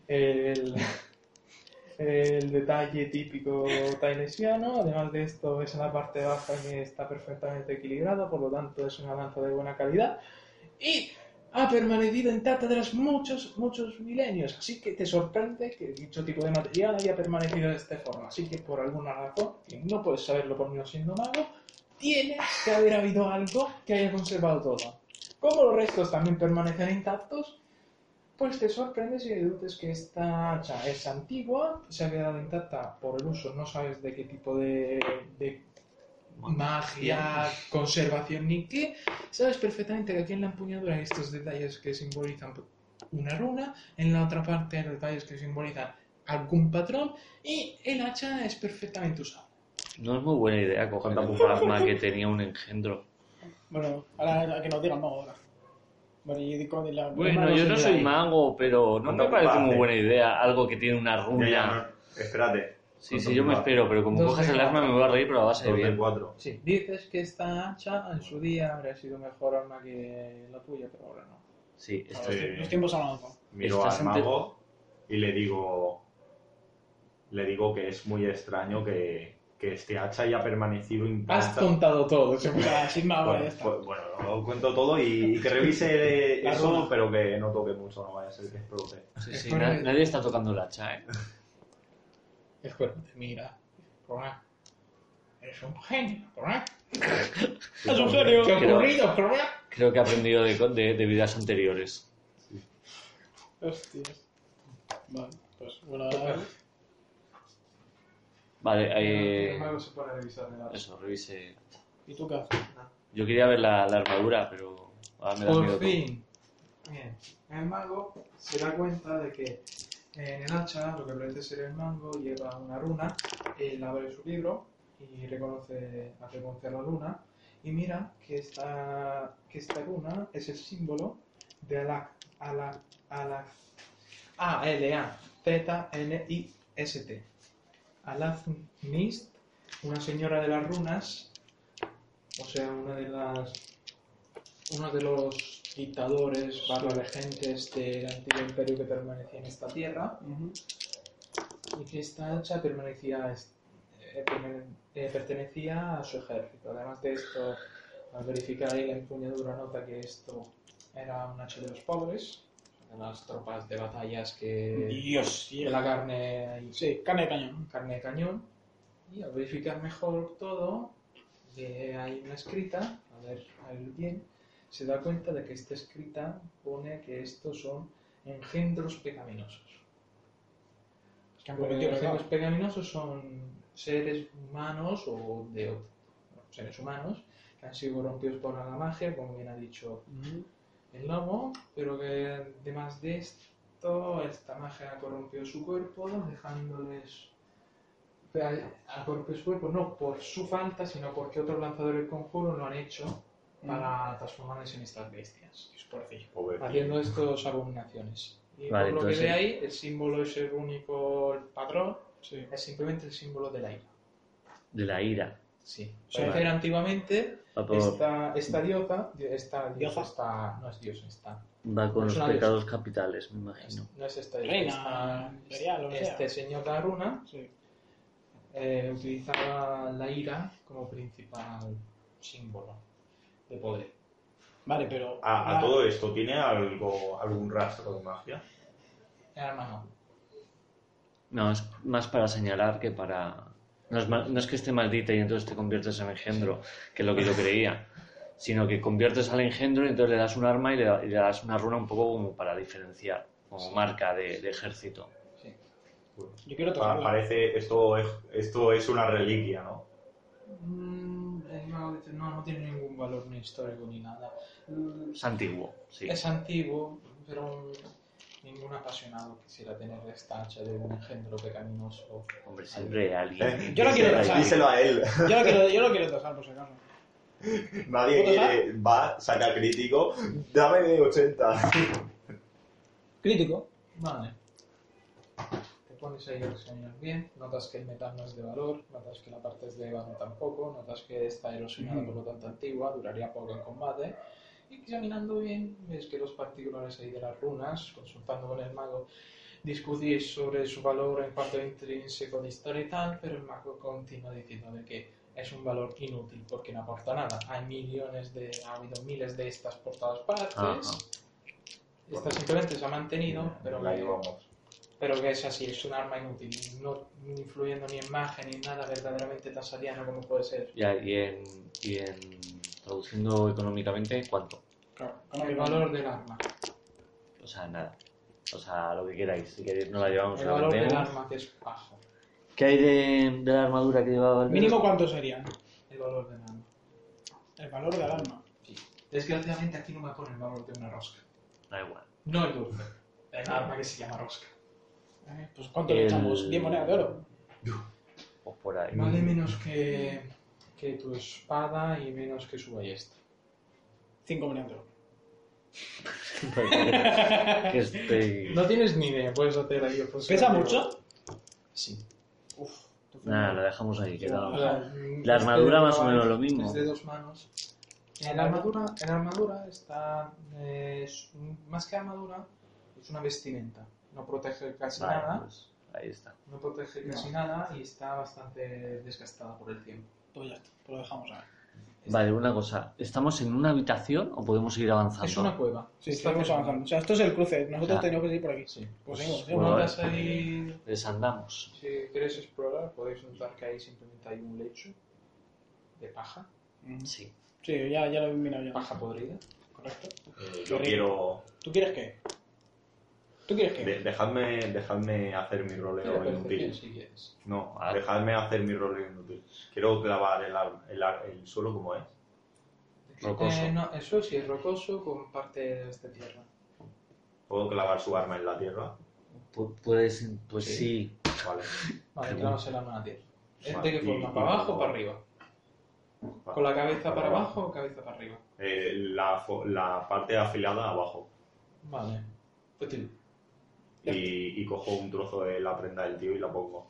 Speaker 1: el, el detalle típico tailesiano. Además de esto, es en la parte baja que está perfectamente equilibrada, por lo tanto es una lanza de buena calidad. Y ha permanecido intacta tras muchos, muchos milenios. Así que te sorprende que dicho tipo de material haya permanecido de esta forma. Así que por alguna razón, que no puedes saberlo por mí no siendo mago, tiene que haber habido algo que haya conservado todo. Como los restos también permanecen intactos, pues te sorprende si deduces que esta hacha es antigua, se ha quedado intacta por el uso, no sabes de qué tipo de, de magia, conservación ni qué, Sabes perfectamente que aquí en la empuñadura hay estos detalles que simbolizan una runa, en la otra parte hay detalles que simbolizan algún patrón y el hacha es perfectamente usado.
Speaker 2: No es muy buena idea coger
Speaker 4: Cuánta
Speaker 2: un
Speaker 4: pupa.
Speaker 2: arma que tenía un engendro.
Speaker 3: Bueno, ahora que nos digan más ahora. Bueno, y con la...
Speaker 2: Bueno, yo no soy mago, pero no
Speaker 4: Cuánta
Speaker 2: me
Speaker 4: pupa
Speaker 2: parece muy
Speaker 4: hace.
Speaker 2: buena idea algo que tiene una
Speaker 4: Ya, ya,
Speaker 2: runa.
Speaker 4: no. Espérate.
Speaker 2: Sí, sí, yo me espero, pero como
Speaker 1: Dos
Speaker 2: coges
Speaker 1: de
Speaker 2: el arma
Speaker 1: cuatro.
Speaker 2: me voy a reír, pero a base de
Speaker 4: 2 de
Speaker 2: bien.
Speaker 4: 4.
Speaker 1: Sí, dices que esta hacha en su día habría sido mejor arma que la tuya, pero ahora no.
Speaker 2: Sí,
Speaker 3: Los,
Speaker 2: esto-
Speaker 4: Sí.
Speaker 3: tie- los tiempos han avanzado.
Speaker 4: Miro
Speaker 2: Estás
Speaker 4: al
Speaker 2: ante-
Speaker 4: mago y le digo... Le digo que es muy extraño que, que este hacha haya permanecido
Speaker 1: Has
Speaker 4: intacta.
Speaker 1: contado todo,
Speaker 3: O
Speaker 1: seguro.
Speaker 3: sea, sin más, Ah, vale, ya
Speaker 4: Bueno,
Speaker 3: está.
Speaker 4: pues, bueno, lo cuento todo y, y que revise eh,
Speaker 3: La
Speaker 4: eso,
Speaker 3: runa.
Speaker 4: pero que no toque mucho, no vaya a ser que explote.
Speaker 2: sí, sí,
Speaker 1: Espera.
Speaker 2: na- nadie está tocando el hacha, ¿eh?
Speaker 1: El cuerpo te mira. Corra. Eres un genio, corra.
Speaker 3: Es un genio.
Speaker 1: ¿Qué ha
Speaker 2: Creo-
Speaker 1: ocurrido, corra?
Speaker 2: Creo que he aprendido de, co- de- de vidas anteriores.
Speaker 3: Hostias. Vale, pues bueno, ahora...
Speaker 2: Vale, eh,
Speaker 1: se pone a revisar el arma.
Speaker 2: eso, revise.
Speaker 3: ¿Y tú qué haces?
Speaker 2: Yo quería ver la, la armadura, pero ahora me da miedo
Speaker 1: Por
Speaker 2: todo.
Speaker 1: fin. Bien. El mago se da cuenta de que eh, en el hacha, lo que parece ser el mango, lleva una runa. Él abre su libro y reconoce, hace reconocer la runa. Y mira que esta, que esta runa es el símbolo de Alak. Alak. Alak. A, ah, L, A, Z, N, I, S, T. Alaznist, una señora de las runas, o sea, una de las uno de los dictadores barra regentes del antiguo imperio que permanecía en esta tierra y que esta hacha permanecía, es- eh, permane- eh, pertenecía a su ejército. Además de esto, al verificar ahí la empuñadura nota que esto era un hacha de los pobres, de las tropas de batallas que...
Speaker 3: Dios,
Speaker 1: de la carne ahí
Speaker 3: Sí, carne de cañón.
Speaker 1: carne de cañón y a verificar mejor todo le- hay una escrita a ver, a ver bien se da cuenta de que esta escrita pone que estos son engendros pecaminosos
Speaker 3: Que han
Speaker 1: los
Speaker 3: cometido
Speaker 1: engendros
Speaker 3: pecado.
Speaker 1: pecaminosos son seres humanos o de ot- bueno, seres humanos que han sido corrompidos por la magia, como bien ha dicho el lomo, pero que además de esto, esta magia ha corrompido su cuerpo, dejándoles. ha- Ha corrompido su cuerpo, no por su falta, sino porque otros lanzadores del conjuro lo han hecho
Speaker 3: Mm.
Speaker 1: para transformarles en estas bestias, y es por decir,
Speaker 4: Pobrecillo.
Speaker 1: haciendo estas abominaciones. Y
Speaker 2: Vale,
Speaker 1: por lo que
Speaker 2: entonces-
Speaker 1: ve ahí, el símbolo es el único el patrón,
Speaker 3: Sí.
Speaker 1: es simplemente el símbolo de la ira.
Speaker 2: de la ira.
Speaker 1: Sí.
Speaker 2: Sí.
Speaker 1: Era antiguamente
Speaker 2: Va, por-
Speaker 1: esta, esta diosa, esta diosa,
Speaker 3: Diosa.
Speaker 1: esta, no es diosa, está
Speaker 2: va con los
Speaker 1: personales.
Speaker 2: pecados capitales, me imagino.
Speaker 1: No es esta
Speaker 3: Reina,
Speaker 1: esta-
Speaker 3: imperial, o lo que
Speaker 1: este
Speaker 3: sea.
Speaker 1: señor de Aruna
Speaker 3: Sí.
Speaker 1: eh, utilizaba la ira como principal símbolo de poder.
Speaker 3: Vale, pero.
Speaker 4: Ah, A, a
Speaker 3: la-
Speaker 4: todo esto, ¿tiene algo, algún rastro de magia?
Speaker 1: Era mano.
Speaker 2: No, es más para señalar que para... No es, ma- no es que esté maldita y entonces te conviertes en engendro, que es lo que yo creía, sino que conviertes al engendro y entonces le das un arma y le, da- y le das una runa un poco como para diferenciar, como marca de, de ejército.
Speaker 4: Pues,
Speaker 3: Yo quiero
Speaker 4: pa-
Speaker 3: tocarla.
Speaker 4: parece, esto es, esto es una reliquia, ¿no?
Speaker 1: Mm, eh, No, dice, no, no tiene ningún valor ni histórico ni nada. Mm,
Speaker 2: Es antiguo, sí.
Speaker 1: Es antiguo, pero ningún apasionado quisiera tener esta hacha de un engendro pecaminoso.
Speaker 2: Hombre, siempre hay alguien.
Speaker 3: Yo no quiero
Speaker 4: Díselo-
Speaker 3: dejar.
Speaker 4: Díselo a él.
Speaker 3: Yo lo quiero, yo lo quiero tosar, por si acaso.
Speaker 4: Nadie
Speaker 3: ¿Puedo
Speaker 4: quiere, va, saca crítico, dame de 80.
Speaker 3: Crítico.
Speaker 1: Vale. Te pones ahí el señor bien, notas que el metal no es de valor, notas que la parte es de ébano tampoco, notas que está erosionada por lo tanto antigua, duraría poco en combate. Y examinando bien, ves que los particulares ahí de las runas, consultando con el mago, discutís sobre su valor en cuanto a intrínseco de historia y tal, pero el mago continúa diciendo de que es un valor inútil porque no aporta nada. Hay millones de, ha habido miles de estas por todas partes.
Speaker 2: Ajá.
Speaker 1: Esta simplemente se ha mantenido, pero
Speaker 4: la
Speaker 1: que-
Speaker 4: llevamos.
Speaker 1: pero que es así, es un arma inútil, no influyendo ni en magia ni en nada verdaderamente tasariano como puede ser.
Speaker 2: Ya, y en, y en- traduciendo económicamente, ¿cuánto?
Speaker 1: El valor del arma.
Speaker 2: O sea, nada. O sea, lo que queráis. Si queréis, no la llevamos,
Speaker 1: El
Speaker 2: la
Speaker 1: valor del
Speaker 2: vendemos.
Speaker 1: arma que es bajo.
Speaker 2: ¿Qué hay de, de la armadura que llevaba el
Speaker 3: Mínimo cuánto sería.
Speaker 1: El valor del arma.
Speaker 3: El valor del alma.
Speaker 1: Desgraciadamente aquí no me pone el valor de una rosca.
Speaker 2: Da igual.
Speaker 1: No el dulce. El arma que se llama rosca.
Speaker 3: Eh, Pues cuánto
Speaker 2: El-
Speaker 3: le echamos. 10 monedas de oro.
Speaker 2: O pues por ahí.
Speaker 1: Vale menos que, que tu espada y menos que su ballesta.
Speaker 3: 5 monedas de oro.
Speaker 2: que estoy.
Speaker 1: No tienes ni idea, puedes hacer ahí el proceso.
Speaker 3: ¿Pesa mucho?
Speaker 1: Sí.
Speaker 3: Uf. entonces-
Speaker 2: Nada, lo dejamos ahí. que no.
Speaker 1: La,
Speaker 2: La
Speaker 1: este
Speaker 2: armadura más o menos lo mismo.
Speaker 1: Es de dos manos. En la armadura, en la armadura está. eh, es un- más que armadura, es una vestimenta. No protege casi
Speaker 2: Vale,
Speaker 1: nada.
Speaker 2: pues, ahí está.
Speaker 1: No protege casi nada y está bastante desgastada por el tiempo.
Speaker 3: Pues ya está. Pues lo dejamos ahí.
Speaker 2: Vale, una cosa. ¿Estamos en una habitación o podemos seguir avanzando?
Speaker 1: Es una cueva.
Speaker 3: Sí,
Speaker 1: Está
Speaker 3: estamos
Speaker 1: cerrada.
Speaker 3: avanzando. O sea, esto es el cruce. Nosotros
Speaker 2: Ya.
Speaker 3: teníamos que ir por aquí.
Speaker 1: Sí.
Speaker 3: Pues seguimos,
Speaker 2: Bueno,
Speaker 3: seguimos.
Speaker 2: a ver.
Speaker 1: Notas ahí-
Speaker 2: Desandamos.
Speaker 1: Si queréis explorar, podéis notar que ahí simplemente hay un lecho de paja,
Speaker 3: Ujú.
Speaker 2: Sí.
Speaker 3: Sí, ya, ya lo he mirado
Speaker 4: Ah.
Speaker 3: ya.
Speaker 1: paja podrida.
Speaker 3: Correcto. Qué
Speaker 4: Eh, yo
Speaker 3: rico.
Speaker 4: quiero.
Speaker 3: ¿Tú quieres qué? ¿Tú quieres qué?
Speaker 4: de- dejadme, dejadme hacer mi roleo
Speaker 1: Tira
Speaker 4: inútil.
Speaker 1: percepción si quieres.
Speaker 4: No,
Speaker 2: Ah.
Speaker 4: dejadme hacer mi roleo inútil. Quiero clavar el, ar- el, ar- el suelo como es.
Speaker 2: Rocoso.
Speaker 1: Eh, no, eso sí, es rocoso con partes de tierra.
Speaker 4: ¿Puedo clavar su arma en la tierra?
Speaker 2: Pu- Puedes. Pues
Speaker 1: Sí.
Speaker 2: sí.
Speaker 4: Vale.
Speaker 1: Vale,
Speaker 2: Qué
Speaker 1: clavas el arma a la tierra. ¿Eh,
Speaker 4: Vale,
Speaker 1: ¿De qué
Speaker 4: y-
Speaker 1: forma?
Speaker 4: y
Speaker 1: ¿Para abajo
Speaker 4: luego-
Speaker 1: o para arriba?
Speaker 4: Pa-
Speaker 1: ¿Con la cabeza para abajo o cabeza para arriba?
Speaker 4: Eh, la, fo- la parte afilada abajo.
Speaker 1: Vale. Útil.
Speaker 4: Y, y cojo un trozo de la prenda del tío y la pongo.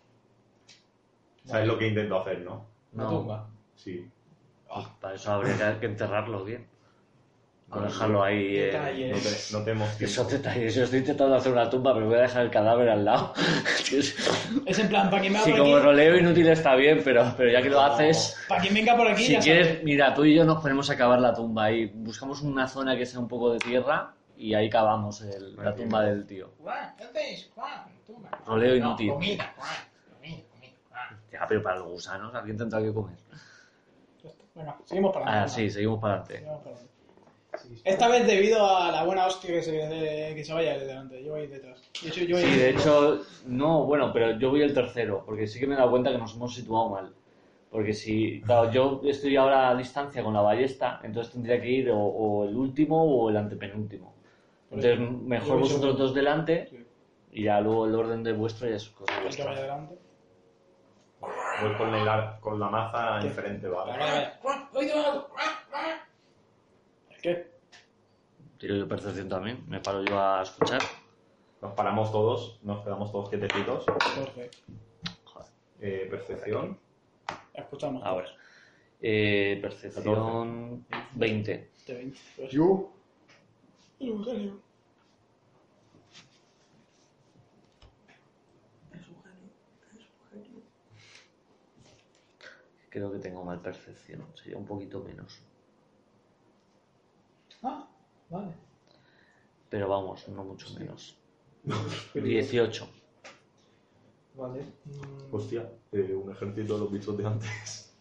Speaker 4: ¿Sabes lo que intento hacer, no?
Speaker 1: Una
Speaker 2: No.
Speaker 1: tumba.
Speaker 4: Sí.
Speaker 2: Para eso habría que enterrarlo bien. No
Speaker 4: Vale.
Speaker 2: dejarlo ahí. eh,
Speaker 1: Detalles.
Speaker 4: No te, no te emociones.
Speaker 2: Esos detalles. Yo estoy intentando hacer una tumba, pero voy a dejar el cadáver al lado.
Speaker 3: Es en plan, para quien venga
Speaker 2: Sí,
Speaker 3: por
Speaker 2: como
Speaker 3: aquí,
Speaker 2: roleo inútil está bien, pero, pero ya que lo haces,
Speaker 3: para quien venga por aquí
Speaker 2: si
Speaker 3: ya
Speaker 2: quieres,
Speaker 3: sabe.
Speaker 2: mira, tú y yo nos ponemos a cavar la tumba y buscamos una zona que sea un poco de tierra y ahí cavamos el- la tumba del tío.
Speaker 1: Juan, ¿qué hacéis? Juan, tumba.
Speaker 2: Roleo
Speaker 1: No,
Speaker 2: inútil.
Speaker 1: comida, Juan. Comida, comida, Juan.
Speaker 2: Ya, pero para los gusanos, alguien tendrá que comer.
Speaker 3: Venga, seguimos para
Speaker 2: Ah,
Speaker 3: adelante.
Speaker 2: sí, seguimos para adelante.
Speaker 3: Seguimos para adelante.
Speaker 1: Sí,
Speaker 3: Esta vez debido a la buena hostia que se, que se vaya delante. Yo voy detrás. De hecho, yo voy
Speaker 2: Sí, de hecho, no, bueno, pero yo voy el tercero, porque sí que me he dado cuenta que nos hemos situado mal. Porque si, claro, yo estoy ahora a distancia con la ballesta, entonces tendría que ir o, o el último o el antepenúltimo. Entonces,
Speaker 3: yo
Speaker 2: mejor
Speaker 3: voy
Speaker 2: vosotros
Speaker 3: segundo.
Speaker 2: dos delante
Speaker 3: Sí.
Speaker 2: y ya luego el orden de vuestro ya es cosa
Speaker 3: El que vaya
Speaker 2: vuestra.
Speaker 3: delante.
Speaker 4: Voy con, el ar- con la maza diferente,
Speaker 3: Vale,
Speaker 4: ¿vale?
Speaker 3: vale, vale. ¿El qué?
Speaker 2: Tiro yo percepción también, me paro yo a escuchar.
Speaker 4: Nos paramos todos, nos quedamos todos quietecitos.
Speaker 3: 14.
Speaker 4: Eh, percepción.
Speaker 3: Escuchamos.
Speaker 2: Ahora, eh, percepción 20.
Speaker 3: De 20. pues.
Speaker 4: Yo.
Speaker 3: El Eugenio.
Speaker 2: Creo que tengo mal percepción, sería un poquito menos.
Speaker 1: Ah, vale.
Speaker 2: Pero vamos, no mucho menos. 18.
Speaker 1: Vale. Mm,
Speaker 4: Hostia, eh, un ejército de los bichos de antes.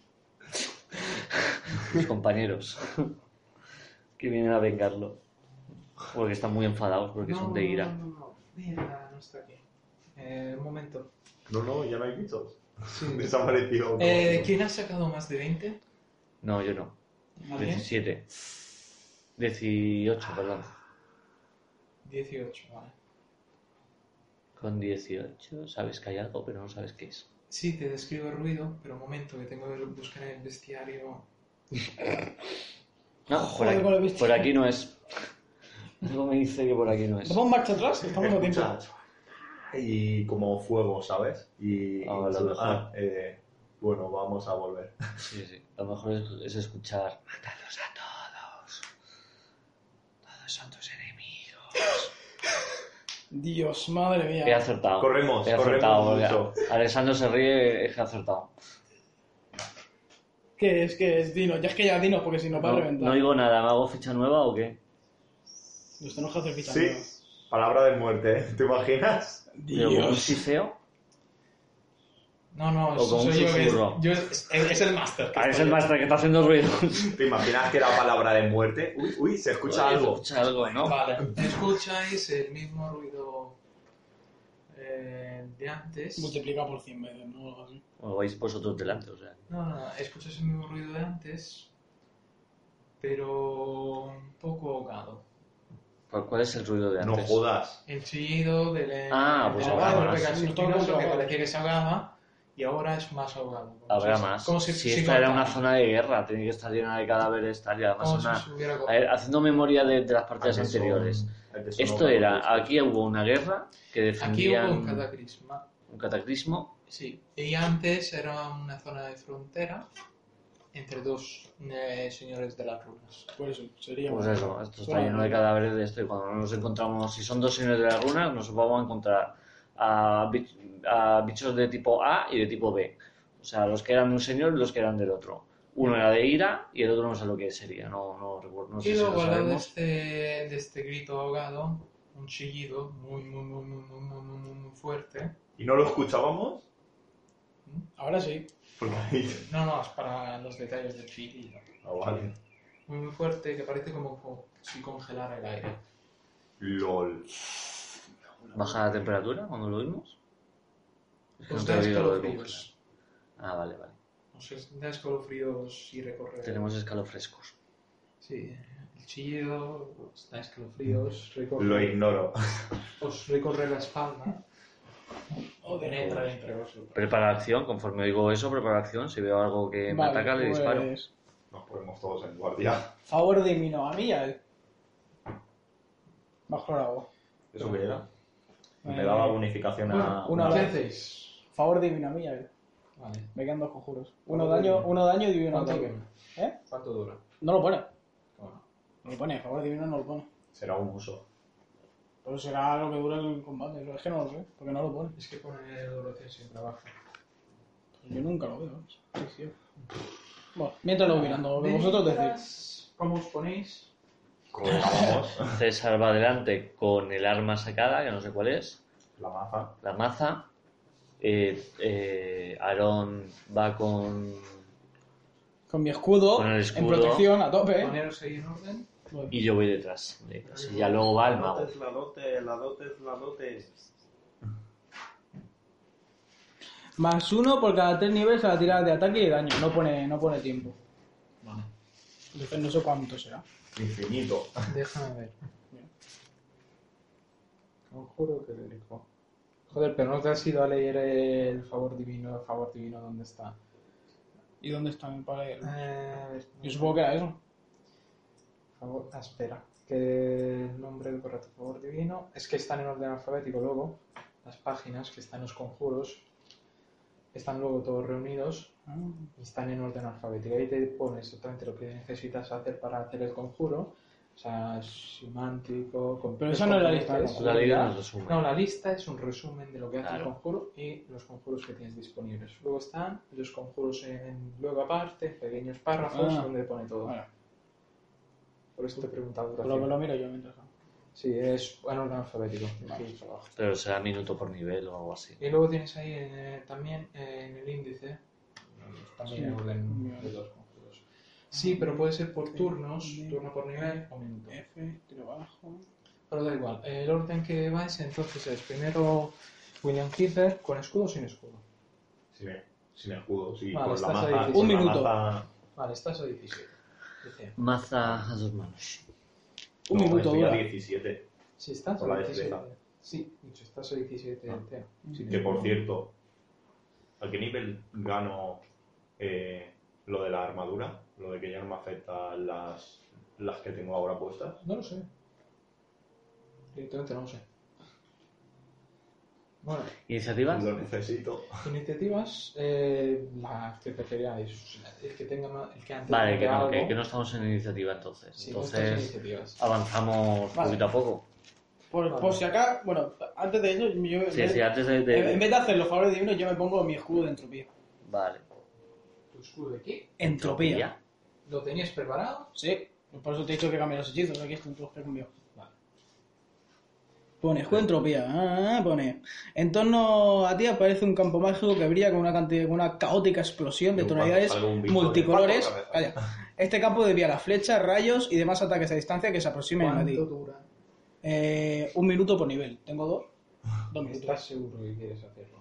Speaker 2: Mis compañeros. que vienen a vengarlo. Porque están muy enfadados, porque son de ira.
Speaker 1: No, no, no. Mira, no está aquí. Eh, un momento.
Speaker 4: No, no, ya no hay bichos.
Speaker 1: Sí.
Speaker 4: Desapareció.
Speaker 1: Eh, ¿Quién ha sacado más de 20?
Speaker 2: No, yo no.
Speaker 1: ¿Alguien?
Speaker 2: 17. 18, perdón.
Speaker 1: 18, vale.
Speaker 2: Con 18 sabes que hay algo, pero no sabes qué es.
Speaker 1: Sí, te describo el ruido, pero un momento, que tengo que buscar en el bestiario.
Speaker 2: No, por
Speaker 3: Joder, con la
Speaker 2: aquí,
Speaker 3: bestia.
Speaker 2: por aquí no es. Algo me dice que por aquí no es.
Speaker 3: ¿Vamos marcha atrás? Que estamos a tiempo.
Speaker 4: Escucha. Y como fuego, ¿sabes? Y.
Speaker 2: Ah, vale,
Speaker 4: y-
Speaker 2: mejor.
Speaker 4: ah, eh, bueno, vamos a volver.
Speaker 2: Sí, sí. Lo mejor es, es escuchar. Matados a todos. Todos son tus enemigos.
Speaker 3: Dios, madre mía.
Speaker 2: He acertado.
Speaker 4: Corremos,
Speaker 2: He
Speaker 4: corremos
Speaker 2: acertado.
Speaker 4: mucho.
Speaker 2: ya. Alessandro se ríe, es que ha acertado.
Speaker 3: ¿Qué es? ¿Qué es? Dinos. Ya es que ya dinos porque si no va a
Speaker 2: No,
Speaker 3: reventar.
Speaker 2: no digo nada, ¿me hago ficha nueva o qué?
Speaker 3: Nos tenemos que hacer fichas
Speaker 4: Sí,
Speaker 3: nuevas.
Speaker 4: palabra de muerte, ¿eh? ¿Te imaginas?
Speaker 2: Pero con un
Speaker 3: Dios.
Speaker 2: siseo.
Speaker 1: No, no,
Speaker 2: O con un
Speaker 1: soy yo, que es,
Speaker 2: susurro.
Speaker 1: yo es, es- es el máster. que
Speaker 2: Ah, es
Speaker 1: estoy
Speaker 2: el
Speaker 1: yo.
Speaker 2: máster que está haciendo ruidos.
Speaker 4: ¿Te imaginas que era palabra de muerte? Uy, uy, se escucha
Speaker 2: Oye, se
Speaker 4: algo.
Speaker 2: Escucha algo, ¿no?
Speaker 1: Vale, escucháis el mismo ruido eh, de antes.
Speaker 3: Multiplica por 100 veces, ¿no? Algo así.
Speaker 2: O vais vosotros delante, o sea.
Speaker 1: No, no, escuchas el mismo ruido de antes, pero un poco ahogado.
Speaker 2: ¿Cu- ¿Cuál es el ruido de
Speaker 4: No
Speaker 2: antes?
Speaker 4: jodas.
Speaker 1: El chillido del
Speaker 2: Ah, pues
Speaker 1: del
Speaker 2: habrá
Speaker 1: ahogado,
Speaker 2: más.
Speaker 1: porque casi
Speaker 3: Todo
Speaker 1: espinoso,
Speaker 3: contra
Speaker 1: que
Speaker 3: ahogado.
Speaker 1: parecía que se ahogaba y ahora es más ahogado. Como
Speaker 2: Habrá
Speaker 1: si-
Speaker 2: más.
Speaker 1: como si-
Speaker 2: si
Speaker 1: si
Speaker 2: esta era
Speaker 1: cortara,
Speaker 2: una zona de guerra, tenía que estar llena de cadáveres, tal y además
Speaker 1: como si
Speaker 2: una-
Speaker 1: se hubiera
Speaker 2: A
Speaker 1: cortado.
Speaker 2: ver, haciendo memoria de, de las partidas
Speaker 4: Al que son-
Speaker 2: anteriores.
Speaker 4: al que son
Speaker 2: Esto
Speaker 4: horrorosos.
Speaker 2: era, aquí hubo una guerra que
Speaker 1: Aquí
Speaker 2: defendían
Speaker 1: hubo un cataclisma.
Speaker 2: un cataclismo.
Speaker 1: Sí, y antes era una zona de frontera entre dos eh, señores de las runas.
Speaker 3: Por eso, sería.
Speaker 2: Pues eso, esto está
Speaker 3: Bueno,
Speaker 2: lleno de cadáveres de esto y cuando nos encontramos, si son dos señores de la runa, nos vamos a encontrar a, bich- a bichos de tipo A y de tipo B. O sea, los que eran de un señor y los que eran del otro. Uno era de ira y el otro no sé lo que sería, no, no recuerdo, no sé
Speaker 1: y
Speaker 2: si lo
Speaker 1: luego al lado de
Speaker 2: sabemos.
Speaker 1: este, de este grito ahogado, un chillido muy, muy, muy, muy, muy, muy, muy, muy, muy fuerte.
Speaker 4: ¿Y no lo escuchábamos?
Speaker 3: Ahora sí.
Speaker 4: Porque ahí-
Speaker 1: No, no, es para los detalles del chillido.
Speaker 4: Ah, vale.
Speaker 1: Muy, muy fuerte, que parece como co- si congelara el aire.
Speaker 4: LOL.
Speaker 2: ¿Baja la temperatura cuando lo vimos? Es que
Speaker 1: Os
Speaker 2: no te he
Speaker 1: da
Speaker 2: oído lo de
Speaker 1: escalofríos.
Speaker 2: Ah, vale, vale.
Speaker 1: Os da escalofríos y recorre.
Speaker 2: Tenemos escalofrescos.
Speaker 1: Sí, el chillido, os da escalofríos, recorre.
Speaker 4: Lo ignoro.
Speaker 1: os recorre la espalda.
Speaker 3: O de
Speaker 1: Entra entre vosotros.
Speaker 2: Prepara acción, conforme oigo eso, prepara acción. Si veo algo que me
Speaker 3: Vale,
Speaker 2: ataca, le
Speaker 3: pues,
Speaker 2: disparo.
Speaker 4: Nos ponemos todos en guardia.
Speaker 3: Favor de mi no, a mí y a él. Bajo la voz.
Speaker 4: ¿Eso qué era?
Speaker 3: Eh,
Speaker 4: Me daba bonificación a...
Speaker 3: una
Speaker 1: ¿Qué
Speaker 3: vez.
Speaker 1: hacéis?
Speaker 3: Favor divino a mí y a él.
Speaker 1: Vale.
Speaker 3: Me quedan dos conjuros. Uno daño, uno daño y divino
Speaker 1: ¿Cuánto
Speaker 3: ataque.
Speaker 1: dura?
Speaker 3: ¿Eh?
Speaker 1: ¿Cuánto dura?
Speaker 3: No lo pone.
Speaker 1: Bueno,
Speaker 3: No lo pone, favor divino no lo pone.
Speaker 4: Será un uso.
Speaker 3: Pero será lo que dura el combate. Es que no lo sé, porque no lo pone.
Speaker 1: es que pone el duración siempre abajo.
Speaker 3: Yo nunca lo veo. Sí, sí. Bueno,
Speaker 1: Ah,
Speaker 3: mientras lo voy mirando, vosotros decís.
Speaker 1: Mientras, ¿Cómo os ponéis?
Speaker 4: Colocábamos
Speaker 2: César va adelante con el arma sacada, que no sé cuál es,
Speaker 4: la maza.
Speaker 2: la maza. Eh, eh, Aarón va con.
Speaker 3: Con mi escudo,
Speaker 2: Con el
Speaker 3: en
Speaker 2: escudo.
Speaker 3: protección, a tope.
Speaker 1: ¿Eh?
Speaker 3: ¿eh?
Speaker 1: Poneros ahí en orden.
Speaker 3: Bueno.
Speaker 2: y yo voy detrás. detrás. Y ya luego va el
Speaker 7: La
Speaker 2: mago.
Speaker 7: dotes, la dotes, la dotes, la dotes.
Speaker 3: Más uno por cada tres niveles a la tirada de ataque y de daño. No pone, no pone tiempo.
Speaker 1: Vale.
Speaker 3: Entonces no sé cuánto será.
Speaker 4: Infinito.
Speaker 5: Déjame ver.
Speaker 1: Conjuro que delico. Joder, pero no te has ido a leer el favor divino, el favor divino, ¿dónde está?
Speaker 3: ¿Y dónde está mi padre?
Speaker 1: Eh,
Speaker 3: Yo supongo que era eso.
Speaker 1: favor, ah, espera, que el nombre del correcto favor divino es que están en orden alfabético luego, las páginas que están los conjuros, están luego todos reunidos
Speaker 3: Ah,
Speaker 1: y están en orden alfabético. Ahí te pone exactamente lo que necesitas hacer para hacer el conjuro, o sea, semántico, con-
Speaker 3: Pero esa no es la lista,
Speaker 1: es-
Speaker 2: La liga nos resume.
Speaker 1: No, la lista es un resumen de lo que hace el
Speaker 2: Claro.
Speaker 1: conjuro y los conjuros que tienes disponibles. Luego están los conjuros en, luego aparte, pequeños párrafos
Speaker 3: Ah.
Speaker 1: donde pone todo.
Speaker 3: Vale.
Speaker 1: Por eso te he preguntado.
Speaker 3: Pues lo,
Speaker 1: gracias.
Speaker 3: lo miro yo mientras.
Speaker 1: Sí, es en orden alfabético. aquí abajo.
Speaker 2: Pero será minuto por nivel o algo así.
Speaker 1: Y luego tienes ahí eh, también eh, en el índice, también
Speaker 3: Sí.
Speaker 1: en orden de los conjuros. Sí, pero puede ser por turnos, turno por nivel o minuto.
Speaker 3: F, tiro abajo.
Speaker 1: Pero da igual, el orden que vais entonces es primero William Kiefer con escudo o sin escudo.
Speaker 4: Sin, e- sin escudo, sí,
Speaker 1: Vale,
Speaker 4: con la
Speaker 1: estás ahí,
Speaker 4: maza.
Speaker 1: sí,
Speaker 4: con
Speaker 3: sí.
Speaker 4: la
Speaker 3: Un minuto.
Speaker 4: maza-
Speaker 1: Vale, estás a 17. Dice,
Speaker 2: Maza a dos manos.
Speaker 3: Un
Speaker 4: no,
Speaker 3: minuto
Speaker 4: estoy a
Speaker 3: dura.
Speaker 4: 17.
Speaker 1: si estás
Speaker 4: Por la
Speaker 1: a 17.
Speaker 4: destreza.
Speaker 1: Sí, dicho, estás a 17,
Speaker 4: Ah.
Speaker 1: Teo.
Speaker 4: Sí, que por cierto, ¿a qué nivel gano eh, lo de la armadura? Lo de que ya no me afecta las, las que tengo ahora puestas.
Speaker 1: No lo sé. Directamente no lo sé. Bueno,
Speaker 2: ¿Iniciativas?
Speaker 4: Lo necesito.
Speaker 1: iniciativas, eh, la que preferáis, el que tenga más, el que antes
Speaker 2: Vale,
Speaker 1: tenga
Speaker 2: que no,
Speaker 1: algo.
Speaker 2: que, que no estamos en iniciativa entonces.
Speaker 1: Sí, no estás en
Speaker 2: entonces
Speaker 1: iniciativas.
Speaker 2: avanzamos
Speaker 3: Vale.
Speaker 2: poquito a poco.
Speaker 3: Por,
Speaker 1: Vale.
Speaker 3: por si acá, bueno, antes de eso, yo.
Speaker 2: Sí, sí, antes de... de-
Speaker 3: en, en vez de hacer los favores divinos, yo me pongo mi escudo de entropía.
Speaker 2: Vale.
Speaker 1: ¿Tu escudo aquí?
Speaker 3: ¿Entropía?
Speaker 1: ¿Lo tenías preparado?
Speaker 3: Sí, pues por eso te he dicho que cambie los hechizos. Aquí están todos preconviados. Pone, escudo de entropía. Ah, pone. En torno a ti aparece un campo mágico que brilla con una cantidad, con una caótica explosión de
Speaker 4: Yo cuando
Speaker 3: tonalidades
Speaker 4: salgo un bicho
Speaker 3: multicolores.
Speaker 4: de pato a la
Speaker 3: Calla. Este campo desvía las flechas, rayos y demás ataques a distancia que se aproximen a ti.
Speaker 1: ¿Cuánto dura?
Speaker 3: Eh, un minuto por nivel. Tengo dos. Dos minutos.
Speaker 1: ¿Estás seguro que quieres hacerlo?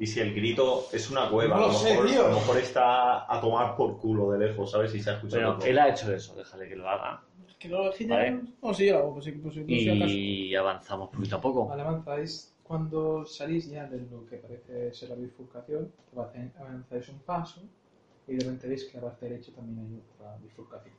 Speaker 4: Y si el grito es una cueva,
Speaker 3: No
Speaker 4: a,
Speaker 3: lo
Speaker 4: lo
Speaker 3: sé,
Speaker 4: mejor,
Speaker 3: tío.
Speaker 4: a lo mejor está a tomar por culo de lejos, ¿sabes? Si se ha escuchado
Speaker 2: Bueno,
Speaker 4: todo.
Speaker 2: él ha hecho eso, déjale que lo haga.
Speaker 3: Que no lo dije
Speaker 2: Vale.
Speaker 3: ya. Oh, sí, yo lo hago, pues sí, pues sí, por si acaso.
Speaker 2: Y avanzamos poquito a poco.
Speaker 1: Vale, avanzáis. Cuando salís ya de lo que parece ser la bifurcación, avancé- avanzáis un paso y de repente veis que a la derecha también hay otra bifurcación.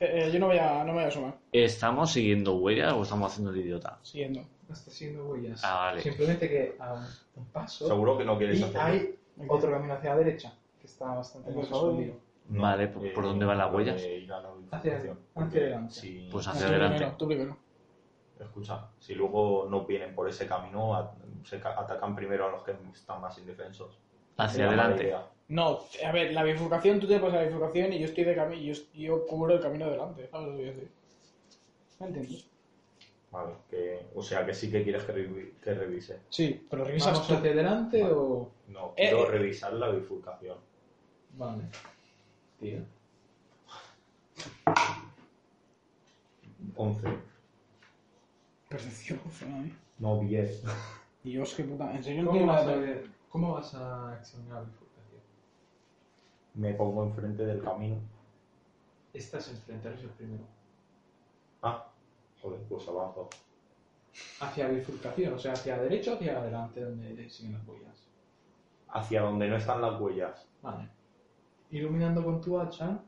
Speaker 3: Eh, eh, yo no voy a, no me voy a sumar.
Speaker 2: ¿Estamos siguiendo huellas o estamos haciendo el idiota?
Speaker 3: Siguiendo.
Speaker 1: No está siendo huellas.
Speaker 2: Ah, vale.
Speaker 1: Simplemente que a un paso
Speaker 4: Seguro que no quieres
Speaker 1: y
Speaker 4: hacerlo.
Speaker 1: hay
Speaker 3: Ok.
Speaker 1: otro camino hacia la derecha que está bastante
Speaker 3: Tengo
Speaker 1: más
Speaker 3: que subir.
Speaker 1: escondido.
Speaker 4: No, eh,
Speaker 2: Vale, ¿por- por dónde van las
Speaker 4: creo
Speaker 2: huellas?
Speaker 4: que ir a la
Speaker 1: Hacia-
Speaker 4: bifurcación,
Speaker 1: hacia
Speaker 4: porque
Speaker 1: adelante.
Speaker 4: si-
Speaker 2: Pues
Speaker 3: Ah,
Speaker 2: hacia
Speaker 3: tú
Speaker 2: adelante.
Speaker 3: primero, tú primero.
Speaker 4: Escucha, si luego no vienen por ese camino, a- se ca- atacan primero a los que están más indefensos.
Speaker 2: Hacia
Speaker 4: Era mala
Speaker 2: adelante.
Speaker 4: idea.
Speaker 3: No, a ver, la bifurcación, tú te pones a la bifurcación y yo estoy de camino, yo, yo cubro el camino delante, ¿sabes lo que voy a decir? ¿Me entiendes?
Speaker 4: Vale, que, o sea que sí que quieres que, revi- que revise.
Speaker 3: Sí, pero revisas
Speaker 1: ¿Vamos
Speaker 3: tú.
Speaker 1: hacia adelante
Speaker 4: Vale.
Speaker 1: o...?
Speaker 4: No,
Speaker 3: Eh,
Speaker 4: quiero
Speaker 3: eh.
Speaker 4: revisar la bifurcación.
Speaker 1: Vale. Tío.
Speaker 4: 11.
Speaker 3: Percepción, ¿no? ¿eh?
Speaker 4: No, 10.
Speaker 3: Dios, qué puta, en serio no
Speaker 1: ¿Cómo
Speaker 3: tiene
Speaker 1: vas
Speaker 3: nada
Speaker 1: a,
Speaker 3: que ver.
Speaker 1: cómo vas a accionar la bifurcación?
Speaker 4: Me pongo enfrente del camino.
Speaker 1: Estás enfrente, eres el primero.
Speaker 4: Ah, joder, pues avanzo.
Speaker 1: Hacia la bifurcación, o sea, hacia la derecha o hacia adelante donde siguen las huellas.
Speaker 4: Hacia donde no están las huellas.
Speaker 1: Vale. Iluminando con tu hacha,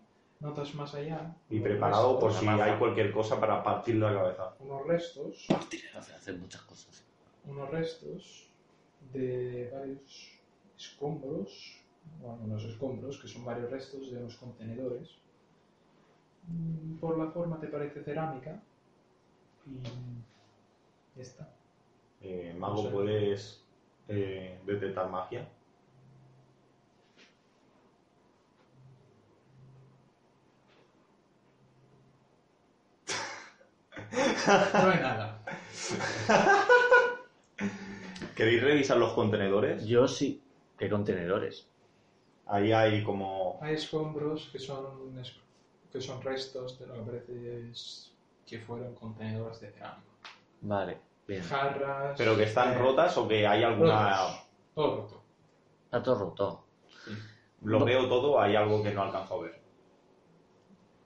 Speaker 1: notas más allá.
Speaker 4: Y
Speaker 1: unos
Speaker 4: preparado por
Speaker 1: restos-
Speaker 4: si
Speaker 2: la maza.
Speaker 4: hay cualquier cosa para partir la cabeza.
Speaker 1: Unos restos,
Speaker 2: Hace- hace muchas cosas.
Speaker 1: unos restos de varios escombros, bueno, unos escombros que son varios restos de unos contenedores. Mm, Por la forma te parece cerámica. Y ya está.
Speaker 4: Eh,
Speaker 1: No
Speaker 4: Mago,
Speaker 1: sé.
Speaker 4: ¿puedes eh, detectar magia?
Speaker 1: No hay nada.
Speaker 4: ¿Queréis revisar los contenedores?
Speaker 2: Yo sí. ¿Qué contenedores?
Speaker 4: Ahí hay como...
Speaker 1: Hay escombros que son es- que son restos de lo que parece es que fueron contenedores de cerámica.
Speaker 2: Vale, bien.
Speaker 1: Jarras.
Speaker 4: ¿Pero que están
Speaker 1: eh,
Speaker 4: rotas o que hay alguna...
Speaker 1: rotas. Todo roto.
Speaker 2: Está todo roto.
Speaker 4: Lo veo todo, hay algo que no alcanzo a ver.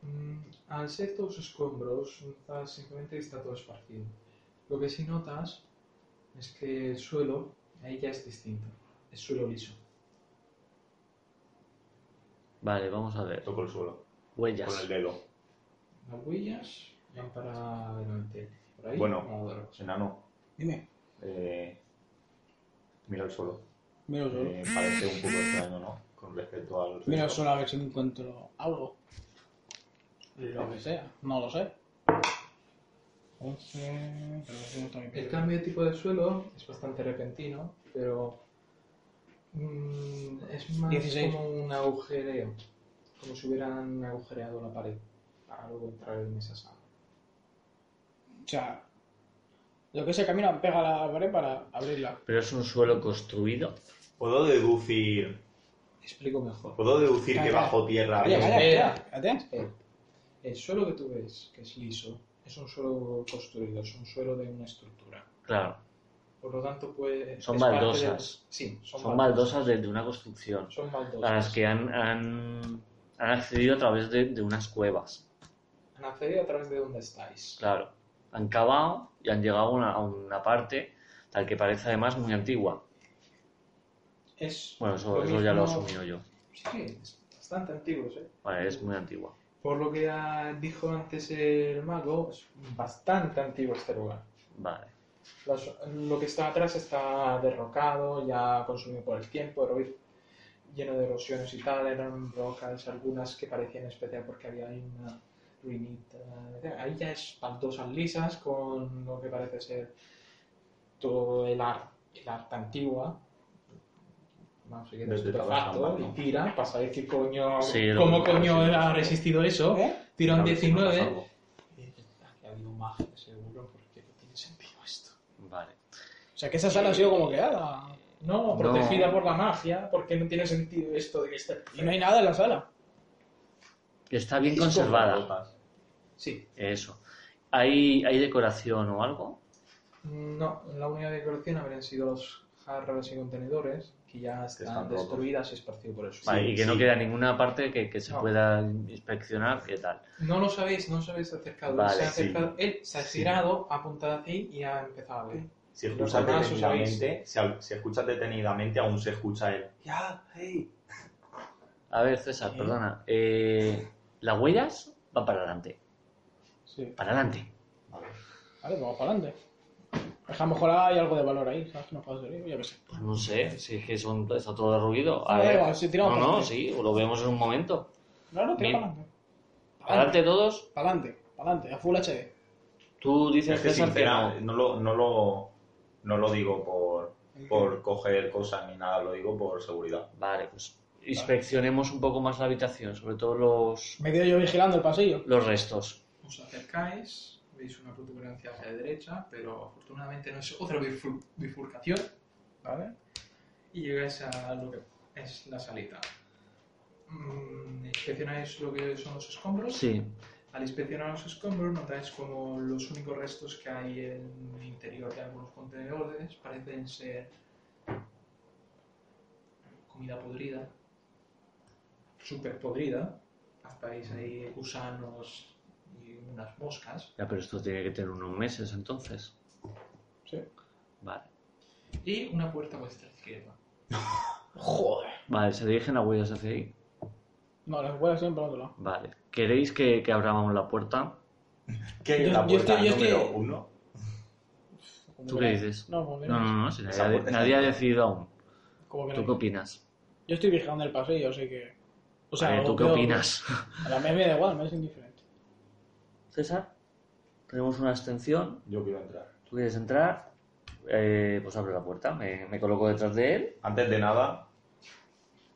Speaker 1: Mm, al ser todos escombros, está- simplemente está todo esparcido. Lo que sí notas es que el suelo ahí ya es distinto. Es suelo liso.
Speaker 2: Vale, vamos a ver.
Speaker 4: Toco el suelo con el
Speaker 2: Huellas.
Speaker 4: dedo.
Speaker 1: Las huellas van para adelante. Por ahí,
Speaker 4: Bueno.
Speaker 1: como de lejos.
Speaker 4: Pues, Enano,
Speaker 3: Dime.
Speaker 4: eh, mira el suelo.
Speaker 3: Miro solo.
Speaker 4: Me parece un poco extraño, ¿no? Con respecto al... resto.
Speaker 3: Miro solo a ver si encuentro algo. Lo que sea. No lo sé. 11. Pero no tengo mi
Speaker 1: El
Speaker 3: piedra.
Speaker 1: cambio de tipo de suelo es bastante repentino, pero mm, es más
Speaker 3: 16.
Speaker 1: como un agujereo, como si hubieran agujereado la pared para luego entrar en esa sala.
Speaker 3: O sea, lo que se camina pega la pared para abrirla.
Speaker 2: Pero es un suelo construido.
Speaker 4: Puedo deducir...
Speaker 1: Explico mejor.
Speaker 4: Puedo deducir que
Speaker 3: Calla.
Speaker 4: bajo tierra...
Speaker 3: Oye,
Speaker 4: había-
Speaker 3: calla,
Speaker 1: espera.
Speaker 3: espera, espérate.
Speaker 1: Eh, El suelo que tú ves, que es liso, es un suelo construido, es un suelo de una estructura.
Speaker 2: Claro.
Speaker 1: Por lo tanto, puede.
Speaker 2: Son
Speaker 1: es parte de-
Speaker 2: baldosas.
Speaker 1: Sí, son,
Speaker 2: Son baldosas de, de una construcción.
Speaker 1: Son baldosas.
Speaker 2: A las que han, han, han accedido a través de, de unas cuevas.
Speaker 1: Han accedido a través de donde estáis.
Speaker 2: Claro. Han cavado y han llegado a una, a una parte tal que parece además muy antigua.
Speaker 1: Es.
Speaker 2: Bueno, eso,
Speaker 1: Lo
Speaker 2: eso ya lo
Speaker 1: mismo-
Speaker 2: asumido yo.
Speaker 1: Sí, es bastante antiguos, ¿eh?
Speaker 2: Vale, es muy antigua.
Speaker 1: Por lo que ah, dijo antes el mago, es bastante antiguo este lugar.
Speaker 2: Vale.
Speaker 1: Las- lo que está atrás está derrocado, ya consumido por el tiempo, eroi- lleno de erosiones y tal, eran rocas, algunas que parecían especial porque había ahí una ruinita. Ahí ya es baldosas lisas con lo que parece ser todo el, ar- el arte antigua. Vamos, si quieres,
Speaker 4: Desde
Speaker 1: estupefacto,
Speaker 4: Tabasco,
Speaker 1: y
Speaker 4: ¿no?
Speaker 1: tira para saber qué coño,
Speaker 2: Sí, lo
Speaker 1: cómo
Speaker 2: que-
Speaker 1: coño
Speaker 2: sí, sí,
Speaker 1: ha
Speaker 2: sí.
Speaker 1: resistido eso.
Speaker 3: ¿Eh?
Speaker 1: Tiró un
Speaker 4: A ver si notas
Speaker 1: 19.
Speaker 4: algo.
Speaker 1: Y dices, Aquí ha habido magia, seguro, porque no tiene sentido esto.
Speaker 2: Vale.
Speaker 3: O sea, que esa sala ha sido como quedada.
Speaker 1: No,
Speaker 2: No.
Speaker 1: protegida por la magia, porque no tiene sentido esto de que esté.
Speaker 3: Y no hay nada en la sala.
Speaker 2: Está bien
Speaker 4: Es como
Speaker 2: conservada.
Speaker 4: rotas.
Speaker 1: Sí.
Speaker 2: Eso. ¿Hay, ¿Hay decoración o algo?
Speaker 1: No, la única decoración habrían sido los jarras y contenedores, que ya están,
Speaker 4: están rotos.
Speaker 1: destruidas y esparcidos por el suelo.
Speaker 2: Vale, y que no
Speaker 4: sí.
Speaker 2: queda ninguna parte que, que se
Speaker 1: No.
Speaker 2: pueda inspeccionar, ¿qué tal?
Speaker 1: No lo sabéis, no os habéis acercado.
Speaker 2: Vale,
Speaker 1: se ha
Speaker 4: sí.
Speaker 1: acercado- Él se ha girado, ha apuntado hacia y ha empezado a ver.
Speaker 4: Si
Speaker 1: Los
Speaker 4: escuchas
Speaker 1: demás os habéis-
Speaker 4: detenidamente, si, al- si escuchas detenidamente, aún se escucha el... Ya, hey.
Speaker 2: A ver, César, perdona. eh, ¿Las huellas van para adelante?
Speaker 3: Sí.
Speaker 2: Para adelante.
Speaker 4: Vale.
Speaker 3: Vale, pues vamos para adelante. Es que a lo mejor hay algo de valor ahí, ¿sabes? Que nos puede servir, yo qué sé.
Speaker 2: Pues no sé, si es que son, está todo derruido. A
Speaker 3: No, da
Speaker 2: ver,
Speaker 3: igual, si tiramos
Speaker 2: no,
Speaker 3: para
Speaker 2: no,
Speaker 3: adelante.
Speaker 2: sí, lo vemos en un momento.
Speaker 3: No, no, tira
Speaker 2: Bien.
Speaker 3: para adelante.
Speaker 2: Para adelante todos,
Speaker 3: Para adelante, para adelante, a full HD.
Speaker 2: tú dices,
Speaker 4: Es que
Speaker 2: César, que
Speaker 4: sincera,
Speaker 2: no.
Speaker 4: no lo, no lo, no lo digo por, por coger cosas ni nada, lo digo por seguridad.
Speaker 2: Vale, pues inspeccionemos un poco más la habitación, sobre todo los,
Speaker 3: Me quedo yo vigilando el pasillo.
Speaker 2: los restos.
Speaker 1: Os acercáis, veis una protuberancia hacia la derecha, pero afortunadamente no es otra bifur- bifurcación, ¿vale? Y llegáis a lo que es la salita. Mm, inspeccionáis lo que son los escombros.
Speaker 2: Sí,
Speaker 1: Al inspeccionar los escombros notáis como los únicos restos que hay en el interior de algunos contenedores parecen ser comida podrida, súper podrida, hasta veis ahí gusanos y unas moscas.
Speaker 2: ya, pero esto tiene que tener unos meses entonces.
Speaker 3: Sí.
Speaker 2: Vale.
Speaker 1: y una puerta a vuestra izquierda.
Speaker 3: Joder.
Speaker 2: Vale, se dirigen las huellas hacia ahí.
Speaker 3: No, las huellas siempre para otro lado.
Speaker 2: Vale. ¿Queréis que, que abramos la puerta?
Speaker 4: ¿Qué
Speaker 3: Yo-
Speaker 4: es la
Speaker 3: yo estoy-
Speaker 4: puerta
Speaker 3: yo
Speaker 4: número
Speaker 3: estoy-
Speaker 4: uno?
Speaker 3: Como
Speaker 2: ¿Tú
Speaker 3: que
Speaker 2: qué
Speaker 3: no.
Speaker 2: dices?
Speaker 3: No, como que
Speaker 2: No,
Speaker 3: no.
Speaker 2: no, no, si
Speaker 4: Esa
Speaker 2: nadie, nadie
Speaker 4: puerta está
Speaker 2: ha
Speaker 4: abierta.
Speaker 2: decidido aún.
Speaker 3: Como que
Speaker 2: ¿Tú
Speaker 3: no.
Speaker 2: qué opinas?
Speaker 3: Yo estoy vigilando el pasillo, así que. O
Speaker 2: A ver,
Speaker 3: lo
Speaker 2: ¿tú qué
Speaker 3: veo-
Speaker 2: opinas?
Speaker 3: A la mía me da igual, me es indiferente.
Speaker 2: César, tenemos una abstención.
Speaker 4: Yo quiero entrar.
Speaker 2: ¿Tú quieres entrar? Eh, pues abre la puerta. Me, me coloco detrás de él.
Speaker 4: Antes de nada,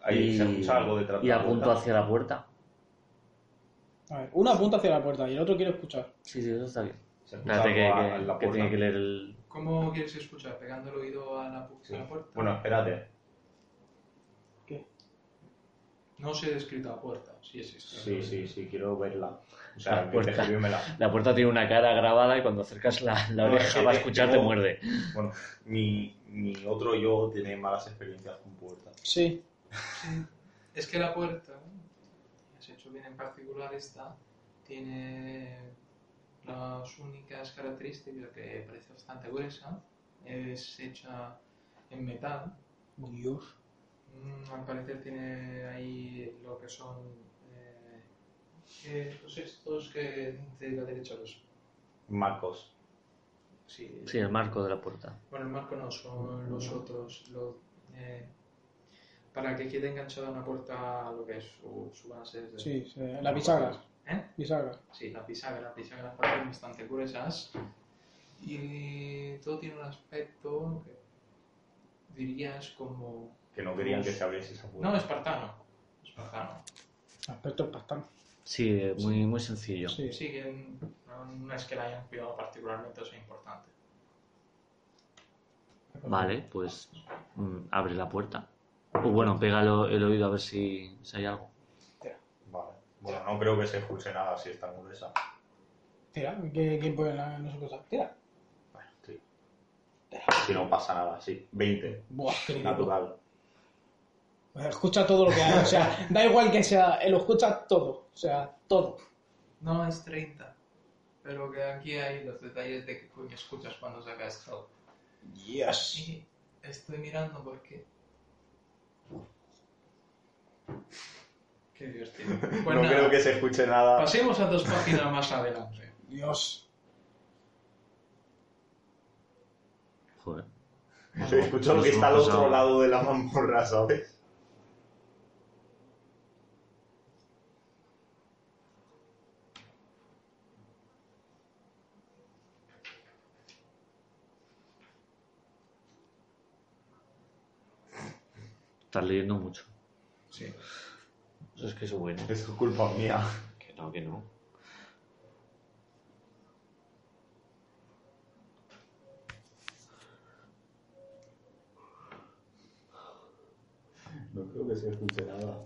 Speaker 4: ahí
Speaker 2: y,
Speaker 4: se escucha algo detrás
Speaker 2: y
Speaker 4: de la
Speaker 2: apunto
Speaker 4: puerta.
Speaker 2: hacia la puerta.
Speaker 3: A ver, uno apunta hacia la puerta y el otro quiere escuchar.
Speaker 2: Sí, sí, eso está bien.
Speaker 4: Se escucha
Speaker 2: Espérate que,
Speaker 4: algo a-
Speaker 2: que-
Speaker 4: en la
Speaker 2: que
Speaker 4: puerta.
Speaker 2: tiene que leer el...
Speaker 1: ¿Cómo quieres escuchar? ¿Pegando el oído a la, pu- a la puerta?
Speaker 4: Bueno, espérate.
Speaker 3: ¿Qué?
Speaker 1: No os he descrito la puerta, si es esto.
Speaker 4: Sí, sí, sí, quiero verla. O
Speaker 2: La
Speaker 4: sea, que
Speaker 2: puerta.
Speaker 4: describímela.
Speaker 2: La puerta tiene una cara grabada y cuando acercas la, la
Speaker 4: No, es
Speaker 2: oreja
Speaker 4: que
Speaker 2: va a
Speaker 4: te-
Speaker 2: escuchar, te
Speaker 4: tengo-
Speaker 2: muerde.
Speaker 4: Bueno, mi, mi otro yo tiene malas experiencias con puertas.
Speaker 3: Sí.
Speaker 1: Es que la puerta, que has hecho bien en particular esta, tiene las únicas características que parece bastante gruesa. Es hecha en metal.
Speaker 3: Dios.
Speaker 1: Mm, Al parecer tiene ahí lo que son eh, eh, pues estos que de la derecha los...
Speaker 4: Marcos.
Speaker 1: Sí,
Speaker 2: Sí, el marco de la puerta.
Speaker 1: Bueno, el marco no, son los otros. Los, eh, para que quede enganchada una puerta, lo que es su, su base. es de-
Speaker 3: Sí, sí. Las bisagras.
Speaker 1: ¿Eh?
Speaker 3: Bisagras.
Speaker 1: Sí, la bisagra, las bisagras parecen bastante gruesas. Y todo tiene un aspecto que dirías como.
Speaker 4: Que no querían que se abriese esa puerta.
Speaker 1: No, espartano. Espartano.
Speaker 3: Aspecto espartano.
Speaker 2: Sí, eh, muy, muy sencillo.
Speaker 3: Sí.
Speaker 1: Sí, que no, no es que la hayan cuidado particularmente, eso es importante.
Speaker 2: Vale, pues mm, abre la puerta. O bueno, pega lo- el oído a ver si, si hay algo.
Speaker 4: Vale. Bueno, no creo que se escuche nada si está muy gruesa.
Speaker 3: Tira. ¿Qué, qué puede la, no sé cosa? Tira.
Speaker 4: Bueno, sí. Si no pasa nada, sí. 20.
Speaker 3: Buah, qué lindo.
Speaker 4: Natural.
Speaker 3: Escucha todo lo que hay. O sea, da igual que sea. Él lo escucha todo. O sea, todo.
Speaker 1: No es 30. Pero que aquí hay los detalles de que me escuchas cuando sacas esto.
Speaker 3: Yes.
Speaker 1: Sí, estoy mirando porque. Qué divertido. Pues
Speaker 4: no
Speaker 1: nada,
Speaker 4: creo que se escuche nada.
Speaker 1: Pasemos a dos páginas más adelante.
Speaker 3: Dios.
Speaker 2: Joder.
Speaker 1: Pues
Speaker 4: Se escucha lo que
Speaker 2: Nos
Speaker 4: está al
Speaker 2: hemos
Speaker 4: otro
Speaker 2: pasado.
Speaker 4: lado de la mamorra, ¿sabes?
Speaker 2: Estás leyendo mucho.
Speaker 1: Sí.
Speaker 2: Eso es que es bueno.
Speaker 4: Eso es culpa mía.
Speaker 2: Que no, que no.
Speaker 4: No creo que se escuche nada.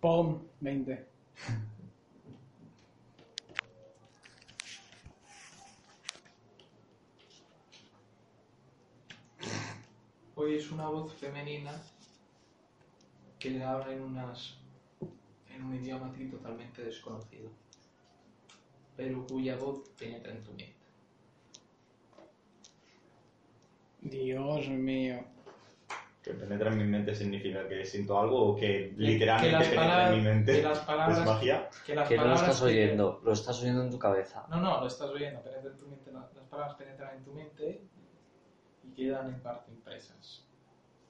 Speaker 3: Pom. 20.
Speaker 1: Hoy es una voz femenina que le habla en unas. en un idioma a ti totalmente desconocido. Pero cuya voz penetra en tu mente.
Speaker 3: Dios mío.
Speaker 4: Que penetra en mi mente significa que siento algo o que
Speaker 1: Que-
Speaker 4: literalmente
Speaker 1: que las
Speaker 4: penetra en
Speaker 1: palabras-
Speaker 4: mi mente.
Speaker 1: que las palabras-
Speaker 4: ¿Es magia?
Speaker 1: Que las
Speaker 2: Que no lo
Speaker 1: palabras
Speaker 2: estás
Speaker 1: que-
Speaker 2: oyendo, lo estás oyendo en tu cabeza.
Speaker 1: No, no, lo estás oyendo, penetra en tu mente, la- las palabras penetran en tu mente y quedan en parte impresas.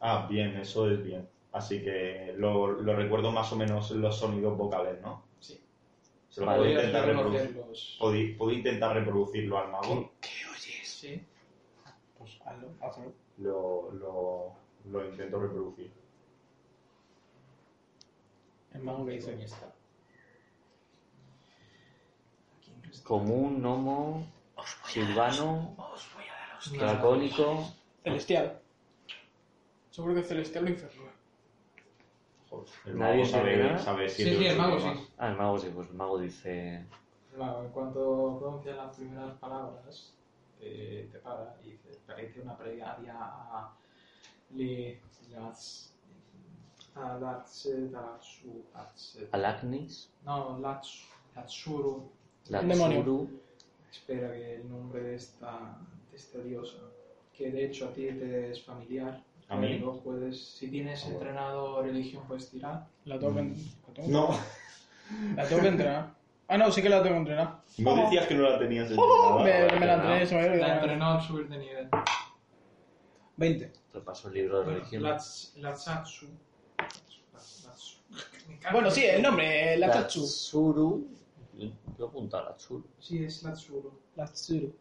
Speaker 4: Ah, bien, eso es bien. Así que lo, lo recuerdo más o menos los sonidos vocales, ¿no?
Speaker 1: Sí.
Speaker 4: Se lo
Speaker 2: Vale.
Speaker 4: puedo
Speaker 1: Podrías
Speaker 4: intentar reproducir.
Speaker 1: reconocerlos.
Speaker 4: Podí- puedo intentar reproducirlo al mago.
Speaker 1: Sí.
Speaker 3: Pues hazlo, hazlo.
Speaker 4: Lo, lo, lo intento reproducir.
Speaker 3: El mago que
Speaker 1: Ahí
Speaker 3: dice.
Speaker 1: está. Aquí no está.
Speaker 2: Común, gnomo, silvano,
Speaker 1: Una-
Speaker 2: dracónico.
Speaker 3: Celestial. Seguro que celestial lo infernal.
Speaker 4: Joder, el
Speaker 2: Nadie
Speaker 4: mago
Speaker 2: entiende nada.
Speaker 4: sabe, sabe
Speaker 1: Sí,
Speaker 4: siete,
Speaker 1: sí, el
Speaker 4: ocho
Speaker 1: mago,
Speaker 4: idiomas.
Speaker 1: sí.
Speaker 2: Ah, el mago sí, pues el mago dice.
Speaker 1: El mago, en cuanto pronuncia las primeras palabras, eh, te para y dice, parece una plegaria a le las a Latse, Datsu, Atse.
Speaker 2: Alacnis,
Speaker 1: No, Latsu, Latsuru.
Speaker 3: Un demonio.
Speaker 2: Latsuru.
Speaker 1: Espera que el nombre de esta, de esta diosa, que de hecho a ti te es familiar.
Speaker 4: ¿A mí?
Speaker 1: pero puedes, si tienes
Speaker 4: Ah, bueno.
Speaker 1: entrenado religión, pues puedes tirar.
Speaker 3: La tengo que, la tengo-
Speaker 4: No,
Speaker 3: la tengo que entrenar. Ah, no, sí que la tengo que entrenar.
Speaker 1: Oh.
Speaker 4: no decías que no la tenías
Speaker 3: Me,
Speaker 4: entrenada.
Speaker 3: me la entrené, se me había
Speaker 1: La
Speaker 3: olvidado.
Speaker 1: entrenó al subir de nivel.
Speaker 3: 20.
Speaker 2: Te paso el libro de
Speaker 1: Bueno,
Speaker 2: religión.
Speaker 1: Lats- Latsatsu. Lats- Latsu. Me cago
Speaker 3: Bueno,
Speaker 1: en
Speaker 3: sí,
Speaker 1: todo.
Speaker 3: el nombre, eh, Latatsu.
Speaker 2: Latsuru. Yo he apuntado a Latsuru.
Speaker 1: Sí, es Latsuru.
Speaker 3: Latsuru.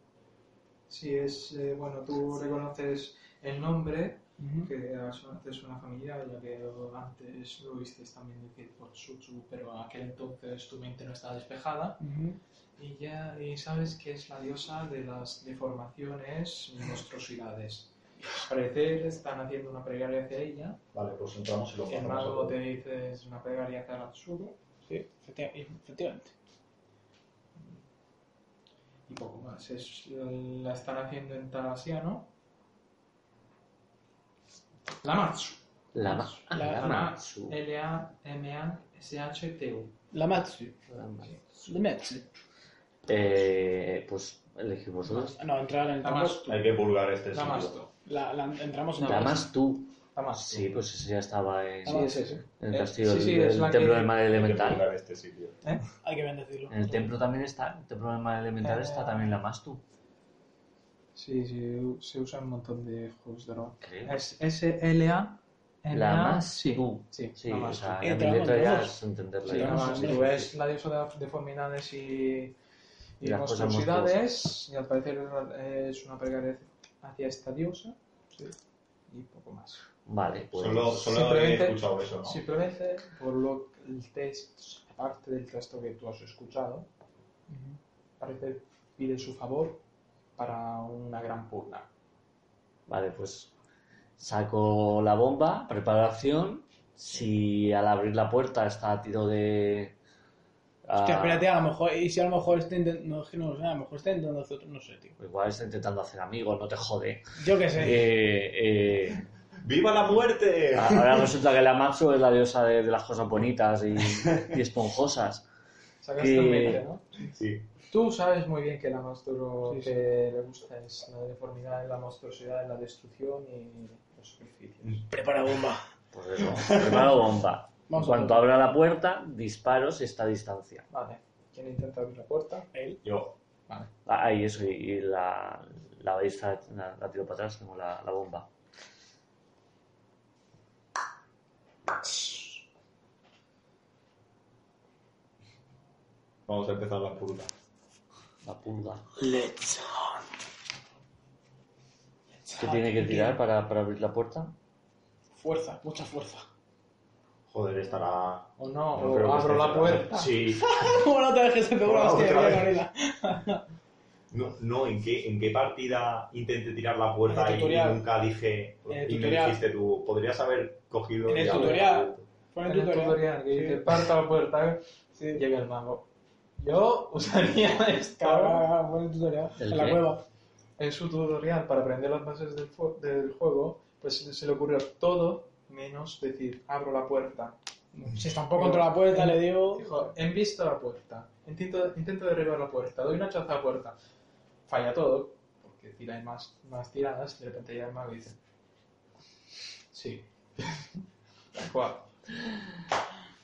Speaker 1: Sí, es. eh, bueno, tú reconoces el nombre, que a su- te es una familia, ya que antes lo visteis también decir por Shutsu, pero en aquel entonces tu mente no estaba despejada.
Speaker 3: Ujú.
Speaker 1: Y ya y sabes que es la diosa de las deformaciones y monstruosidades. Al parecer están haciendo una plegaria hacia ella.
Speaker 4: Vale, pues entramos y lo
Speaker 1: El
Speaker 4: matamos a
Speaker 1: mago
Speaker 4: todos.
Speaker 1: te dice es una plegaria hacia Natsuru.
Speaker 3: Sí, efectivamente.
Speaker 1: y poco más. Es, la están haciendo en Talasiano. La Matsu.
Speaker 2: Lama. Ah,
Speaker 3: La-
Speaker 2: Lamatsu.
Speaker 1: L-A-M-A-S-H-T-U.
Speaker 3: La Matsu.
Speaker 2: Lamatsu.
Speaker 3: La Matsu.
Speaker 2: Eh, pues elegís vosotros.
Speaker 3: Ah, No, entrar,
Speaker 1: La
Speaker 3: entramos.
Speaker 1: Mastu.
Speaker 4: Hay que vulgar este
Speaker 1: La
Speaker 4: sitio.
Speaker 1: Mastu.
Speaker 3: La, la, entramos en
Speaker 2: Damas tú.
Speaker 1: La Mastu.
Speaker 2: Sí, pues ese ya estaba en,
Speaker 3: Sí,
Speaker 1: es ese.
Speaker 2: en el
Speaker 1: Eh,
Speaker 2: castillo
Speaker 1: sí, sí,
Speaker 2: del-
Speaker 1: es
Speaker 2: del
Speaker 1: la
Speaker 2: templo
Speaker 1: que-
Speaker 2: del mal
Speaker 4: Hay que
Speaker 2: elemental.
Speaker 4: vulgar este sitio.
Speaker 3: Hay que bendecirlo.
Speaker 2: En el templo también está, en el templo del mal elemental
Speaker 1: Eh,
Speaker 2: está también la Mastu,
Speaker 1: Sí, sí, se usa un montón de juegos de rol.
Speaker 2: creo.
Speaker 1: Es S-L-A.
Speaker 2: La Mastu.
Speaker 1: eh, Sí, sí,
Speaker 2: Sí,
Speaker 1: la
Speaker 2: o
Speaker 1: Mastu.
Speaker 2: sea,
Speaker 3: Eh,
Speaker 2: la mi
Speaker 3: trabajamos
Speaker 2: letra ya
Speaker 3: todos.
Speaker 2: es entenderla.
Speaker 1: Sí,
Speaker 2: ya.
Speaker 1: la Mastu.
Speaker 3: sí.
Speaker 1: Es la diosa de, las- de forminades y, y
Speaker 2: Y las cosas
Speaker 1: monstruosidades. Y al parecer es una plegaria hacia esta diosa. Sí. Y poco más.
Speaker 2: Vale, pues.
Speaker 4: Solo, solo he
Speaker 1: Simplemente-
Speaker 4: escuchado eso, ¿no?
Speaker 1: Simplemente por lo el test, aparte del texto que tú has escuchado, parece pide su favor para una gran pugna.
Speaker 2: Vale, pues saco la bomba, preparación. Si al abrir la puerta está a tiro de. ah,
Speaker 3: Hostia, espérate, a lo mejor. Y si a lo mejor está intentando. No, es que no lo sé, a lo mejor está intentando hacer otro. No sé, tío.
Speaker 2: Igual está intentando hacer amigos, no te jode.
Speaker 3: Yo qué sé.
Speaker 2: Eh, eh,
Speaker 4: ¡Viva la muerte!
Speaker 2: ahora resulta que la Matsu es la diosa de, de las cosas bonitas y, y esponjosas.
Speaker 1: Sacaste
Speaker 2: Eh,
Speaker 1: un 20, ¿no?
Speaker 4: Sí.
Speaker 1: Tú sabes muy bien que la monstruo
Speaker 3: Sí, sí.
Speaker 1: que le gusta es la deformidad, la monstruosidad, la destrucción y los sacrificios.
Speaker 3: Prepara bomba.
Speaker 2: Pues eso, preparo bomba. En
Speaker 3: Vamos a
Speaker 2: cuanto
Speaker 3: ver.
Speaker 2: abra la puerta, disparo si está a distancia.
Speaker 1: Vale. ¿Quién intenta abrir la puerta?
Speaker 3: Él.
Speaker 4: Yo.
Speaker 2: Ah, ahí eso, y, y la, la ballesta la, la tiro para atrás, tengo la, la bomba.
Speaker 4: Vamos a empezar la purga.
Speaker 2: La pulga.
Speaker 3: Let's
Speaker 2: ¿Qué tiene que tirar para, para abrir la puerta?
Speaker 3: Fuerza, mucha fuerza.
Speaker 4: Joder, estará...
Speaker 1: ¿O no?
Speaker 4: no
Speaker 1: ¿O
Speaker 4: creo que
Speaker 1: abro
Speaker 4: esté
Speaker 1: la
Speaker 4: cerrado.
Speaker 1: puerta?
Speaker 4: Sí.
Speaker 3: ¿Cómo no te dejes de pegar una
Speaker 4: Vamos,
Speaker 3: hostia de
Speaker 4: otra
Speaker 3: mierda,
Speaker 4: vez.
Speaker 3: Gabriela?
Speaker 4: No, no ¿en, qué, ¿en qué partida intenté tirar la
Speaker 3: En
Speaker 4: puerta
Speaker 3: el
Speaker 4: y,
Speaker 3: tutorial.
Speaker 4: nunca dije...
Speaker 3: En el
Speaker 4: y me
Speaker 3: tutorial.
Speaker 4: dijiste tú, podrías haber cogido...
Speaker 3: En el
Speaker 4: y haber
Speaker 3: tutorial.
Speaker 4: abierto.
Speaker 3: Pon
Speaker 1: En
Speaker 3: el
Speaker 1: el tutorial que dice, parta la puerta,
Speaker 3: Sí.
Speaker 1: llega el mago. Yo usaría esta...
Speaker 3: Cabrón, pon el tutorial.
Speaker 2: ¿El
Speaker 3: En la
Speaker 2: qué?
Speaker 3: cueva.
Speaker 1: en su tutorial para aprender las bases del, fu- del juego, pues se le ocurrió todo menos decir abro la puerta.
Speaker 3: Si tampoco contra la puerta, le digo.
Speaker 1: Dijo, he visto la puerta, intento, intento derribar la puerta, doy una chaza a la puerta. Falla todo, porque tira más, más tiradas, de repente ya el mago y dice, sí, tal cual.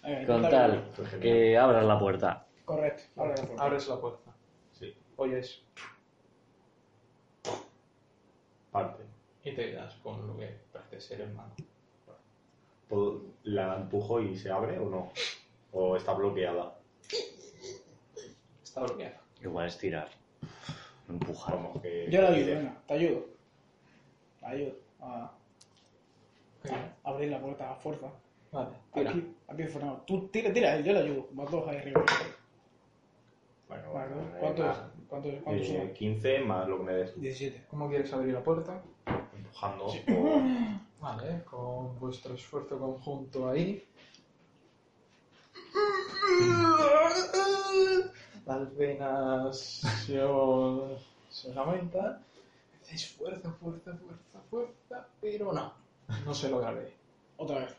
Speaker 3: Venga,
Speaker 2: Con
Speaker 3: intenta abrirlo.
Speaker 2: tal
Speaker 4: Fue genial.
Speaker 2: que abras la puerta.
Speaker 3: Correcto. Ahora ya, por favor.
Speaker 1: Abres la puerta.
Speaker 4: Sí,
Speaker 1: Oyes
Speaker 4: parte.
Speaker 1: y te quedas con lo que parece ser el mago.
Speaker 4: ¿Puedo- ¿La empujo y se abre o no? ¿O está bloqueada?
Speaker 1: Está bloqueado.
Speaker 2: Igual es tirar. Empujar.
Speaker 4: Vamos, que...
Speaker 3: Yo le ayudo, venga, te ayudo. Te ayudo a a abrir la puerta a fuerza.
Speaker 1: Vale, tira.
Speaker 3: Aquí, a pie frenado. Tú tira, tira, yo le ayudo. Más dos ahí arriba.
Speaker 4: Bueno,
Speaker 3: Vale,
Speaker 4: bueno,
Speaker 3: ¿Cuánto es?
Speaker 4: nada.
Speaker 3: ¿Cuánto es? ¿Cuánto
Speaker 4: Eh,
Speaker 3: son?
Speaker 4: 15 más lo que me des tú.
Speaker 3: 17.
Speaker 1: ¿Cómo quieres abrir la puerta?
Speaker 4: empujando o
Speaker 1: Vale, con vuestro esfuerzo conjunto ahí. Las venas se, os- se lamentan. Hacéis fuerza, fuerza, fuerza, fuerza, pero no. No se lograréis.
Speaker 3: Otra vez.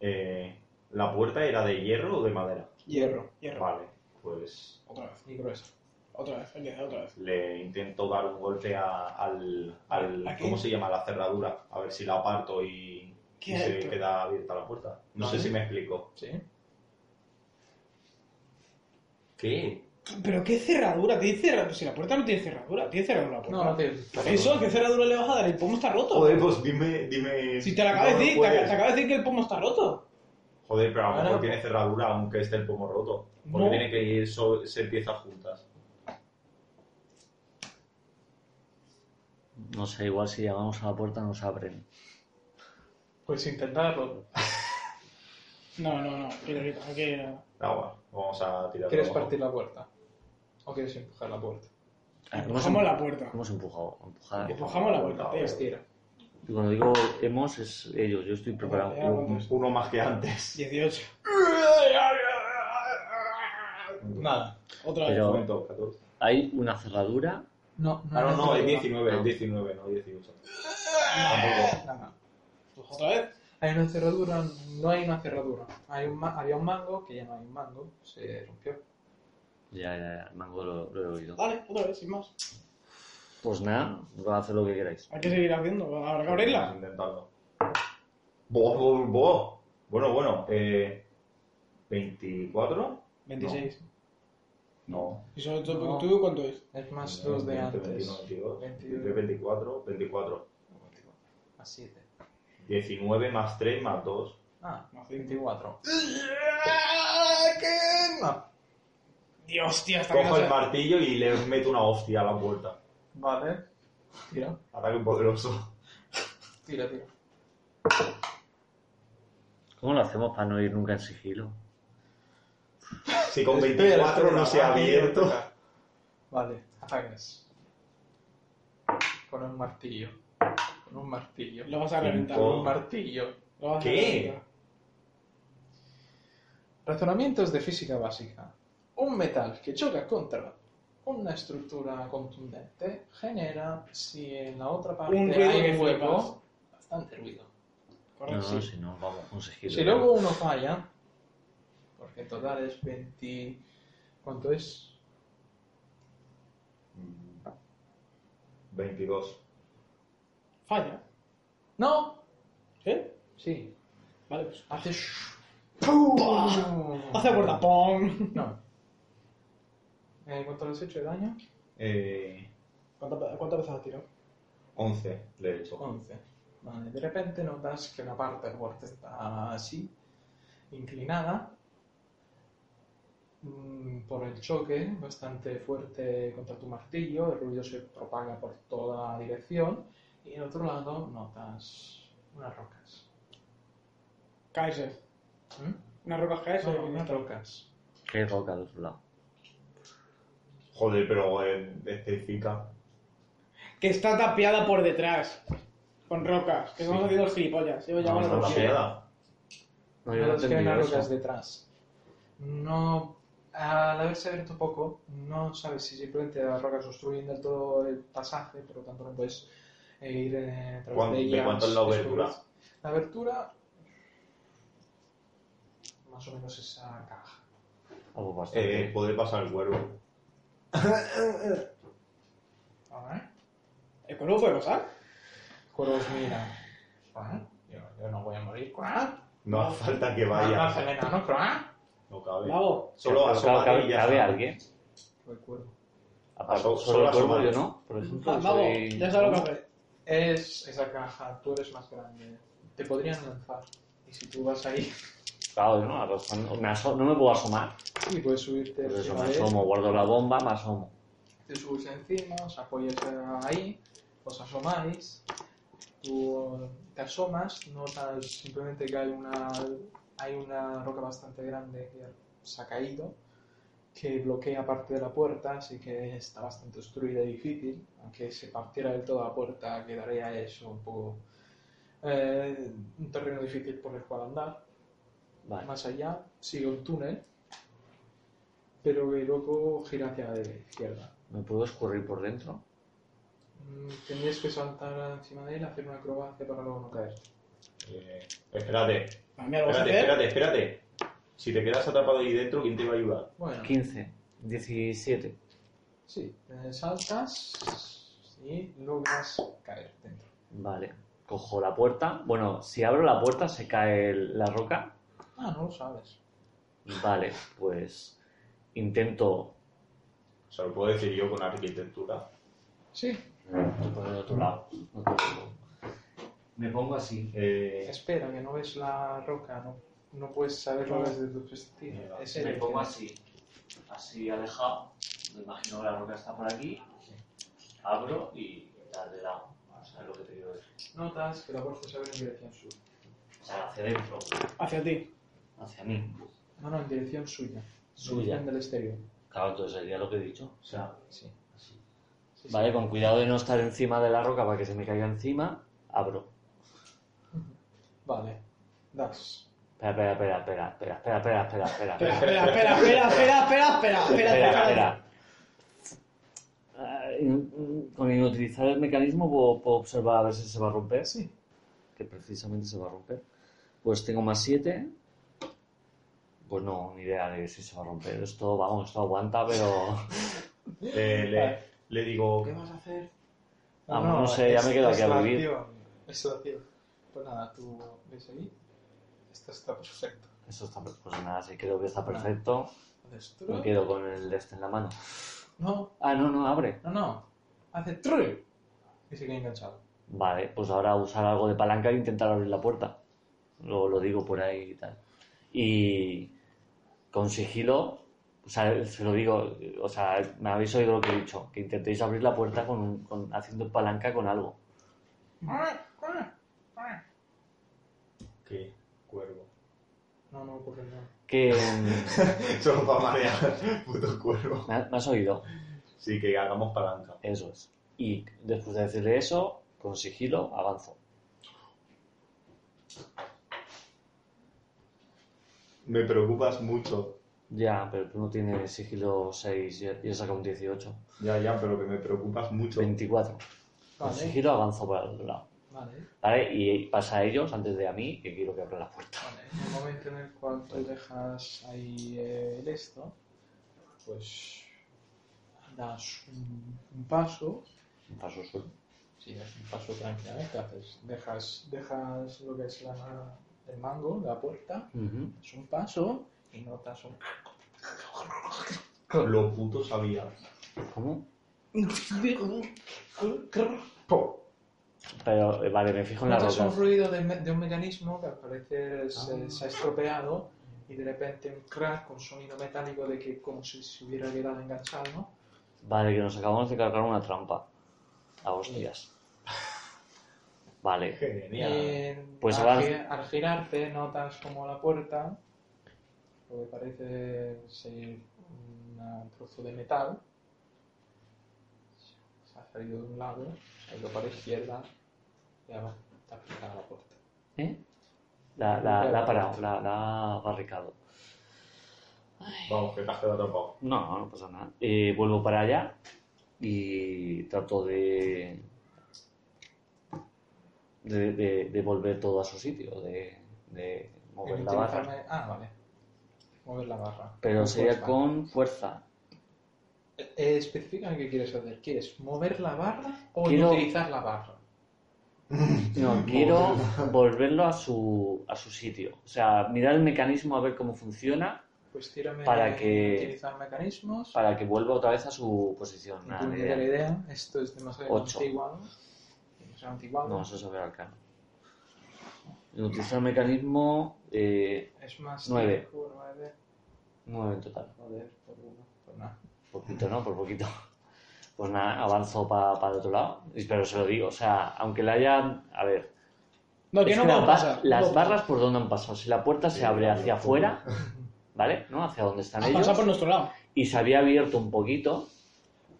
Speaker 4: Eh, ¿La puerta era de hierro o de madera?
Speaker 3: Hierro, hierro.
Speaker 4: Vale, pues
Speaker 3: Otra vez.
Speaker 1: Y grueso.
Speaker 3: Otra vez, empieza otra vez.
Speaker 4: le intento dar un golpe a- al, al-
Speaker 3: ¿A qué?
Speaker 4: ¿Cómo se llama? La cerradura. A ver si la aparto y,
Speaker 3: ¿Qué
Speaker 4: y
Speaker 3: hay
Speaker 4: se
Speaker 3: dentro?
Speaker 4: queda abierta la puerta. No sé
Speaker 1: Vale.
Speaker 4: si me explico.
Speaker 1: ¿Sí?
Speaker 4: ¿Qué?
Speaker 3: ¿Pero qué cerradura? ¿Tiene cerradura? Si la puerta no tiene cerradura, tiene cerradura la puerta.
Speaker 1: No, no tiene.
Speaker 3: ¿Eso? ¿Qué cerradura le vas a dar? El pomo está roto.
Speaker 4: Joder, pues dime... dime
Speaker 3: Si te la acabo de
Speaker 4: No
Speaker 3: decir, te,
Speaker 4: puedes.
Speaker 3: te acabo de decir que el pomo está roto.
Speaker 4: Joder, pero a lo
Speaker 1: Ahora-
Speaker 4: mejor tiene cerradura aunque esté el pomo roto. Porque
Speaker 3: No.
Speaker 4: tiene que ir so- ser piezas juntas.
Speaker 2: No sé, igual si llamamos a la puerta nos abren.
Speaker 1: Pues intentarlo.
Speaker 3: No, no, no. Piedrita, aquí.
Speaker 4: Ah, bueno, vamos a tirar
Speaker 1: ¿Quieres
Speaker 4: abajo.
Speaker 1: partir la puerta? ¿O quieres empujar la puerta?
Speaker 4: Ah,
Speaker 2: hemos em-
Speaker 3: Empujamos Ah, la puerta.
Speaker 2: Hemos empujado, empujado.
Speaker 3: Empujamos la puerta, tío.
Speaker 1: Estira.
Speaker 2: Y Cuando digo hemos, es ellos. Yo estoy preparado.
Speaker 3: Ya, ¿cuántos?
Speaker 4: Uno más que antes.
Speaker 3: 18. Nada. Otra
Speaker 4: Pues
Speaker 3: vez.
Speaker 2: Pero-
Speaker 4: Momento, 14.
Speaker 2: Hay una cerradura.
Speaker 1: No, no,
Speaker 4: Ah, no, no, Ah, es 19,
Speaker 2: No.
Speaker 4: es 19, no 18.
Speaker 3: Nada. Pues otra vez.
Speaker 1: Hay una cerradura, no hay una cerradura. Hay un ma- había un mango, que ya no hay un mango, se rompió.
Speaker 2: Ya, ya, ya. El mango lo, lo he oído.
Speaker 3: Vale, otra vez, sin más.
Speaker 2: Pues nada, os va a hacer lo que queráis.
Speaker 3: Hay que seguir haciendo. Habrá que
Speaker 4: Vamos
Speaker 3: abrirla.
Speaker 4: a Intentarlo. Bo, bo, bo. Bueno, bueno, eh, 24?
Speaker 3: 26.
Speaker 4: No.
Speaker 3: ¿Y sobre todo
Speaker 1: No.
Speaker 3: tú cuánto es?
Speaker 1: Es más dos de
Speaker 4: 20,
Speaker 1: antes.
Speaker 4: 21,
Speaker 1: 22.
Speaker 4: 22, 24, 24.
Speaker 1: Más 7.
Speaker 4: 19 más 3 más 2.
Speaker 1: Ah,
Speaker 3: Más cinco.
Speaker 1: 24. ¡Ah,
Speaker 3: Dios, tío, hasta que no
Speaker 4: Cojo el
Speaker 3: se...
Speaker 4: martillo y le meto una hostia a la puerta.
Speaker 1: Vale. Tira,
Speaker 4: Ataque poderoso.
Speaker 1: tira, tira.
Speaker 2: ¿Cómo lo hacemos para no ir nunca en sigilo?
Speaker 4: Si con 24 no se ha
Speaker 1: Ah,
Speaker 4: abierto.
Speaker 1: Vale, ataques. Con un martillo. Con un martillo.
Speaker 3: Lo vas a reventar.
Speaker 1: Con un
Speaker 4: Cinco.
Speaker 1: martillo.
Speaker 3: Lo vas a
Speaker 4: ¿Qué?
Speaker 3: reventar.
Speaker 1: Razonamientos de física básica. Un metal que choca contra una estructura contundente genera, si en la otra parte
Speaker 3: Un ruido
Speaker 1: hay
Speaker 3: que
Speaker 1: hueco, bastante ruido.
Speaker 2: No,
Speaker 3: Correcto.
Speaker 2: no, si no, vamos con sigilo.
Speaker 1: Si pues- luego uno falla, porque en total es 20... ¿Cuánto es?
Speaker 4: 22.
Speaker 3: Falla.
Speaker 1: ¡No!
Speaker 3: ¿Eh?
Speaker 1: Sí.
Speaker 3: Vale, pues.
Speaker 1: Haces...
Speaker 3: Hace la puerta. ¡Pum!
Speaker 1: No. Eh, ¿Cuánto le has hecho de daño?
Speaker 4: Eh,
Speaker 3: ¿Cuántas cuántas veces has tirado?
Speaker 4: 11 le he hecho.
Speaker 1: 11. Vale, de repente notas que una parte del borde está así, inclinada, mm, por el choque bastante fuerte contra tu martillo, el ruido se propaga por toda dirección, y en otro lado notas unas rocas.
Speaker 3: Caerse.
Speaker 1: ¿Mm?
Speaker 3: Unas rocas caerse.
Speaker 1: No, no, unas rocas.
Speaker 2: Que hay roca al otro lado.
Speaker 4: Joder, pero eh, especifica.
Speaker 3: Que está tapiada por detrás. Con rocas. Que estamos haciendo el gilipollas. Yo ya
Speaker 2: No,
Speaker 3: me lo
Speaker 4: Está
Speaker 2: no,
Speaker 3: consigo.
Speaker 4: tapiada.
Speaker 2: No, yo no
Speaker 1: Pero es que hay
Speaker 2: entendí
Speaker 1: unas rocas
Speaker 2: eso.
Speaker 1: detrás. No, al haberse abierto un poco, no sabes si simplemente las rocas obstruyen del todo el pasaje, por lo tanto no puedes eh, ir eh, a través
Speaker 4: ¿Cuán-
Speaker 1: de
Speaker 4: de
Speaker 1: ellas.
Speaker 4: cuánto es la abertura?
Speaker 1: descubrir. La abertura, más o menos esa caja.
Speaker 2: Algo bastante.
Speaker 4: Eh, poder pasar el cuervo.
Speaker 1: ¿Vale?
Speaker 3: ¿El cuervo puede pasar?
Speaker 1: Coros mira. ¿Cuá? Yo, yo no voy a morir. ¿cuá?
Speaker 4: No hace falta que
Speaker 1: No hace
Speaker 4: vaya.
Speaker 1: el enano. ¿cuá?
Speaker 4: No cabe.
Speaker 3: Vago.
Speaker 4: Solo
Speaker 2: Pero claro,
Speaker 4: asómate
Speaker 2: cabe,
Speaker 4: y ya
Speaker 2: cabe
Speaker 4: está.
Speaker 2: alguien.
Speaker 1: Recuerdo.
Speaker 2: Aparte,
Speaker 4: Aso-
Speaker 2: solo el
Speaker 4: solo
Speaker 2: cuervo,
Speaker 4: asomar.
Speaker 2: yo no.
Speaker 1: Ah,
Speaker 2: Por ejemplo,
Speaker 3: Vago.
Speaker 2: soy-
Speaker 3: Ya sabes lo que hacer.
Speaker 1: Es esa caja, tú eres más grande. Te podrían lanzar. Y si tú vas ahí.
Speaker 2: Claro, yo no, aso- me aso- no me puedo asomar.
Speaker 1: Y puedes subirte
Speaker 2: Pues eso,
Speaker 1: encima
Speaker 2: me
Speaker 1: de él,
Speaker 2: asomo, guardo la bomba, me asomo.
Speaker 1: te subes encima, os apoyas ahí, os asomáis, tú te asomas, notas simplemente que hay una, hay una roca bastante grande que se ha caído, que bloquea parte de la puerta, así que está bastante obstruida y difícil, aunque se partiera del todo la puerta quedaría eso un poco... eh, un terreno difícil por el cual andar
Speaker 2: Vale.
Speaker 1: más allá sigue un túnel, pero que luego gira hacia la izquierda.
Speaker 2: ¿Me puedo escurrir por dentro?
Speaker 1: Mm, Tendrías que saltar encima de él, hacer una acrobacia para luego no caer.
Speaker 4: Eh, espérate,
Speaker 3: Ah, mira, lo vas a
Speaker 4: espérate,
Speaker 3: hacer.
Speaker 4: espérate, espérate. Si te quedas atrapado ahí dentro, ¿quién te va a ayudar?
Speaker 1: Bueno,
Speaker 2: 15, 17.
Speaker 1: sí, eh, saltas y logras caer dentro.
Speaker 2: Vale. Cojo la puerta. Bueno, si abro la puerta, se cae el- la roca.
Speaker 1: Ah, no lo sabes.
Speaker 2: Vale, pues intento.
Speaker 4: Se lo puedo decir yo con arquitectura.
Speaker 1: Sí,
Speaker 2: Por el otro lado. No te digo. Me pongo así.
Speaker 4: Eh,
Speaker 1: espera, que no ves la roca, no, no puedes saberlo
Speaker 3: No.
Speaker 1: desde tu perspectiva.
Speaker 4: Mira,
Speaker 1: Es
Speaker 2: me
Speaker 1: él.
Speaker 2: pongo así. Así alejado. Me imagino que la roca está por aquí. Abro y la de lado. O sea, lo que te digo es.
Speaker 1: Notas que la puerta se abre en dirección sur.
Speaker 2: O sea, hacia dentro.
Speaker 3: Hacia ti.
Speaker 2: Hacia mí.
Speaker 1: No, no, en dirección suya.
Speaker 2: Suya.
Speaker 1: En del exterior.
Speaker 2: Claro, entonces sería lo que he dicho. O sea,
Speaker 1: Sí.
Speaker 2: así. Vale, con cuidado de no estar encima de la roca para que se me caiga encima, abro.
Speaker 5: Vale. Dax.
Speaker 2: Espera, espera, espera, espera, espera, espera, espera, espera, espera.
Speaker 3: Espera, espera, espera, espera, espera, espera, espera,
Speaker 2: Espera,
Speaker 3: espera.
Speaker 2: espera. Ah, in- Con inutilizar el mecanismo puedo, puedo observar a ver si se va a romper. Sí. Que precisamente se va a romper. Pues tengo más 7. Pues no, ni idea de si se va a romper. Esto, vamos, esto aguanta, pero...
Speaker 4: Eh, le, le digo, ¿qué vas a hacer?
Speaker 2: Vamos, no, sé, ya me quedo aquí a vivir.
Speaker 1: Eso la acción. Pues nada, tú ves ahí. Esto está perfecto.
Speaker 2: Eso está... Pues nada, sí creo que está perfecto.
Speaker 1: Haces
Speaker 2: Me
Speaker 1: tru.
Speaker 2: quedo con el de este en la mano.
Speaker 1: No,
Speaker 2: Ah, no, no, abre.
Speaker 1: no, no. Hace tru. Y se queda enganchado.
Speaker 2: Vale, pues ahora usar algo de palanca e intentar abrir la puerta. Lo, lo digo por ahí y tal. Y con sigilo, o sea, se lo digo, o sea, me habéis oído lo que he dicho, que intentéis abrir la puerta con, un- con- haciendo palanca con algo.
Speaker 4: ¿Qué? Cuervo.
Speaker 1: No, no ocurre nada.
Speaker 2: Que mm,
Speaker 4: Solo para marear, puto cuervo.
Speaker 2: ¿me ha- me has oído,
Speaker 4: Sí, que hagamos palanca.
Speaker 2: eso es. Y después de decirle eso, con sigilo avanzo.
Speaker 4: Me preocupas mucho.
Speaker 2: Ya, pero tú no tienes sigilo 6 y he- y he sacado un 18.
Speaker 4: Ya, ya, pero que me preocupas mucho.
Speaker 2: 24. Con
Speaker 1: Vale.
Speaker 2: sigilo avanzo para el otro lado.
Speaker 1: Vale.
Speaker 2: ¿Vale? Y pasa a ellos antes de a mí, que quiero que abra la puerta.
Speaker 1: Vale, en el momento en el cual tú dejas ahí eh, el esto, pues das un, un paso,
Speaker 2: Un paso solo.
Speaker 1: sí, das un paso tranquilamente, haces, dejas, dejas lo que es la, el mango, la puerta, das un paso y notas un...
Speaker 4: Lo puto sabía.
Speaker 2: ¿Cómo?
Speaker 4: Po.
Speaker 2: Pero, eh, vale, me fijo en la
Speaker 1: Notas
Speaker 2: roca.
Speaker 1: un ruido de, me- de un mecanismo que al parecer
Speaker 2: Ah.
Speaker 1: se, se ha estropeado y de repente un crack con sonido metálico de que como si se hubiera quedado enganchado, ¿no?
Speaker 2: Vale, que nos acabamos de cargar una trampa. A hostias. Vale.
Speaker 4: Genial.
Speaker 1: Eh,
Speaker 2: Pues
Speaker 1: al,
Speaker 2: avanza.
Speaker 1: gi- al girarte notas como la puerta, lo que parece ser una- un trozo de metal, se ha salido de un lado, se ha ido para la izquierda y ahora está pegada la puerta.
Speaker 2: ¿Eh? La, la, la ha parado, la, la ha barricado.
Speaker 4: Vamos, que te has quedado atrapado.
Speaker 2: No, no pasa nada. Eh, vuelvo para allá y trato de... De, de, de volver todo a su sitio, de, de mover
Speaker 1: En
Speaker 2: la barra.
Speaker 1: utilizarme- Ah, vale. Mover la barra.
Speaker 2: Pero
Speaker 1: Con
Speaker 2: sería
Speaker 1: fuerza.
Speaker 2: con fuerza.
Speaker 1: Eh, eh, especifica qué quieres hacer. ¿Quieres mover la barra o
Speaker 2: Quiero-
Speaker 1: utilizar la barra?
Speaker 2: No, quiero volverlo a su, a su sitio. O sea, mirar el mecanismo a ver cómo funciona
Speaker 1: Pues tírame
Speaker 2: Para que-
Speaker 1: utilizar mecanismos.
Speaker 2: para que vuelva otra vez a su posición.
Speaker 1: No
Speaker 2: Nada,
Speaker 1: tengo
Speaker 2: ni
Speaker 1: ni idea de la
Speaker 2: idea.
Speaker 1: idea. Esto es demasiado
Speaker 2: Ocho.
Speaker 1: antiguo. Demasiado antiguo.
Speaker 2: No, eso se ve acá. Utilizar el mecanismo eh,
Speaker 1: Es más.
Speaker 2: Nueve.
Speaker 1: cinco, nueve.
Speaker 2: 9 en total.
Speaker 1: Joder, por uno. Por nada.
Speaker 2: Poquito, ¿no? Por poquito. Pues nada, avanzo para el otro lado. Y- Pero se lo digo, o sea, aunque la hayan... A ver,
Speaker 3: No, que
Speaker 2: Es
Speaker 3: no
Speaker 2: que
Speaker 3: va
Speaker 2: las
Speaker 3: a
Speaker 2: ba-
Speaker 3: pasar.
Speaker 2: las
Speaker 3: no.
Speaker 2: barras por dónde han pasado. Si la puerta
Speaker 4: Sí,
Speaker 2: se abre
Speaker 4: la
Speaker 2: hacia
Speaker 4: abiertura.
Speaker 2: afuera, ¿vale? ¿No? Hacia donde están
Speaker 3: Ha
Speaker 2: ellos.
Speaker 3: pasado por nuestro lado.
Speaker 2: y se había abierto un poquito,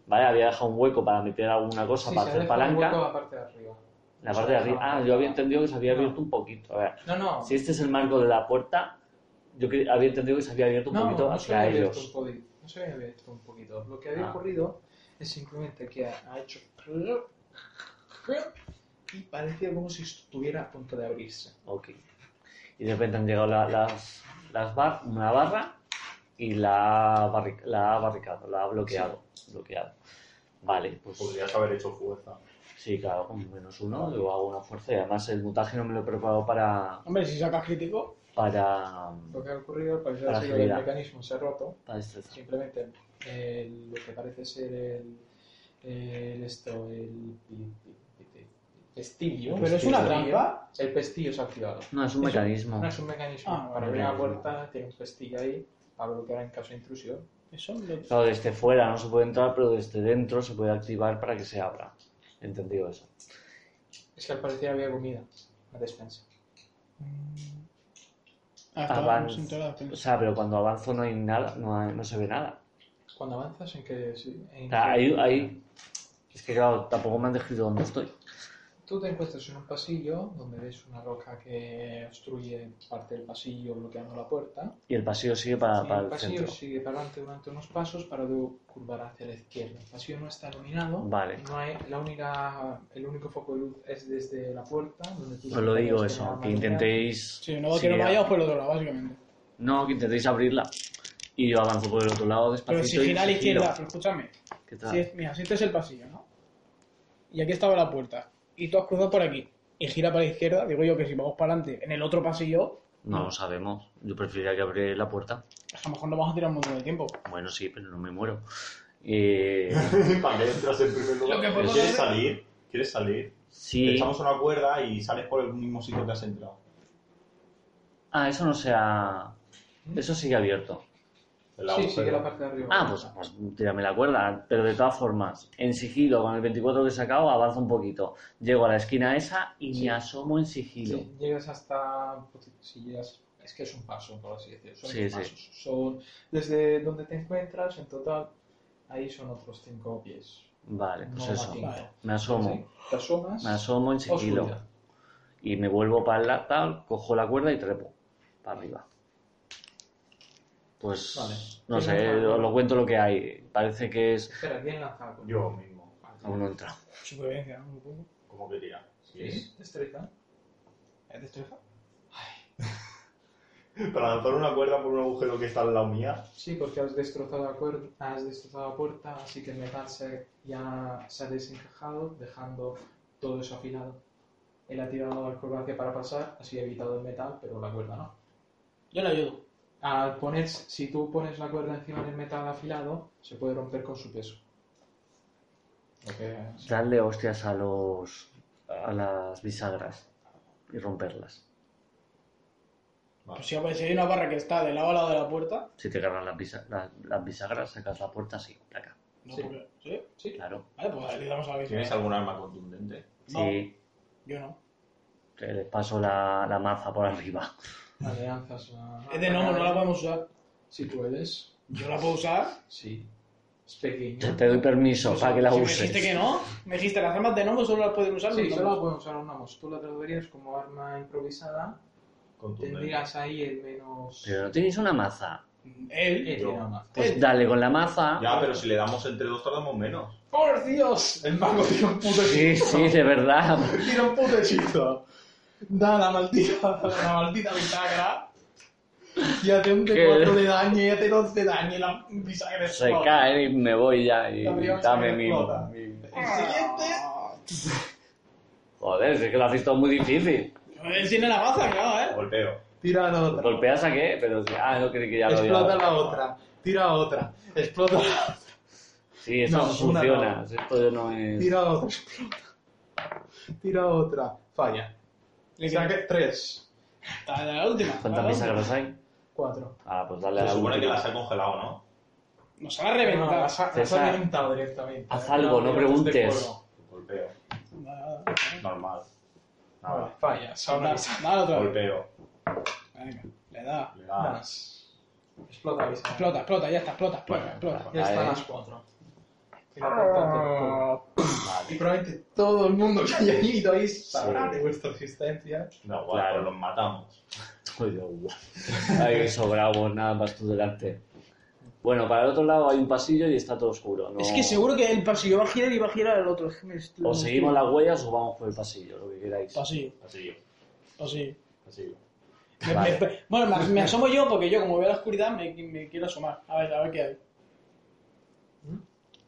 Speaker 2: ¿vale? Había dejado un hueco para meter alguna cosa
Speaker 1: Sí,
Speaker 2: para
Speaker 1: se
Speaker 2: hacer
Speaker 1: deja un hueco
Speaker 2: palanca.
Speaker 1: la parte de arriba.
Speaker 2: La parte de arriba. Ah, yo había entendido que se había
Speaker 1: No.
Speaker 2: abierto un poquito. A ver,
Speaker 1: No, no.
Speaker 2: si este es el marco de la puerta, yo cre- había entendido que se había abierto un
Speaker 1: no,
Speaker 2: poquito
Speaker 1: no se
Speaker 2: hacia
Speaker 1: había abierto
Speaker 2: ellos.
Speaker 1: un poquito. No se había abierto un poquito. Lo que había
Speaker 2: Ah.
Speaker 1: ocurrido es simplemente que ha ha hecho. Y parecía como si estuviera a punto de abrirse.
Speaker 2: Ok. Y de repente han llegado la- las, las bar- una barra y la ha barri- la ha barricado, la ha bloqueado. bloqueado. Vale, pues
Speaker 4: Podrías haber hecho fuerza.
Speaker 2: sí, claro, con menos uno, yo hago una fuerza y además el mutágeno me lo he preparado para,
Speaker 3: Hombre, si sacas crítico,
Speaker 2: para,
Speaker 1: Lo que ha ocurrido al parecer
Speaker 2: Para
Speaker 1: ha sido que el
Speaker 2: agilidad.
Speaker 1: mecanismo se ha roto.
Speaker 2: para destreza.
Speaker 1: simplemente el- lo que parece ser el, el esto el pi- pi- pi- pi- pestillo
Speaker 3: pero es una
Speaker 1: pestillo.
Speaker 3: trampa.
Speaker 1: el pestillo se ha activado
Speaker 2: No, es un mecanismo.
Speaker 1: no es un mecanismo
Speaker 3: Ah,
Speaker 1: para
Speaker 2: vale,
Speaker 1: abrir la
Speaker 2: vale.
Speaker 1: puerta tiene un pestillo ahí para bloquear en caso de intrusión
Speaker 3: Eso lo-
Speaker 2: Claro, desde fuera no se puede entrar, pero desde dentro se puede activar para que se abra. Entendido eso.
Speaker 1: es que al parecer había comida la despensa
Speaker 3: Ah,
Speaker 2: Avanz-
Speaker 3: estábamos en toda la
Speaker 2: O
Speaker 3: defensa.
Speaker 2: sea, pero cuando avanzo no hay nada, no, hay- no se ve nada.
Speaker 1: cuando avanzas en que sí, en
Speaker 2: O sea,
Speaker 1: que-
Speaker 2: hay, hay- Es que claro, tampoco me han descrito dónde estoy.
Speaker 1: Tú te encuentras en un pasillo donde ves una roca que obstruye parte del pasillo bloqueando la puerta.
Speaker 2: Y el pasillo sigue
Speaker 1: Y
Speaker 2: para, Ah, para
Speaker 1: el
Speaker 2: el
Speaker 1: pasillo
Speaker 2: centro.
Speaker 1: sigue para adelante durante unos pasos para luego curvar hacia la izquierda. El pasillo no está iluminado.
Speaker 2: Vale.
Speaker 1: No hay, la única, el único foco de luz es desde la puerta. Donde tú
Speaker 2: Os lo digo
Speaker 1: puedes
Speaker 2: eso,
Speaker 1: tener
Speaker 2: que
Speaker 1: la
Speaker 2: intentéis...
Speaker 3: Sí, no que no
Speaker 2: sí,
Speaker 3: vayamos por el otro lado, básicamente.
Speaker 2: No, que intentéis abrirla. Y yo avanzo por el otro lado despacito.
Speaker 3: Pero si
Speaker 2: y
Speaker 3: gira a la
Speaker 2: sigilo.
Speaker 3: izquierda, pero escúchame.
Speaker 2: ¿Qué tal?
Speaker 3: Si es- mira, si este es el pasillo, ¿no? Y aquí estaba la puerta. Y tú has cruzado por aquí. Y gira para la izquierda. Digo yo que si vamos para adelante en el otro pasillo,
Speaker 2: No lo sabemos. Yo preferiría que abriera la puerta.
Speaker 3: a lo mejor nos vamos a tirar un montón de tiempo.
Speaker 2: Bueno, sí, pero no me muero. Eh,
Speaker 4: Para que entras en primer lugar.
Speaker 3: Lo que podemos
Speaker 4: ¿Quieres
Speaker 3: hacer-
Speaker 4: salir? ¿Quieres salir? Te
Speaker 2: sí.
Speaker 4: echamos una cuerda y sales por el mismo sitio que has entrado.
Speaker 2: Ah, eso no sea. Eso sigue abierto.
Speaker 4: El
Speaker 1: Sí,
Speaker 4: agujero.
Speaker 1: sigue la parte de arriba.
Speaker 2: Ah, pues, pues tírame la cuerda. Pero de todas formas, en sigilo, con el 24 que he sacado, avanzo un poquito. Llego a la esquina esa y
Speaker 1: Sí.
Speaker 2: me asomo en sigilo.
Speaker 1: Si llegas hasta. pues, Si llegas, es que es un paso, por así decirlo. Son
Speaker 2: Sí,
Speaker 1: dos
Speaker 2: sí.
Speaker 1: pasos. Son, desde donde te encuentras, en total, ahí son otros cinco pies.
Speaker 2: Vale, pues
Speaker 1: No,
Speaker 2: eso.
Speaker 1: aquí. Vale.
Speaker 2: Me asomo.
Speaker 1: ¿Sí? Te asomas.
Speaker 2: Me asomo en sigilo.
Speaker 1: oscuridad.
Speaker 2: Y me vuelvo para el latal, cojo la cuerda y trepo. Para arriba. Pues.
Speaker 1: Vale.
Speaker 2: No sé, os lo cuento lo que hay. Parece que es.
Speaker 1: Espera, ¿quién lanza?
Speaker 4: Yo mismo.
Speaker 2: Aún no he entrado.
Speaker 3: Supervivencia, ¿no? Un poco.
Speaker 4: ¿Cómo que tira? Sí.
Speaker 1: ¿Sí? Destreza.
Speaker 3: ¿Es destreza?
Speaker 4: Para lanzar una cuerda por un agujero que está al lado mía.
Speaker 1: Sí, porque has destrozado la, cuer- has destrozado la puerta, así que el metal se, ya se ha desencajado, dejando todo eso afilado. Él ha tirado la acrobacia para pasar, así ha evitado el metal, pero la cuerda no.
Speaker 3: Yo le ayudo.
Speaker 1: Al poner, si tú pones la cuerda encima del metal afilado, se puede romper con su peso. Lo que es-
Speaker 2: Darle hostias a los a las bisagras y romperlas.
Speaker 4: Vale.
Speaker 3: Pues si si hay una barra que está de lado a lado de la puerta.
Speaker 2: Si te cargan las, bisa- la- las bisagras, sacas la puerta así, placa.
Speaker 3: No,
Speaker 1: Sí.
Speaker 3: porque- ¿Sí?
Speaker 1: Sí,
Speaker 2: Claro.
Speaker 3: Vale, pues le damos a la vez.
Speaker 4: ¿Tienes algún arma contundente?
Speaker 3: No.
Speaker 2: Sí,
Speaker 3: Yo no.
Speaker 2: te les paso la, la maza por arriba.
Speaker 1: vale, lanzas la-
Speaker 3: Es de gnomo, no la podemos usar.
Speaker 1: ah, Si puedes,
Speaker 3: Yo la puedo usar.
Speaker 1: sí. Es pequeño.
Speaker 2: Te, te doy permiso
Speaker 3: Pues,
Speaker 2: para que la
Speaker 3: si
Speaker 2: uses.
Speaker 3: Me dijiste que no. Me dijiste las armas de gnomo solo las pueden usar.
Speaker 1: Sí,
Speaker 3: los
Speaker 1: solo
Speaker 3: gnomos.
Speaker 1: puedes usar una mos. Tú la tratarías como arma improvisada.
Speaker 4: Contundente.
Speaker 1: Tendrías ahí el menos.
Speaker 2: Pero no tenéis una maza.
Speaker 3: Él.
Speaker 1: Eh, tiene una maza.
Speaker 2: Pues dale con la maza.
Speaker 4: Ya, pero si le damos entre dos tardamos menos.
Speaker 1: ¡Por Dios!
Speaker 4: El mago tiene un puto
Speaker 2: Sí, sí, de verdad.
Speaker 4: Tiene un puto hechizo.
Speaker 3: Da la maldita, la maldita bisagra. Y hace un
Speaker 2: ¿Qué?
Speaker 3: T4 de daño y hace 12 de daño y la bisagra
Speaker 2: Se
Speaker 3: explota.
Speaker 2: cae y me voy ya. Y
Speaker 3: La bisagra
Speaker 2: dame mi.
Speaker 3: explota.
Speaker 2: mi-
Speaker 3: El siguiente.
Speaker 2: Joder, si es que lo hacéis todo muy difícil.
Speaker 3: Él tiene la baza, claro, ¿eh?
Speaker 4: Golpeo.
Speaker 1: Tira la otra.
Speaker 2: ¿Golpeas a qué? Pero si- Ah, no creí que ya lo había.
Speaker 1: Explota la otra. Tira otra. Explota la
Speaker 2: Sí, eso
Speaker 1: No,
Speaker 2: no,
Speaker 1: una
Speaker 2: funciona.
Speaker 1: no.
Speaker 2: Esto no es.
Speaker 1: Tira otra. Explota. Tira otra. Falla.
Speaker 3: Le
Speaker 1: Saque tres.
Speaker 3: Está la última.
Speaker 2: ¿Cuántas
Speaker 3: la última.
Speaker 2: bisagras hay?
Speaker 1: Cuatro.
Speaker 2: Ah, pues dale a
Speaker 4: Se
Speaker 2: la
Speaker 4: supone que
Speaker 2: última.
Speaker 4: las ha congelado, ¿no?
Speaker 3: Nos van a
Speaker 1: No,
Speaker 3: reventar.
Speaker 1: las ha- las
Speaker 2: César,
Speaker 1: ha reventado directamente.
Speaker 2: haz algo, no preguntes.
Speaker 1: de fuego.
Speaker 4: Golpeo.
Speaker 3: Nada,
Speaker 4: Normal.
Speaker 1: Vale,
Speaker 2: Ah,
Speaker 4: Nada.
Speaker 1: fallas. Ahora
Speaker 3: nada,
Speaker 1: es-
Speaker 3: nada otra vez.
Speaker 4: Golpeo.
Speaker 3: Venga, le da.
Speaker 2: Ah.
Speaker 4: Le da.
Speaker 1: das. Explota la bisagra.
Speaker 3: Explota, explota, ya está, explota, explota, explota.
Speaker 1: Ya están
Speaker 2: Ahí.
Speaker 1: las cuatro. Tira otra. Y
Speaker 4: Vale.
Speaker 1: probablemente todo el mundo que haya ido ahí sabrá de vuestra existencia.
Speaker 4: Da igual,
Speaker 2: Claro.
Speaker 4: pues los matamos.
Speaker 2: Ay, Dios, guau. Ay, sobramos, nada más tú delante. Bueno, para el otro lado hay un pasillo y está todo oscuro. no-
Speaker 3: Es que seguro que el pasillo va a girar y va a girar el otro. Es que me estoy-
Speaker 2: O seguimos las huellas o vamos por el pasillo, lo que queráis.
Speaker 3: Pasillo,
Speaker 4: Así yo.
Speaker 3: pasillo.
Speaker 4: Así yo.
Speaker 3: Me-
Speaker 2: Vale.
Speaker 3: me- bueno, me, me asomo yo porque yo, como veo la oscuridad, me, me quiero asomar. A ver, a ver qué hay.
Speaker 2: ¿Mm?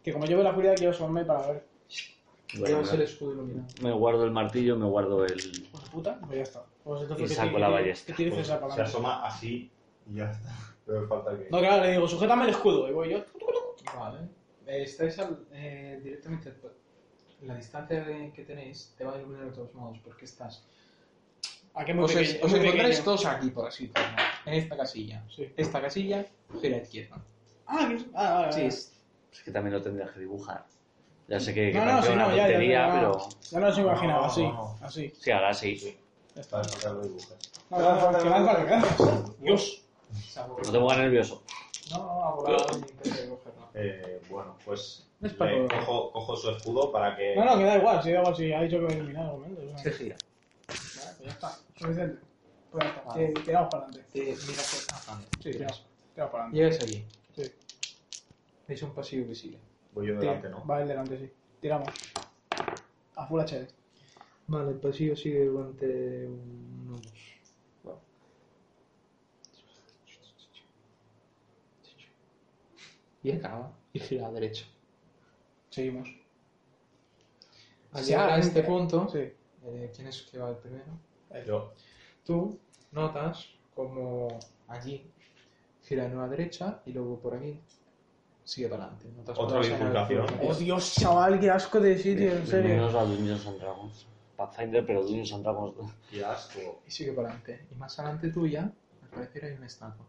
Speaker 3: Que como yo veo la oscuridad, quiero asomarme para ver.
Speaker 2: Bueno,
Speaker 1: Llevas el escudo iluminado.
Speaker 2: me, me guardo el martillo, me guardo el.
Speaker 3: Pues puta, pues ya está. Pues entonces,
Speaker 2: Y
Speaker 3: ¿qué
Speaker 2: saco
Speaker 3: tiene-
Speaker 2: la
Speaker 3: qué-
Speaker 2: ballesta.
Speaker 3: ¿Qué tienes
Speaker 4: Pues,
Speaker 3: esa para
Speaker 4: se asoma así y ya está. No me falta que.
Speaker 3: No, claro, le digo, sujétame el escudo. Y voy yo.
Speaker 1: Vale. Eh, Estáis al- eh, directamente. La distancia de- que tenéis te va a iluminar de todos modos, porque estás.
Speaker 3: ¿A qué me
Speaker 1: Os,
Speaker 3: pequeño,
Speaker 1: es- os
Speaker 3: muy
Speaker 1: encontráis
Speaker 3: pequeño.
Speaker 1: todos aquí, por así decirlo. En esta casilla.
Speaker 3: Sí.
Speaker 1: Esta casilla, gira izquierda.
Speaker 3: Ah, que es- ah, vale,
Speaker 1: Sí,
Speaker 3: vale.
Speaker 1: es-
Speaker 2: Es que también lo tendrías que dibujar. Ya sé que, que
Speaker 3: No, no,
Speaker 2: parece
Speaker 3: sí,
Speaker 2: una
Speaker 3: no, ya, ya,
Speaker 2: tontería,
Speaker 3: ya, ya.
Speaker 2: pero.
Speaker 3: Ya no los imaginaba,
Speaker 4: No,
Speaker 3: así,
Speaker 4: no.
Speaker 3: así.
Speaker 2: Sí, ahora sí.
Speaker 3: Ya está.
Speaker 4: Para sacar los dibujos.
Speaker 3: No, no, no, que van para la cabeza. Dios.
Speaker 1: se ha
Speaker 2: No
Speaker 1: borrado.
Speaker 2: te pongas nervioso.
Speaker 3: Oh.
Speaker 1: No, no, ha volado y intenta cogerlo.
Speaker 4: Eh, bueno, pues
Speaker 3: No es para
Speaker 4: le
Speaker 3: todo.
Speaker 4: cojo, cojo su escudo para que...
Speaker 3: No, no, que da igual, si da igual si ha dicho que va a eliminar argumentos. ¿no?
Speaker 2: Se gira.
Speaker 3: Vale, pues ya está, suficiente. Pues ya está, que- tiramos para adelante.
Speaker 1: Te mira que. Ah, vale.
Speaker 3: Sí, tiramos, tiramos para adelante.
Speaker 1: Llegas allí.
Speaker 3: Sí.
Speaker 1: Es un pasillo invisible.
Speaker 4: Voy yo delante, ¿no?
Speaker 3: Va el delante, sí. Tiramos. A full HD.
Speaker 1: Vale, el pasillo sigue durante unos. Bueno. Y acaba. Y gira a la derecha.
Speaker 3: Seguimos.
Speaker 1: Al
Speaker 3: Sí,
Speaker 1: llegar a
Speaker 3: ahora
Speaker 1: este
Speaker 3: sí.
Speaker 1: punto,
Speaker 3: Sí.
Speaker 1: eh, ¿quién es que va el primero?
Speaker 4: Yo,
Speaker 1: Tú notas como allí gira a nueva derecha y luego por aquí sigue para adelante. Notas
Speaker 4: Otra
Speaker 1: como esa
Speaker 4: bifurcación.
Speaker 1: nueva
Speaker 3: Oh, Dios, chaval, qué asco de sitio, en serio.
Speaker 2: Bienvenidos a Dungeons and Dragons. Pathfinder, pero Dungeons and Dragons.
Speaker 4: qué asco.
Speaker 1: Y sigue para adelante. Y más adelante tuya, al parecer hay una estatua.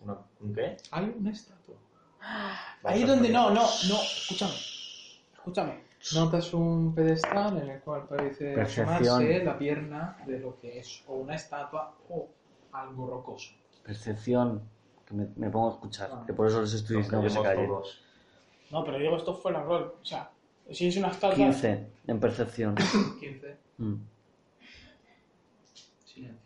Speaker 4: Una- ¿Un qué?
Speaker 1: Hay una estatua.
Speaker 3: Ahí donde no, no, no. Escúchame. Escúchame.
Speaker 1: Notas un pedestal en el cual parece
Speaker 2: Percepción.
Speaker 1: asomarse la pierna de lo que es o una estatua o algo rocoso.
Speaker 2: Percepción. Que me, me pongo a escuchar.
Speaker 1: Ah.
Speaker 2: Que por eso les estoy
Speaker 4: Nos
Speaker 2: diciendo que se
Speaker 4: caemos
Speaker 2: callen.
Speaker 4: todos.
Speaker 3: No, pero digo, esto fue el rol. O sea, si es una estatua.
Speaker 2: 15 en percepción.
Speaker 1: 15.
Speaker 2: Mm.
Speaker 1: Silencio.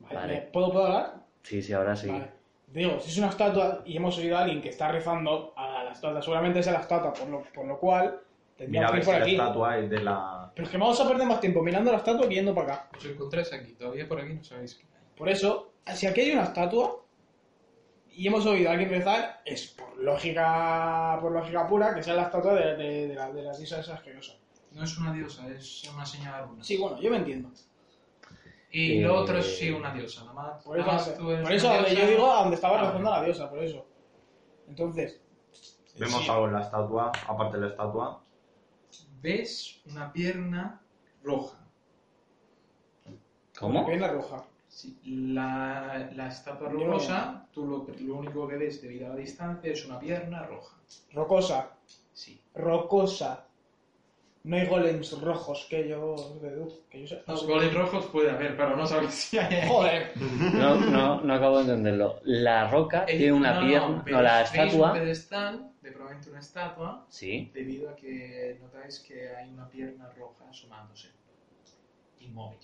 Speaker 3: Vale,
Speaker 2: Vale.
Speaker 3: ¿me- ¿Puedo, ¿Puedo hablar?
Speaker 2: Sí, sí, ahora sí.
Speaker 3: Vale. Digo, si es una estatua y hemos oído a alguien que está rezando a la estatua, seguramente sea la estatua, por lo, por lo cual
Speaker 4: Mira
Speaker 3: tendríamos
Speaker 4: a
Speaker 3: que
Speaker 4: ver
Speaker 3: ir
Speaker 4: si
Speaker 3: por
Speaker 4: la
Speaker 3: aquí.
Speaker 4: estatua es de la...
Speaker 3: Pero es que vamos a perder más tiempo mirando la estatua que yendo para acá.
Speaker 1: Os encontráis aquí, todavía por aquí no sabéis qué hay.
Speaker 3: Por eso, si aquí hay una estatua y hemos oído a alguien rezar, es por lógica, por lógica pura que sea la estatua de, de- de la- de las diosas asquerosas.
Speaker 1: No es una diosa, es una señora de luna.
Speaker 3: Sí, bueno, yo me entiendo.
Speaker 1: Y
Speaker 2: Eh,
Speaker 1: lo otro es sí una diosa, nada más.
Speaker 3: Por eso,
Speaker 1: nada más Ah, tú eres
Speaker 3: por eso
Speaker 1: una
Speaker 3: donde
Speaker 1: diosa.
Speaker 3: yo digo a donde estaba
Speaker 1: Ah,
Speaker 3: rezando la diosa, por eso. Entonces,
Speaker 4: Vemos
Speaker 3: sí.
Speaker 4: algo en la estatua, aparte de la estatua.
Speaker 1: Ves una pierna roja.
Speaker 3: una
Speaker 2: ¿Cómo?
Speaker 3: pierna roja.
Speaker 1: Sí, La, la estatua
Speaker 3: Yo-
Speaker 1: rocosa, tú lo, lo único que ves debido a la distancia es una pierna roja.
Speaker 3: Rocosa,
Speaker 1: Sí.
Speaker 3: rocosa. No hay golems rojos que yo deduzco, que yo sé.
Speaker 1: Los goles rojos puede haber, pero no sabes si hay.
Speaker 3: Joder,
Speaker 2: No, no, no acabo de entenderlo. La roca
Speaker 1: Eh,
Speaker 2: tiene una
Speaker 1: no, no,
Speaker 2: pierna.
Speaker 1: pero
Speaker 2: No, la
Speaker 1: veis Un
Speaker 2: estatua.
Speaker 1: pedestal, de probablemente una estatua,
Speaker 2: Sí.
Speaker 1: debido a que notáis que hay una pierna roja asomándose. Inmóvil.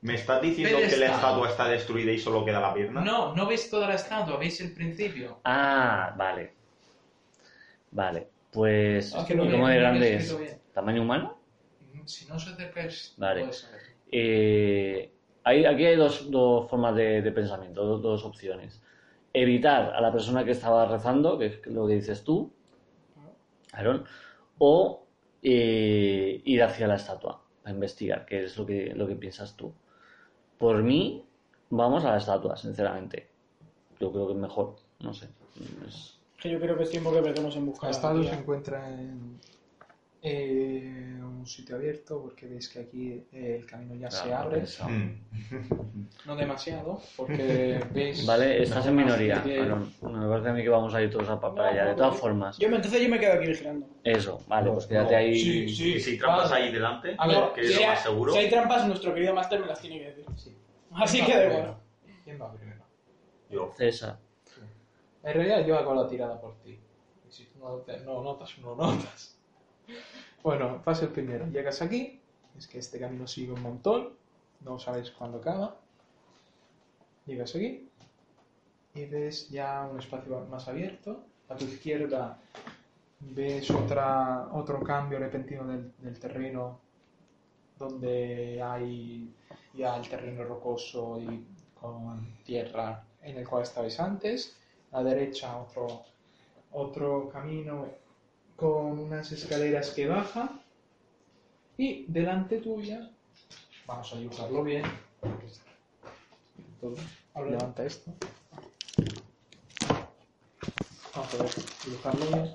Speaker 4: ¿Me estás diciendo
Speaker 1: Pedestal.
Speaker 4: que la estatua está destruida y solo queda la pierna?
Speaker 1: No, no veis toda la estatua, veis el principio.
Speaker 2: Ah, vale. Vale. Pues.
Speaker 1: Ah, Es que no
Speaker 2: ¿Y
Speaker 1: me-
Speaker 2: cómo
Speaker 1: no
Speaker 2: de
Speaker 1: me he
Speaker 2: grande es?
Speaker 1: escrito bien.
Speaker 2: ¿Tamaño humano?
Speaker 1: Si no os acercáis,
Speaker 2: Vale.
Speaker 1: podéis saberlo.
Speaker 2: Eh, hay- aquí hay dos, dos formas de, de pensamiento, do- dos, opciones. Evitar a la persona que estaba rezando, que es lo que dices tú, Aaron, o eh, ir hacia la estatua a investigar, que es lo que, lo que piensas tú. Por mí, vamos a la estatua, sinceramente. Yo creo que es mejor, no sé. Es-
Speaker 3: que yo creo que es tiempo que perdemos en buscar.
Speaker 1: La
Speaker 3: a la
Speaker 1: estatua
Speaker 3: tía.
Speaker 1: se encuentra en eh, un sitio abierto porque veis que aquí eh, el camino ya se
Speaker 2: claro,
Speaker 1: abre,
Speaker 2: pensado.
Speaker 4: Mm.
Speaker 1: no demasiado, porque veis...
Speaker 2: Vale, estás en minoría,
Speaker 1: que-
Speaker 2: Aaron. Me parece a mí que vamos a ir todos a papá allá. De todas formas,
Speaker 3: Yo me- entonces yo me quedo aquí vigilando.
Speaker 2: eso, vale, pues
Speaker 4: No,
Speaker 2: quédate
Speaker 4: no.
Speaker 2: ahí.
Speaker 4: ¿Y si trampas
Speaker 1: Vale.
Speaker 4: ahí delante?
Speaker 1: A ver,
Speaker 3: No,
Speaker 4: que es
Speaker 3: si
Speaker 4: lo
Speaker 3: hay-
Speaker 4: más seguro.
Speaker 3: Si hay trampas, nuestro querido Master me las tiene que decir.
Speaker 1: Sí.
Speaker 3: Así
Speaker 1: ¿Quién
Speaker 3: que
Speaker 1: va
Speaker 3: de
Speaker 1: primero?
Speaker 3: bueno.
Speaker 1: ¿Quién va primero?
Speaker 4: Yo.
Speaker 2: César.
Speaker 1: En realidad yo hago la tirada por ti. Y si tú no, te- no notas, no notas. Bueno, pasa el primero. Llegas aquí, es que este camino sigue un montón, no sabéis cuándo acaba. Llegas aquí y ves ya un espacio más abierto. A tu izquierda ves otra, otro cambio repentino del, del terreno donde hay ya el terreno rocoso y con tierra en el cual estabais antes. A la derecha otro, otro camino con unas escaleras que baja. Y delante tuya, vamos a dibujarlo bien. porque es- todo- ahora levanta esto. Vamos a ver, dibujarlo bien.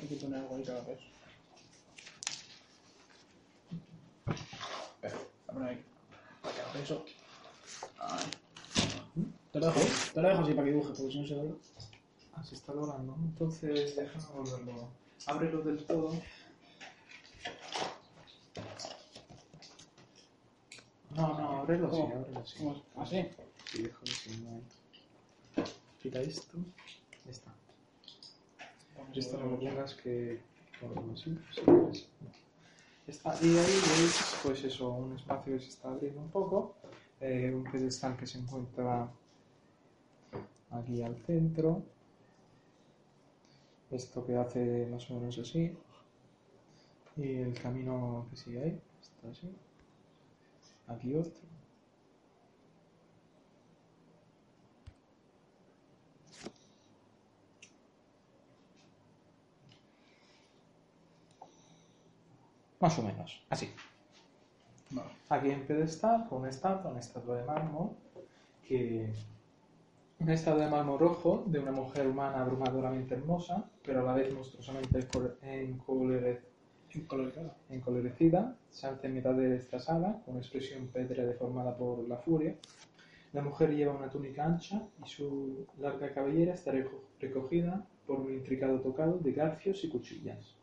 Speaker 3: Hay que poner algo ahí que lo hagas. Espera, voy a poner ahí. Para que haga eso. Ahí. Te lo dejo, ¿eh? te lo dejo así para que dibuje, porque si no se dobla.
Speaker 1: Ah, se está logrando. Entonces, déjame volverlo. Ábrelo del todo. No, no, ábrelo sí,
Speaker 3: ¿Cómo?
Speaker 1: ábrelo sí.
Speaker 3: ¿Cómo? ¿Así?
Speaker 1: Sí, déjalo sí, no hay. Quita esto. Ya está. Esto no lo pongas que... Bueno, así, si quieres. Está, y ahí veis, pues eso, un espacio que se está abriendo un poco. eh, un pedestal que se encuentra aquí al centro. Esto que hace más o menos así. Y el camino que sigue ahí. Está así. Aquí otro. Más o menos, así. Aquí en pedestal, con una estatua, una estatua de mármol, que una estatua de mármol rojo de una mujer humana abrumadoramente hermosa, pero a la vez monstruosamente encol- encolere- encolerecida, salta en mitad de esta sala, con expresión pétrea deformada por la furia. La mujer lleva una túnica ancha y su larga cabellera está reco- recogida por un intricado tocado de garfios y cuchillas.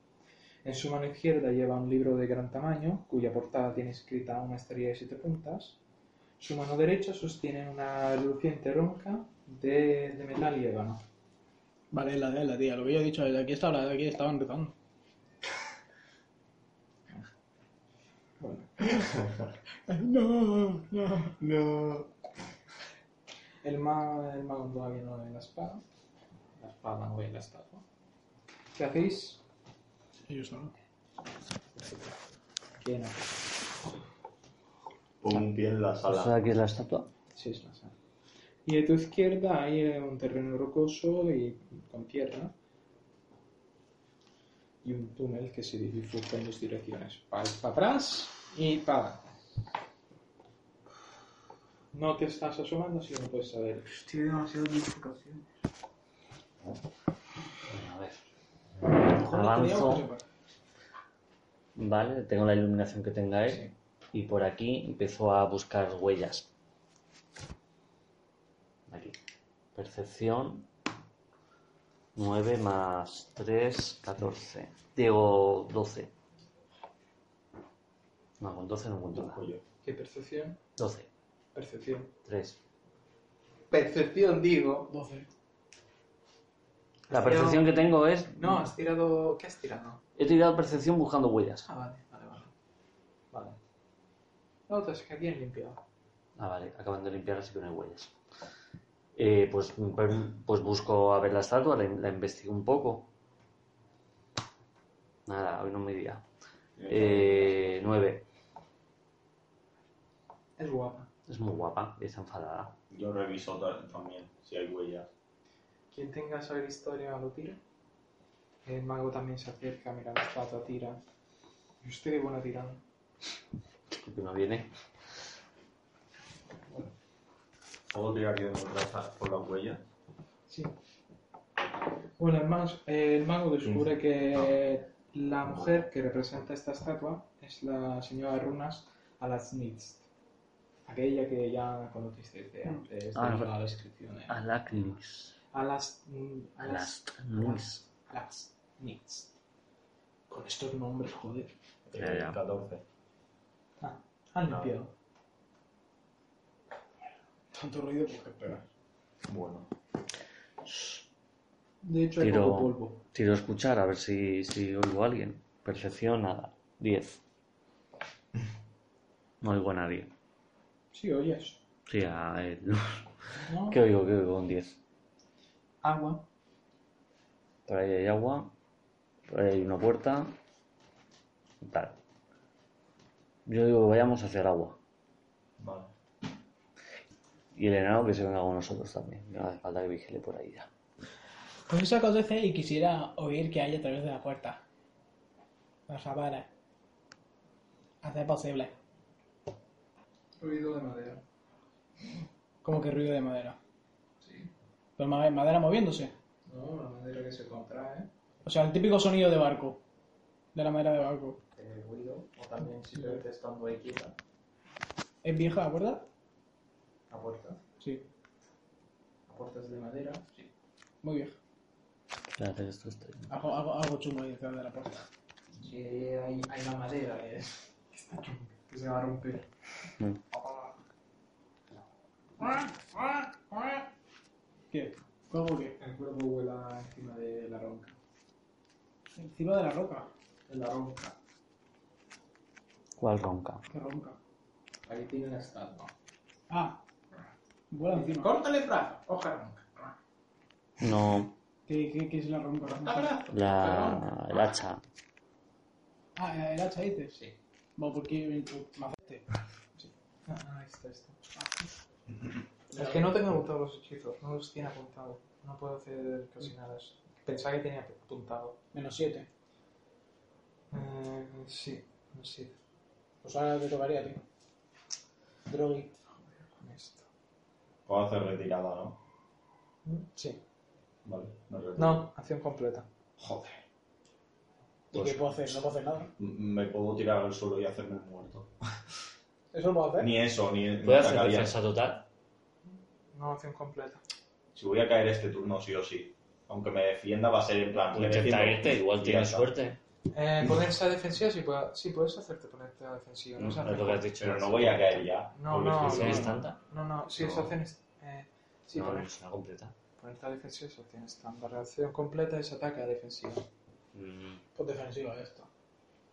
Speaker 1: En su mano izquierda lleva un libro de gran tamaño, cuya portada tiene escrita una estrella de siete puntas. Su mano derecha sostiene una reluciente ronca de, de metal y ébano.
Speaker 3: Vale, es la de la tía, lo que yo he dicho, de aquí estaba la de aquí, estaban rezando.
Speaker 1: Bueno,
Speaker 3: No, no.
Speaker 4: No.
Speaker 1: el, ma, el mago todavía no ve la espada.
Speaker 5: La espada no ve la estatua.
Speaker 1: ¿Qué hacéis?
Speaker 3: Ellos solo.
Speaker 1: ¿Quién no?
Speaker 4: Pon un pie en la
Speaker 2: O
Speaker 4: sala.
Speaker 2: sea, aquí es la estatua.
Speaker 1: Sí, es la sala. Y a tu izquierda hay eh, un terreno rocoso y con tierra. Y un túnel que se bifurca en dos direcciones. Para atrás y para adelante. No te estás asomando, así que no puedes saber.
Speaker 3: Estoy demasiado notificación.
Speaker 2: A ver. Avanzo. Vale, tengo la iluminación que tenga él. Y por aquí empezó a buscar huellas. Aquí. Percepción. 9 más 3, 14. Digo 12. No, con 12 no encuentro nada.
Speaker 4: Oye,
Speaker 1: ¿Qué percepción?
Speaker 2: 12.
Speaker 1: Percepción.
Speaker 2: 3.
Speaker 1: Percepción, digo.
Speaker 3: 12.
Speaker 2: La percepción que tengo es...
Speaker 1: No, has tirado. ¿Qué has tirado?
Speaker 2: He tirado percepción buscando huellas.
Speaker 1: Ah, vale, vale, vale. Vale. Notas que aquí han limpiado.
Speaker 2: Ah, vale. Acaban de limpiar, así que no hay huellas. Eh, pues, per- pues busco a ver la estatua, la, in- la investigo un poco. Nada, hoy no me día. Eh, 9.
Speaker 1: Es guapa.
Speaker 2: Es muy guapa y está enfadada.
Speaker 4: Yo reviso ta- también si hay huellas.
Speaker 1: Quien tenga saber historia lo tira. El mago también se acerca, mira la estatua, tira. Y usted qué buena tirada.
Speaker 2: Porque no viene.
Speaker 4: ¿Puedo tirar yo de otra por las huellas?
Speaker 1: Sí. Bueno, el mago, el mago descubre que la mujer que representa esta estatua es la señora de runas Alaznitz. Aquella que ya conocisteis de antes, de
Speaker 2: Ah, no. ah.
Speaker 1: la descripción. ¿eh?
Speaker 2: Alacnis.
Speaker 1: Alas- mm, Alas-
Speaker 2: Alastnis.
Speaker 1: Alaznitz. Con estos nombres, joder.
Speaker 2: Ya,
Speaker 4: Eh,
Speaker 2: ya.
Speaker 4: 14.
Speaker 1: Ah, han limpiado.
Speaker 3: Tanto ruido, pues que espera.
Speaker 4: Bueno.
Speaker 1: De hecho, hay
Speaker 2: Tiro-
Speaker 1: poco polvo.
Speaker 2: Tiro a escuchar a ver si, si oigo a alguien. Percepción, nada. 10. No oigo a nadie.
Speaker 1: Sí, oyes.
Speaker 2: Sí, a él.
Speaker 1: ¿no?
Speaker 2: ¿Qué oigo? ¿Qué oigo? Un 10.
Speaker 1: Agua.
Speaker 2: Por ahí hay agua. Por ahí hay una puerta. Tal. Yo digo que vayamos hacia el agua.
Speaker 4: Vale.
Speaker 2: Y el enano que se venga con nosotros también. No hace falta que vigile por ahí ya.
Speaker 3: Pues yo saco 12 y quisiera oír que hay a través de la puerta. Por favor. Hacer posible.
Speaker 1: Ruido de madera.
Speaker 3: Como que ruido de madera.
Speaker 1: Sí.
Speaker 3: Pero ma- madera moviéndose.
Speaker 1: No, la madera que se
Speaker 5: ¿eh?
Speaker 1: contrae.
Speaker 3: O sea, el típico sonido de barco. De la madera de barco.
Speaker 1: El ruido. O también simplemente estando ahí quieta.
Speaker 3: ¿Es vieja, de acuerdas?
Speaker 1: La puerta.
Speaker 3: Sí,
Speaker 1: La puerta es de madera. Sí.
Speaker 3: muy vieja.
Speaker 2: Espérate, que esto está-
Speaker 3: Hago, hago, hago chungo ahí detrás de la puerta.
Speaker 5: Sí, hay, hay una madera eh, que se va a romper.
Speaker 3: ¿Qué? ¿Cómo qué?
Speaker 5: El cuervo vuela encima de la ronca.
Speaker 3: Encima de la roca.
Speaker 5: De la ronca.
Speaker 2: ¿Cuál ronca?
Speaker 3: Que ronca.
Speaker 5: Ahí tiene la estatua.
Speaker 3: Ah. Vuela encima.
Speaker 5: Córtale el brazo. Coge la ronca.
Speaker 2: No,
Speaker 3: ¿Qué, qué, qué es la ronca? La
Speaker 5: Corta
Speaker 3: ronca?
Speaker 5: brazo.
Speaker 2: la, el hacha.
Speaker 3: Ah, el hacha dices.
Speaker 5: Sí.
Speaker 3: Bueno, porque me hace
Speaker 5: Ah, ahí está, ahí está. Es que no tengo apuntados los hechizos, no los tiene apuntado. No puedo hacer casi nada. Pensaba que tenía apuntado.
Speaker 3: menos 7.
Speaker 5: Eh, sí, no sé.
Speaker 3: Pues ahora te tocaría a ti. Drogi.
Speaker 5: Con esto.
Speaker 4: Puedo hacer retirada, ¿no?
Speaker 5: Sí.
Speaker 4: Vale, me retiro.
Speaker 5: No, acción completa.
Speaker 4: Joder.
Speaker 3: ¿Y
Speaker 4: Pues
Speaker 3: qué puedo hacer? No puedo hacer nada.
Speaker 4: m- me puedo tirar al suelo y hacerme el muerto.
Speaker 3: ¿Eso lo puedo hacer?
Speaker 4: Ni eso, ni. ni
Speaker 2: ¿Puedes hacer
Speaker 4: atacaría.
Speaker 2: defensa total?
Speaker 5: No, acción completa.
Speaker 4: Si voy a caer este turno, sí o sí. Aunque me defienda, va a ser en plan.
Speaker 2: Puedes
Speaker 4: Ah, me
Speaker 2: intentar
Speaker 4: defiendo.
Speaker 2: irte, igual
Speaker 4: Y
Speaker 2: tienes
Speaker 4: ya está.
Speaker 2: suerte.
Speaker 5: Eh, ponerse a defensiva, sí, puedo- sí, puedes hacerte ponerte a defensiva. No,
Speaker 4: Mm,
Speaker 5: es acción
Speaker 2: es lo que has
Speaker 5: completa.
Speaker 2: dicho.
Speaker 4: Pero no voy a caer ya.
Speaker 5: No,
Speaker 4: porque
Speaker 5: no,
Speaker 4: estoy
Speaker 2: ¿Tienes
Speaker 4: solo.
Speaker 2: tanta?
Speaker 5: no, no, sí, es
Speaker 4: No.
Speaker 5: acción. est- Eh, sí,
Speaker 2: No, no,
Speaker 5: poner-
Speaker 2: es una completa.
Speaker 5: ponerte a defensiva es acción estándar. Acción completa es ataque a defensiva.
Speaker 2: Mm.
Speaker 3: Pues defensiva esto.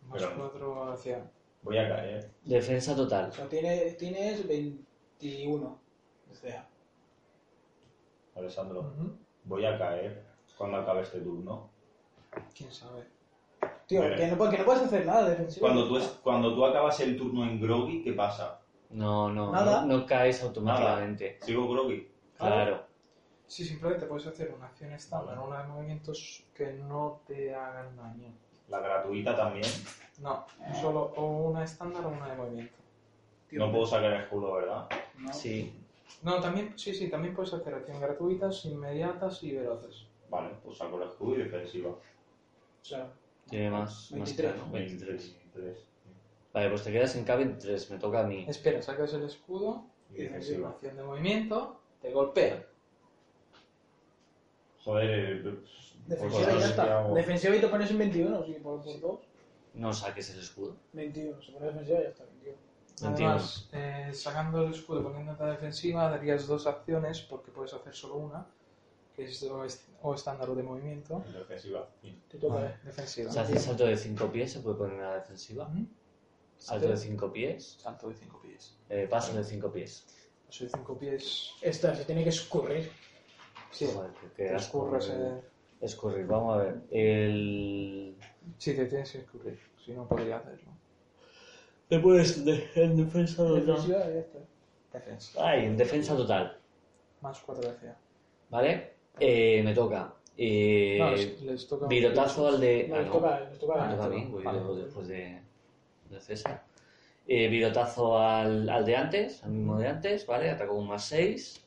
Speaker 5: Más
Speaker 4: Pero-
Speaker 5: cuatro hacia.
Speaker 4: Voy a caer.
Speaker 2: Defensa total.
Speaker 3: O sea, tienes, tienes 21. O sea,
Speaker 4: Alessandro, voy a caer cuando acabe este turno.
Speaker 5: ¿Quién sabe?
Speaker 3: tío,
Speaker 4: Vale.
Speaker 3: que no, puedes- que no puedes hacer nada defensiva.
Speaker 4: Cuando tú, es- cuando tú acabas el turno en Groggy, ¿qué pasa?
Speaker 2: No, no,
Speaker 3: Nada.
Speaker 2: no, no caes automáticamente.
Speaker 4: ¿Sigo Groggy?
Speaker 2: Claro.
Speaker 5: Sí, simplemente puedes hacer una acción estándar, una de movimientos que no te hagan daño.
Speaker 4: La gratuita también.
Speaker 5: No, solo o una estándar o una de movimiento.
Speaker 4: No puedo sacar escudo, ¿verdad?
Speaker 2: Sí.
Speaker 5: No, también, sí, sí, también puedes hacer acción gratuitas, inmediatas y veloces.
Speaker 4: Vale, pues saco el escudo y defensiva.
Speaker 3: O sea,
Speaker 2: Tiene más.
Speaker 3: 23,
Speaker 2: más cara, ¿no? 23.
Speaker 4: 23.
Speaker 2: Vale, pues te quedas en K23. Me toca a mí.
Speaker 5: Espera, sacas el escudo,
Speaker 4: Y
Speaker 5: tienes una
Speaker 4: defensiva.
Speaker 5: acción de movimiento, te golpea.
Speaker 4: Joder, eh,
Speaker 3: defensiva
Speaker 2: no
Speaker 3: y
Speaker 2: sé
Speaker 3: ya
Speaker 4: qué
Speaker 3: está.
Speaker 4: hago.
Speaker 3: Defensiva y te pones un 21, sí, por, por dos.
Speaker 2: No saques el escudo.
Speaker 3: 21, se pone defensiva y ya está, 21.
Speaker 2: No entiendo.
Speaker 5: Además, eh, sacando el escudo y poniéndote a defensiva, darías dos acciones porque puedes hacer solo una, que es o, est- o estándar o de movimiento.
Speaker 4: Defensiva. Sí.
Speaker 3: Te toca,
Speaker 5: Vale,
Speaker 3: eh.
Speaker 5: defensiva.
Speaker 2: Si haces salto de 5 pies, se puede poner a la defensiva.
Speaker 5: Ujú.
Speaker 2: Salto de 5 pies.
Speaker 5: Salto de 5 pies.
Speaker 2: Eh, paso de 5 pies.
Speaker 5: Paso de 5 pies.
Speaker 3: Esta se tiene que escurrir.
Speaker 5: Sí,
Speaker 2: Joder, que- que
Speaker 5: te
Speaker 2: asco,
Speaker 5: escurres.
Speaker 2: eh.
Speaker 5: eh.
Speaker 2: Escurrir. Vamos a ver. El.
Speaker 5: Sí, te tienes que escurrir, si no podría hacerlo.
Speaker 2: Te puedes. En defensa
Speaker 3: Defensiva y ya está.
Speaker 5: Defensa.
Speaker 2: Ay, en defensa total.
Speaker 5: Más 4 de CA.
Speaker 2: ¿Vale? Eh, me toca. Eh,
Speaker 5: No, les, les toca. un-
Speaker 2: Virotazo al de.
Speaker 3: No,
Speaker 2: ah,
Speaker 3: les
Speaker 2: no.
Speaker 3: toca, les toca.
Speaker 2: Me toca a mí, voy yo después de, de César. Eh, virotazo al, al de antes, al mismo de antes, ¿vale? Ataco con más 6.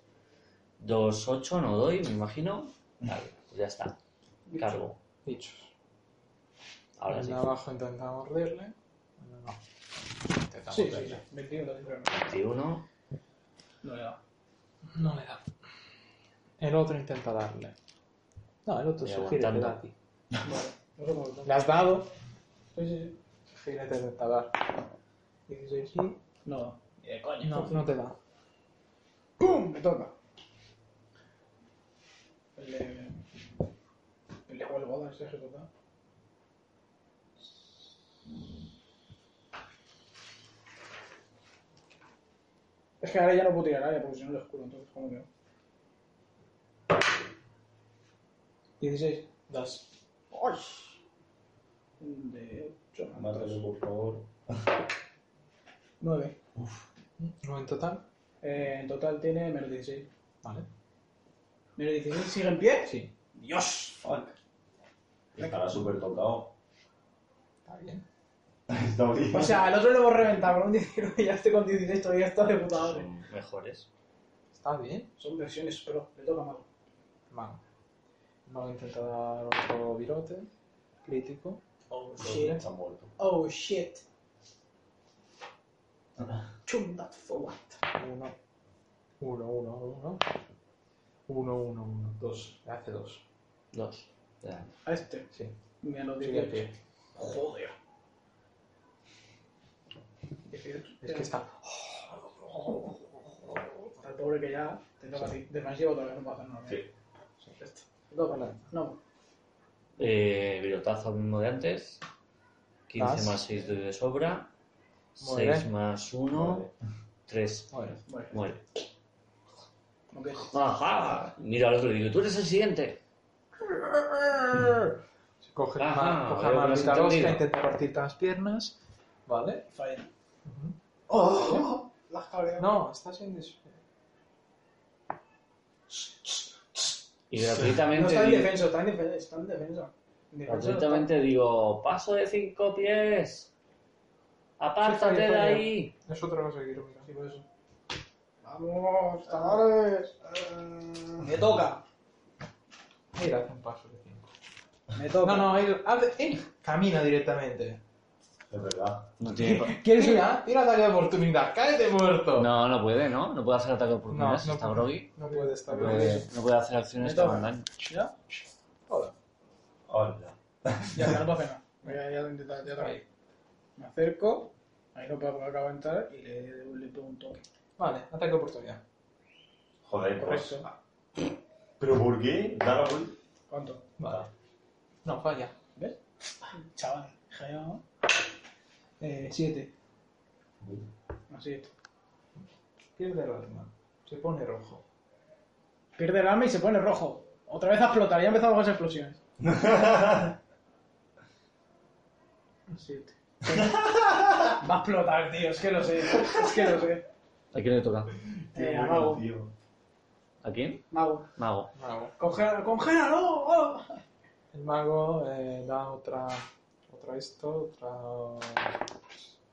Speaker 2: 2, 8, no doy, me imagino. Vale, pues ya está. Cargo.
Speaker 5: Bichos.
Speaker 2: Ahora
Speaker 5: el
Speaker 2: sí.
Speaker 5: de abajo intenta morderle. Bueno, no. Intenta
Speaker 3: Sí, sí,
Speaker 5: morderle.
Speaker 3: sí. 21, 21.
Speaker 2: 21.
Speaker 3: No le da.
Speaker 5: No le da. El otro intenta darle. No, el otro
Speaker 2: Y
Speaker 5: se gira y te da a
Speaker 2: aguantando.
Speaker 5: ti.
Speaker 3: Vale, no sé cómo lo
Speaker 5: ¿Le has dado?
Speaker 3: Sí, sí, sí.
Speaker 5: Gira y te intenta dar. 16.
Speaker 3: No. Ni de coña.
Speaker 5: No, no te da.
Speaker 3: ¡Pum! Me toca. El de. El de Huelgoda, ese ejecuta. Es que ahora ya no puedo tirar área porque si no lo oscuro, entonces como que no. 16. Das. ¡Ay! Un De 8.
Speaker 4: Mátalo, por favor.
Speaker 3: 9.
Speaker 5: No en total.
Speaker 3: Eh, en total tiene menos 16.
Speaker 5: Vale.
Speaker 3: ¿Menos 16 sigue en pie?
Speaker 5: Sí.
Speaker 3: ¡Dios!
Speaker 4: Fuck. Estará súper tocado.
Speaker 5: Está bien.
Speaker 4: Está bien.
Speaker 3: O sea, al otro lo hemos reventado con un 19 y a este con 16 todavía está de puta madre.
Speaker 2: Son mejores.
Speaker 5: Está bien.
Speaker 3: Son versiones pro, le toca mal.
Speaker 5: Mago. Mago intenta dar otro virote. Crítico.
Speaker 3: Oh shit.
Speaker 4: Está muerto.
Speaker 3: Oh shit. Chum that for what?
Speaker 5: 1, 1, 1, 1. 1, 1, 1. 2. Le hace 2.
Speaker 2: Dos.
Speaker 3: A este.
Speaker 5: Sí.
Speaker 3: Me lo
Speaker 5: Sigue
Speaker 3: digo.
Speaker 5: a pie.
Speaker 3: Joder.
Speaker 5: Es que está.
Speaker 3: Al pobre que ya te toca a ti. Defensivo todavía no puedo hacer nada.
Speaker 4: Sí.
Speaker 3: Sí, ya está. Te toca. No.
Speaker 2: Eh, virotazo mismo de antes. 15
Speaker 5: Vas.
Speaker 2: más 6 de sobra.
Speaker 5: Muy
Speaker 2: 6
Speaker 5: bien.
Speaker 2: más 1, 3.
Speaker 5: Bueno,
Speaker 3: Bueno,
Speaker 2: Muere.
Speaker 3: no que
Speaker 2: ¡Ajá! Mira al otro y digo, tú eres el siguiente.
Speaker 5: coge
Speaker 2: Ajá,
Speaker 5: una, coge
Speaker 2: veo que
Speaker 5: una
Speaker 2: lo has
Speaker 5: maldita
Speaker 2: entendido.
Speaker 5: rosca, intenta partirte las piernas. Vale.
Speaker 3: falla.
Speaker 5: Ujú.
Speaker 3: ¡Oh! Las cabreas.
Speaker 5: No, estás en dis-
Speaker 2: Y
Speaker 3: No
Speaker 2: gratuitamente,
Speaker 3: está en
Speaker 2: digo,
Speaker 3: defensa, está en defensa. Está en defensa. En defensa
Speaker 2: gratuitamente digo, paso de 5 pies. Apártate de ahí.
Speaker 5: Es otra cosa que quiero mirar.
Speaker 3: está. Sí, por eso. Vamos, chavales. Eh, Me toca.
Speaker 5: Mira, hace un paso de cinco.
Speaker 3: Me toca.
Speaker 5: No, no, él, eh. haz- él camina directamente.
Speaker 4: Es verdad.
Speaker 2: No tiene.
Speaker 5: ¿Quieres Tira, tira ataque de oportunidad. ¡Cállate muerto!
Speaker 2: No, no puede, ¿no? No puede hacer ataque de
Speaker 5: No,
Speaker 2: oportunidad si
Speaker 5: no
Speaker 2: está
Speaker 5: puede.
Speaker 2: Groggy.
Speaker 5: No puede estar
Speaker 2: No puede,
Speaker 5: bien.
Speaker 2: no puede hacer acciones
Speaker 3: Me toca.
Speaker 2: con daño.
Speaker 3: ¿Ya? Hola.
Speaker 4: Hola.
Speaker 3: Ya, ya no pasa nada. Ya, ya lo he intentado, ya otra vez. Me acerco, ahí no puedo acabo de entrar y le, le pego un toque.
Speaker 5: Vale, ataque de oportunidad.
Speaker 4: Joder, pues.
Speaker 3: Correcto.
Speaker 4: ¿Pero por qué? Dar la vuelta.
Speaker 3: ¿Cuánto?
Speaker 5: Vale. No, falla.
Speaker 3: ¿Ves? Chaval, genial, ¿no? Eh, siete. Así es.
Speaker 5: Pierde la alma. Se pone rojo.
Speaker 3: Pierde el alma y se pone rojo. Otra vez a explotar, ya empezamos con las explosiones. Siete. Va a explotar, tío, es que lo sé. Es que lo sé.
Speaker 2: ¿A quién le toca?
Speaker 3: Eh, a Mago.
Speaker 4: tío.
Speaker 2: ¿A quién?
Speaker 3: Mago.
Speaker 2: Mago.
Speaker 5: Bravo.
Speaker 3: Congela, congela, no. Oh.
Speaker 5: El mago eh, da otra. Otra esto, otra.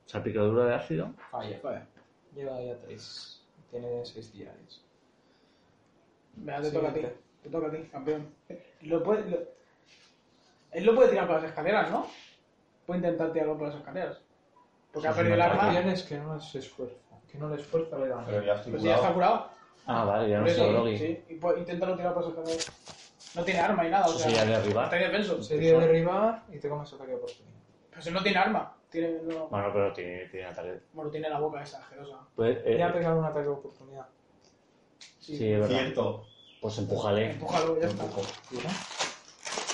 Speaker 2: Salpicadura de ácido.
Speaker 5: Falla.
Speaker 3: Vale.
Speaker 5: Lleva ya tres. Tiene seis diarios.
Speaker 3: Venga, te toca a ti.
Speaker 5: Siguiente.
Speaker 3: Te toca a ti, campeón. Lo puede, lo- Él lo puede tirar por las escaleras, ¿no? Puede intentar tirarlo por las escaleras. Porque ha
Speaker 2: Sí,
Speaker 3: perdido el
Speaker 2: sí,
Speaker 5: La
Speaker 2: Ajá.
Speaker 3: arma.
Speaker 5: cuestión es que no se esfuerza. Que no le esfuerza le da.
Speaker 4: Pero ya estoy
Speaker 3: Pero si pues ya está
Speaker 4: curado.
Speaker 3: curado.
Speaker 2: Ah, vale, ya no
Speaker 3: Por
Speaker 2: está
Speaker 3: eso,
Speaker 2: Groggy.
Speaker 3: sí. Y puede, inténtalo tirar por las escaleras. No tiene arma y nada, o
Speaker 2: Eso sería
Speaker 3: sea. No
Speaker 2: derribar.
Speaker 3: tiene defenso.
Speaker 5: Sería derribar y te comes ataque de oportunidad.
Speaker 3: Pero si no tiene arma. Tiene, no,
Speaker 2: Bueno, pero tiene, tiene ataque.
Speaker 3: bueno, tiene la boca esa, asquerosa.
Speaker 2: Pues, eh,
Speaker 5: Le ha pegado un ataque de oportunidad.
Speaker 2: sí, es verdad.
Speaker 4: Cierto.
Speaker 2: Pues empújale.
Speaker 3: Empújalo, ya está.
Speaker 2: Empujo.
Speaker 5: Tira.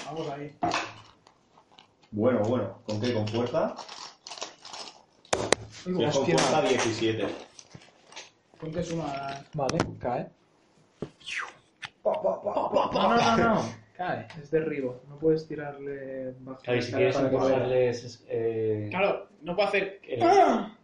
Speaker 3: Vamos ahí.
Speaker 4: Bueno, bueno. ¿Con qué? ¿Con fuerza? Si es con
Speaker 5: Hostia.
Speaker 4: fuerza, 17.
Speaker 3: Ponte suma.
Speaker 5: Vale, cae.
Speaker 4: Mm,
Speaker 2: No, no, no, no.
Speaker 3: Cae, es derribo. No puedes tirarle bajo.
Speaker 2: Javi, si quieres
Speaker 3: Para que pueda.
Speaker 2: empujarles. Eh,
Speaker 3: Claro, no puedo hacer.
Speaker 2: el-
Speaker 3: ¡Ah!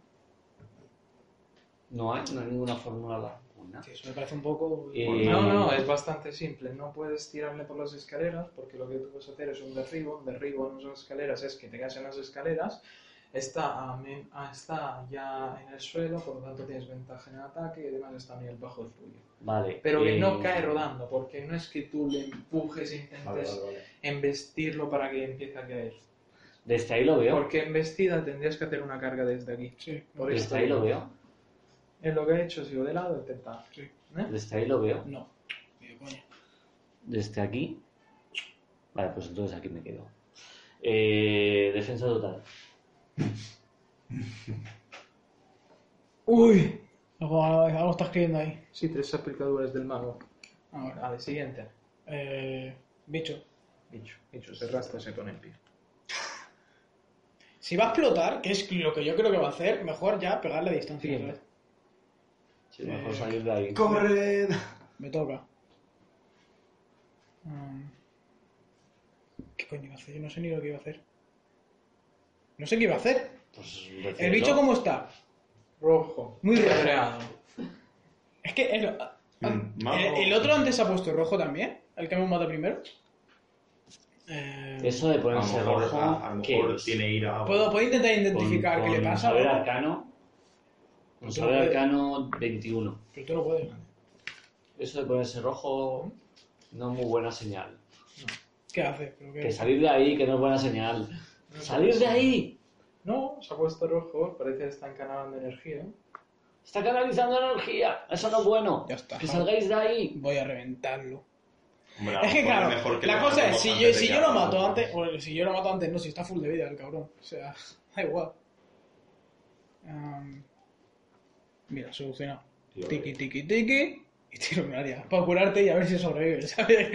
Speaker 2: No hay, no hay ninguna fórmula vacuna.
Speaker 3: Que eso me parece un poco.
Speaker 2: Y-
Speaker 5: No, no, es bastante simple. No puedes tirarle por las escaleras porque lo que tú puedes hacer es un derribo. Un derribo en las escaleras es que te caes en las escaleras. Está, a men- ah, está ya en el suelo, por lo tanto tienes ventaja en el ataque y además está a nivel bajo el tuyo.
Speaker 2: Vale.
Speaker 5: Pero que
Speaker 2: eh,
Speaker 5: no cae rodando, porque no es que tú le empujes e
Speaker 4: Vale,
Speaker 5: intentes
Speaker 4: vale, vale.
Speaker 5: embestirlo para que empiece a caer.
Speaker 2: Desde ahí lo veo.
Speaker 5: Porque embestida tendrías que hacer una carga desde aquí.
Speaker 3: Sí,
Speaker 5: Por
Speaker 2: Pues
Speaker 5: esto.
Speaker 2: Desde ahí lo veo.
Speaker 5: Es lo que he hecho, sigo de lado, intenta.
Speaker 3: Sí.
Speaker 5: ¿Eh?
Speaker 2: Desde ahí lo veo.
Speaker 3: no. Ni de coña.
Speaker 2: Desde aquí. Vale, pues entonces aquí me quedo. Eh, defensa total.
Speaker 3: Uy, algo, algo está escribiendo ahí.
Speaker 5: Sí, tres aplicadores del mago.
Speaker 3: Ahora,
Speaker 5: Vale, siguiente.
Speaker 3: eh, bicho.
Speaker 5: Bicho, bicho, se rastra, se pone en pie.
Speaker 3: Si va a explotar, que es lo que yo creo que va a hacer, mejor ya pegarle a distancia.
Speaker 2: Siguiente.
Speaker 3: ¿sabes?
Speaker 2: Sí, mejor
Speaker 3: Eh,
Speaker 2: salir de ahí.
Speaker 4: ¡Corred!
Speaker 3: Me toca. Mm. ¿Qué coño iba a hacer? Yo no sé ni lo que iba a hacer. No sé qué iba a hacer.
Speaker 2: Pues,
Speaker 3: ¿El
Speaker 2: decirlo.
Speaker 3: bicho cómo está?
Speaker 5: Rojo.
Speaker 3: Muy rojo.
Speaker 5: Cabreado.
Speaker 3: Es que el,
Speaker 4: Mm, mago.
Speaker 3: el- el otro antes se ha puesto rojo también, el que hemos matado primero. Eh,
Speaker 2: Eso de
Speaker 4: A lo
Speaker 2: ponerse
Speaker 4: mejor,
Speaker 2: rojo.
Speaker 4: a- a lo
Speaker 2: ¿qué
Speaker 4: mejor
Speaker 2: es?
Speaker 4: tiene ira.
Speaker 3: ¿Puedo, puedo intentar identificar
Speaker 2: con,
Speaker 3: qué le
Speaker 2: con
Speaker 3: pasa.
Speaker 2: Saber arcano. Con
Speaker 3: Tú
Speaker 2: saber
Speaker 3: puedes.
Speaker 2: arcano 21.
Speaker 3: Pero tú no puedes.
Speaker 2: Eso de ponerse rojo no es muy buena señal.
Speaker 3: ¿Qué haces? Pero qué-
Speaker 2: Que salir de ahí, que no es buena señal. ¡Salir de ahí!
Speaker 5: No, se ha puesto rojo, parece que están canalando energía.
Speaker 2: ¡Está canalizando energía! ¡Eso no es bueno!
Speaker 3: Ya está.
Speaker 2: ¡Que salgáis de ahí!
Speaker 3: Voy a reventarlo.
Speaker 4: Hombre, a lo
Speaker 3: Es que
Speaker 4: mejor
Speaker 3: claro,
Speaker 4: es mejor que
Speaker 3: la
Speaker 4: lo
Speaker 3: cosa es,
Speaker 4: matemos
Speaker 3: si
Speaker 4: antes
Speaker 3: yo,
Speaker 4: de
Speaker 3: si
Speaker 4: que
Speaker 3: yo lo
Speaker 4: haga
Speaker 3: mato
Speaker 4: algo.
Speaker 3: antes, o si yo lo mato antes, no, si está full de vida el cabrón. O sea, da igual. Am, mira, solucionado.
Speaker 4: Tío,
Speaker 3: Tiki, tiki, tiki. Y tiro un área. Para curarte y a ver si sobrevives, ¿sabes?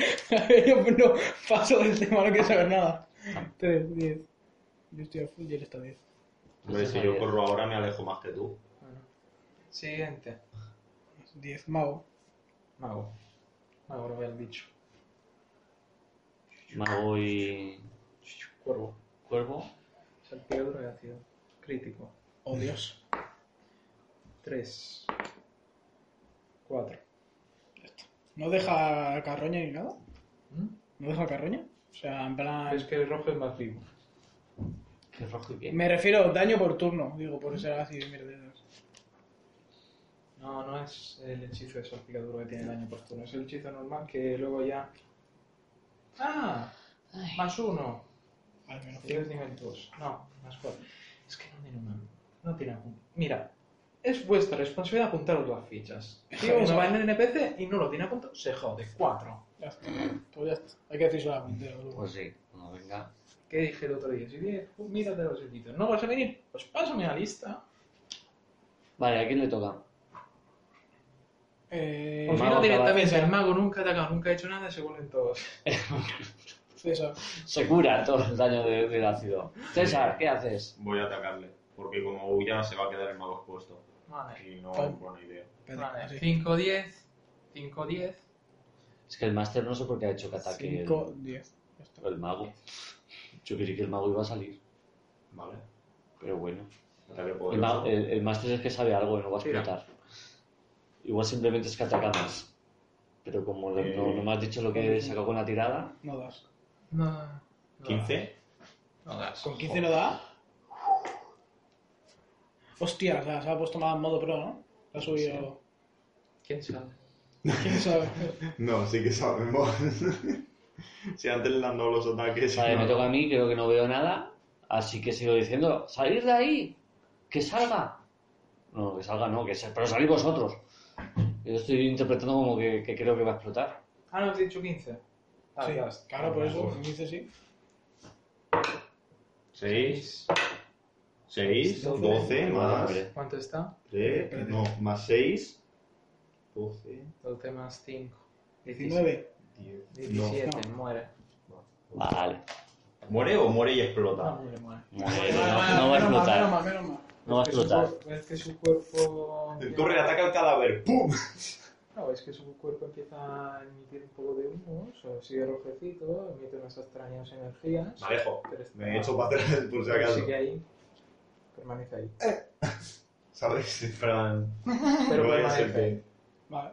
Speaker 3: yo no paso del tema, no quiero saber nada. 3, 10. Yo estoy a full y él está a 10.
Speaker 4: hombre, si yo corro ahora me alejo más que tú.
Speaker 5: Bueno. Siguiente.
Speaker 3: 10, mago.
Speaker 5: Mago. Mago, lo habían dicho.
Speaker 2: Mago y
Speaker 5: Cuervo.
Speaker 2: cuervo.
Speaker 5: Salpiedro de ácido. Crítico.
Speaker 3: Oh, Dios.
Speaker 5: 3. 4.
Speaker 3: ¿No deja carroña ni nada? ¿No deja carroña? O sea, en plan...
Speaker 5: Ah, Es que el rojo es más vivo.
Speaker 2: ¿Qué rojo y qué?
Speaker 3: Me refiero a daño por turno, digo, por ser así de mierda.
Speaker 5: No, no es el hechizo de salpicadura que tiene daño por turno. Es el hechizo normal que luego ya. ¡Ah! Más uno.
Speaker 3: Al menos
Speaker 5: Y es nivel 2. No, más 4. Es que no tiene una. No tiene apun- Mira, es vuestra responsabilidad apuntaros las fichas. Si
Speaker 3: Joder,
Speaker 5: uno
Speaker 3: no.
Speaker 5: va en el NPC y no lo tiene apuntado, se jode. 4.
Speaker 3: Ya está. Pues ya está. Hay que decir solamente. boludo.
Speaker 2: Pues sí, cuando venga.
Speaker 5: ¿Qué dije el otro día? Si tienes, uh, mírate los hechizos. ¿No vas a venir? Pues pásame la lista.
Speaker 2: Vale, ¿a quién le toca?
Speaker 3: Eh,
Speaker 5: O si
Speaker 2: mago
Speaker 5: no, directamente
Speaker 3: acaba.
Speaker 5: el mago nunca ha atacado, nunca ha hecho nada, se vuelven todos.
Speaker 2: Pues-
Speaker 3: César.
Speaker 2: Se cura todo el daño de- del ácido. César, ¿qué haces?
Speaker 4: Voy a atacarle, porque como huya se va a quedar el mago expuesto.
Speaker 5: Vale.
Speaker 4: Y no
Speaker 3: Tom.
Speaker 4: es buena idea.
Speaker 3: Espérate,
Speaker 5: Vale.
Speaker 3: así.
Speaker 5: 5, 10. 5, 10.
Speaker 2: Es que el máster no sé por qué ha hecho que ataque el- Pues-
Speaker 3: Cinco, diez. Ya está.
Speaker 2: el, mago. Yo creí que el mago iba a salir,
Speaker 4: Vale.
Speaker 2: pero bueno.
Speaker 4: Ataque
Speaker 2: El,
Speaker 4: poderoso.
Speaker 2: ma- el- el máster es que sabe algo y no va a
Speaker 5: Tira.
Speaker 2: explotar. Igual simplemente es que ataca más. Pero como le- no, no me has dicho lo que he sacado con la tirada,
Speaker 3: No das.
Speaker 5: No, no, no.
Speaker 4: 15.
Speaker 5: No das.
Speaker 3: ¿Con 15 no da? Hostia, o sea, se ha puesto más en modo pro, ¿no? La ha subido.
Speaker 5: ¿Quién sabe?
Speaker 3: ¿Quién sabe?
Speaker 4: No, sí que sabemos. si antes le han dado los ataques.
Speaker 2: Vale,
Speaker 4: no.
Speaker 2: me toca a mí, creo que no veo nada, así que sigo diciendo, salir de ahí, que salga. No, que salga no, que sal- pero salid vosotros. Yo estoy interpretando como que, que creo que va a explotar.
Speaker 5: Ah, no, has dicho 15. Ah,
Speaker 3: Sí,
Speaker 5: ya está.
Speaker 3: claro, por eso. Con 15 sí.
Speaker 4: 6. 6, 12, más
Speaker 2: Hombre.
Speaker 5: ¿Cuánto está?
Speaker 4: 3, no, más 6, 12,
Speaker 5: 12 más 5.
Speaker 3: 19.
Speaker 4: 10, no.
Speaker 5: 17, muere.
Speaker 2: Vale,
Speaker 4: ¿Muere o muere y
Speaker 5: Ah,
Speaker 4: explota?
Speaker 5: muere, muere.
Speaker 2: no, no va a explotar,
Speaker 3: Ah, Menos mal, menos mal.
Speaker 2: no va a
Speaker 5: Es que su
Speaker 2: explotar.
Speaker 5: cuerpo- Es que su cuerpo.
Speaker 4: Corre, ataca al cadáver, ¡pum!
Speaker 5: No, es que su cuerpo empieza a emitir un poco de humo, o sigue rojecito, emite unas extrañas energías.
Speaker 4: Me alejo,
Speaker 5: pero está-
Speaker 4: me he hecho para atrás por si
Speaker 5: pero
Speaker 4: acaso,
Speaker 5: Sigue ahí. Permanece ahí.
Speaker 4: ¿sabes? En plan,
Speaker 5: Pero
Speaker 4: no voy a
Speaker 5: permanece
Speaker 4: ser
Speaker 5: ahí.
Speaker 4: que
Speaker 3: Vale.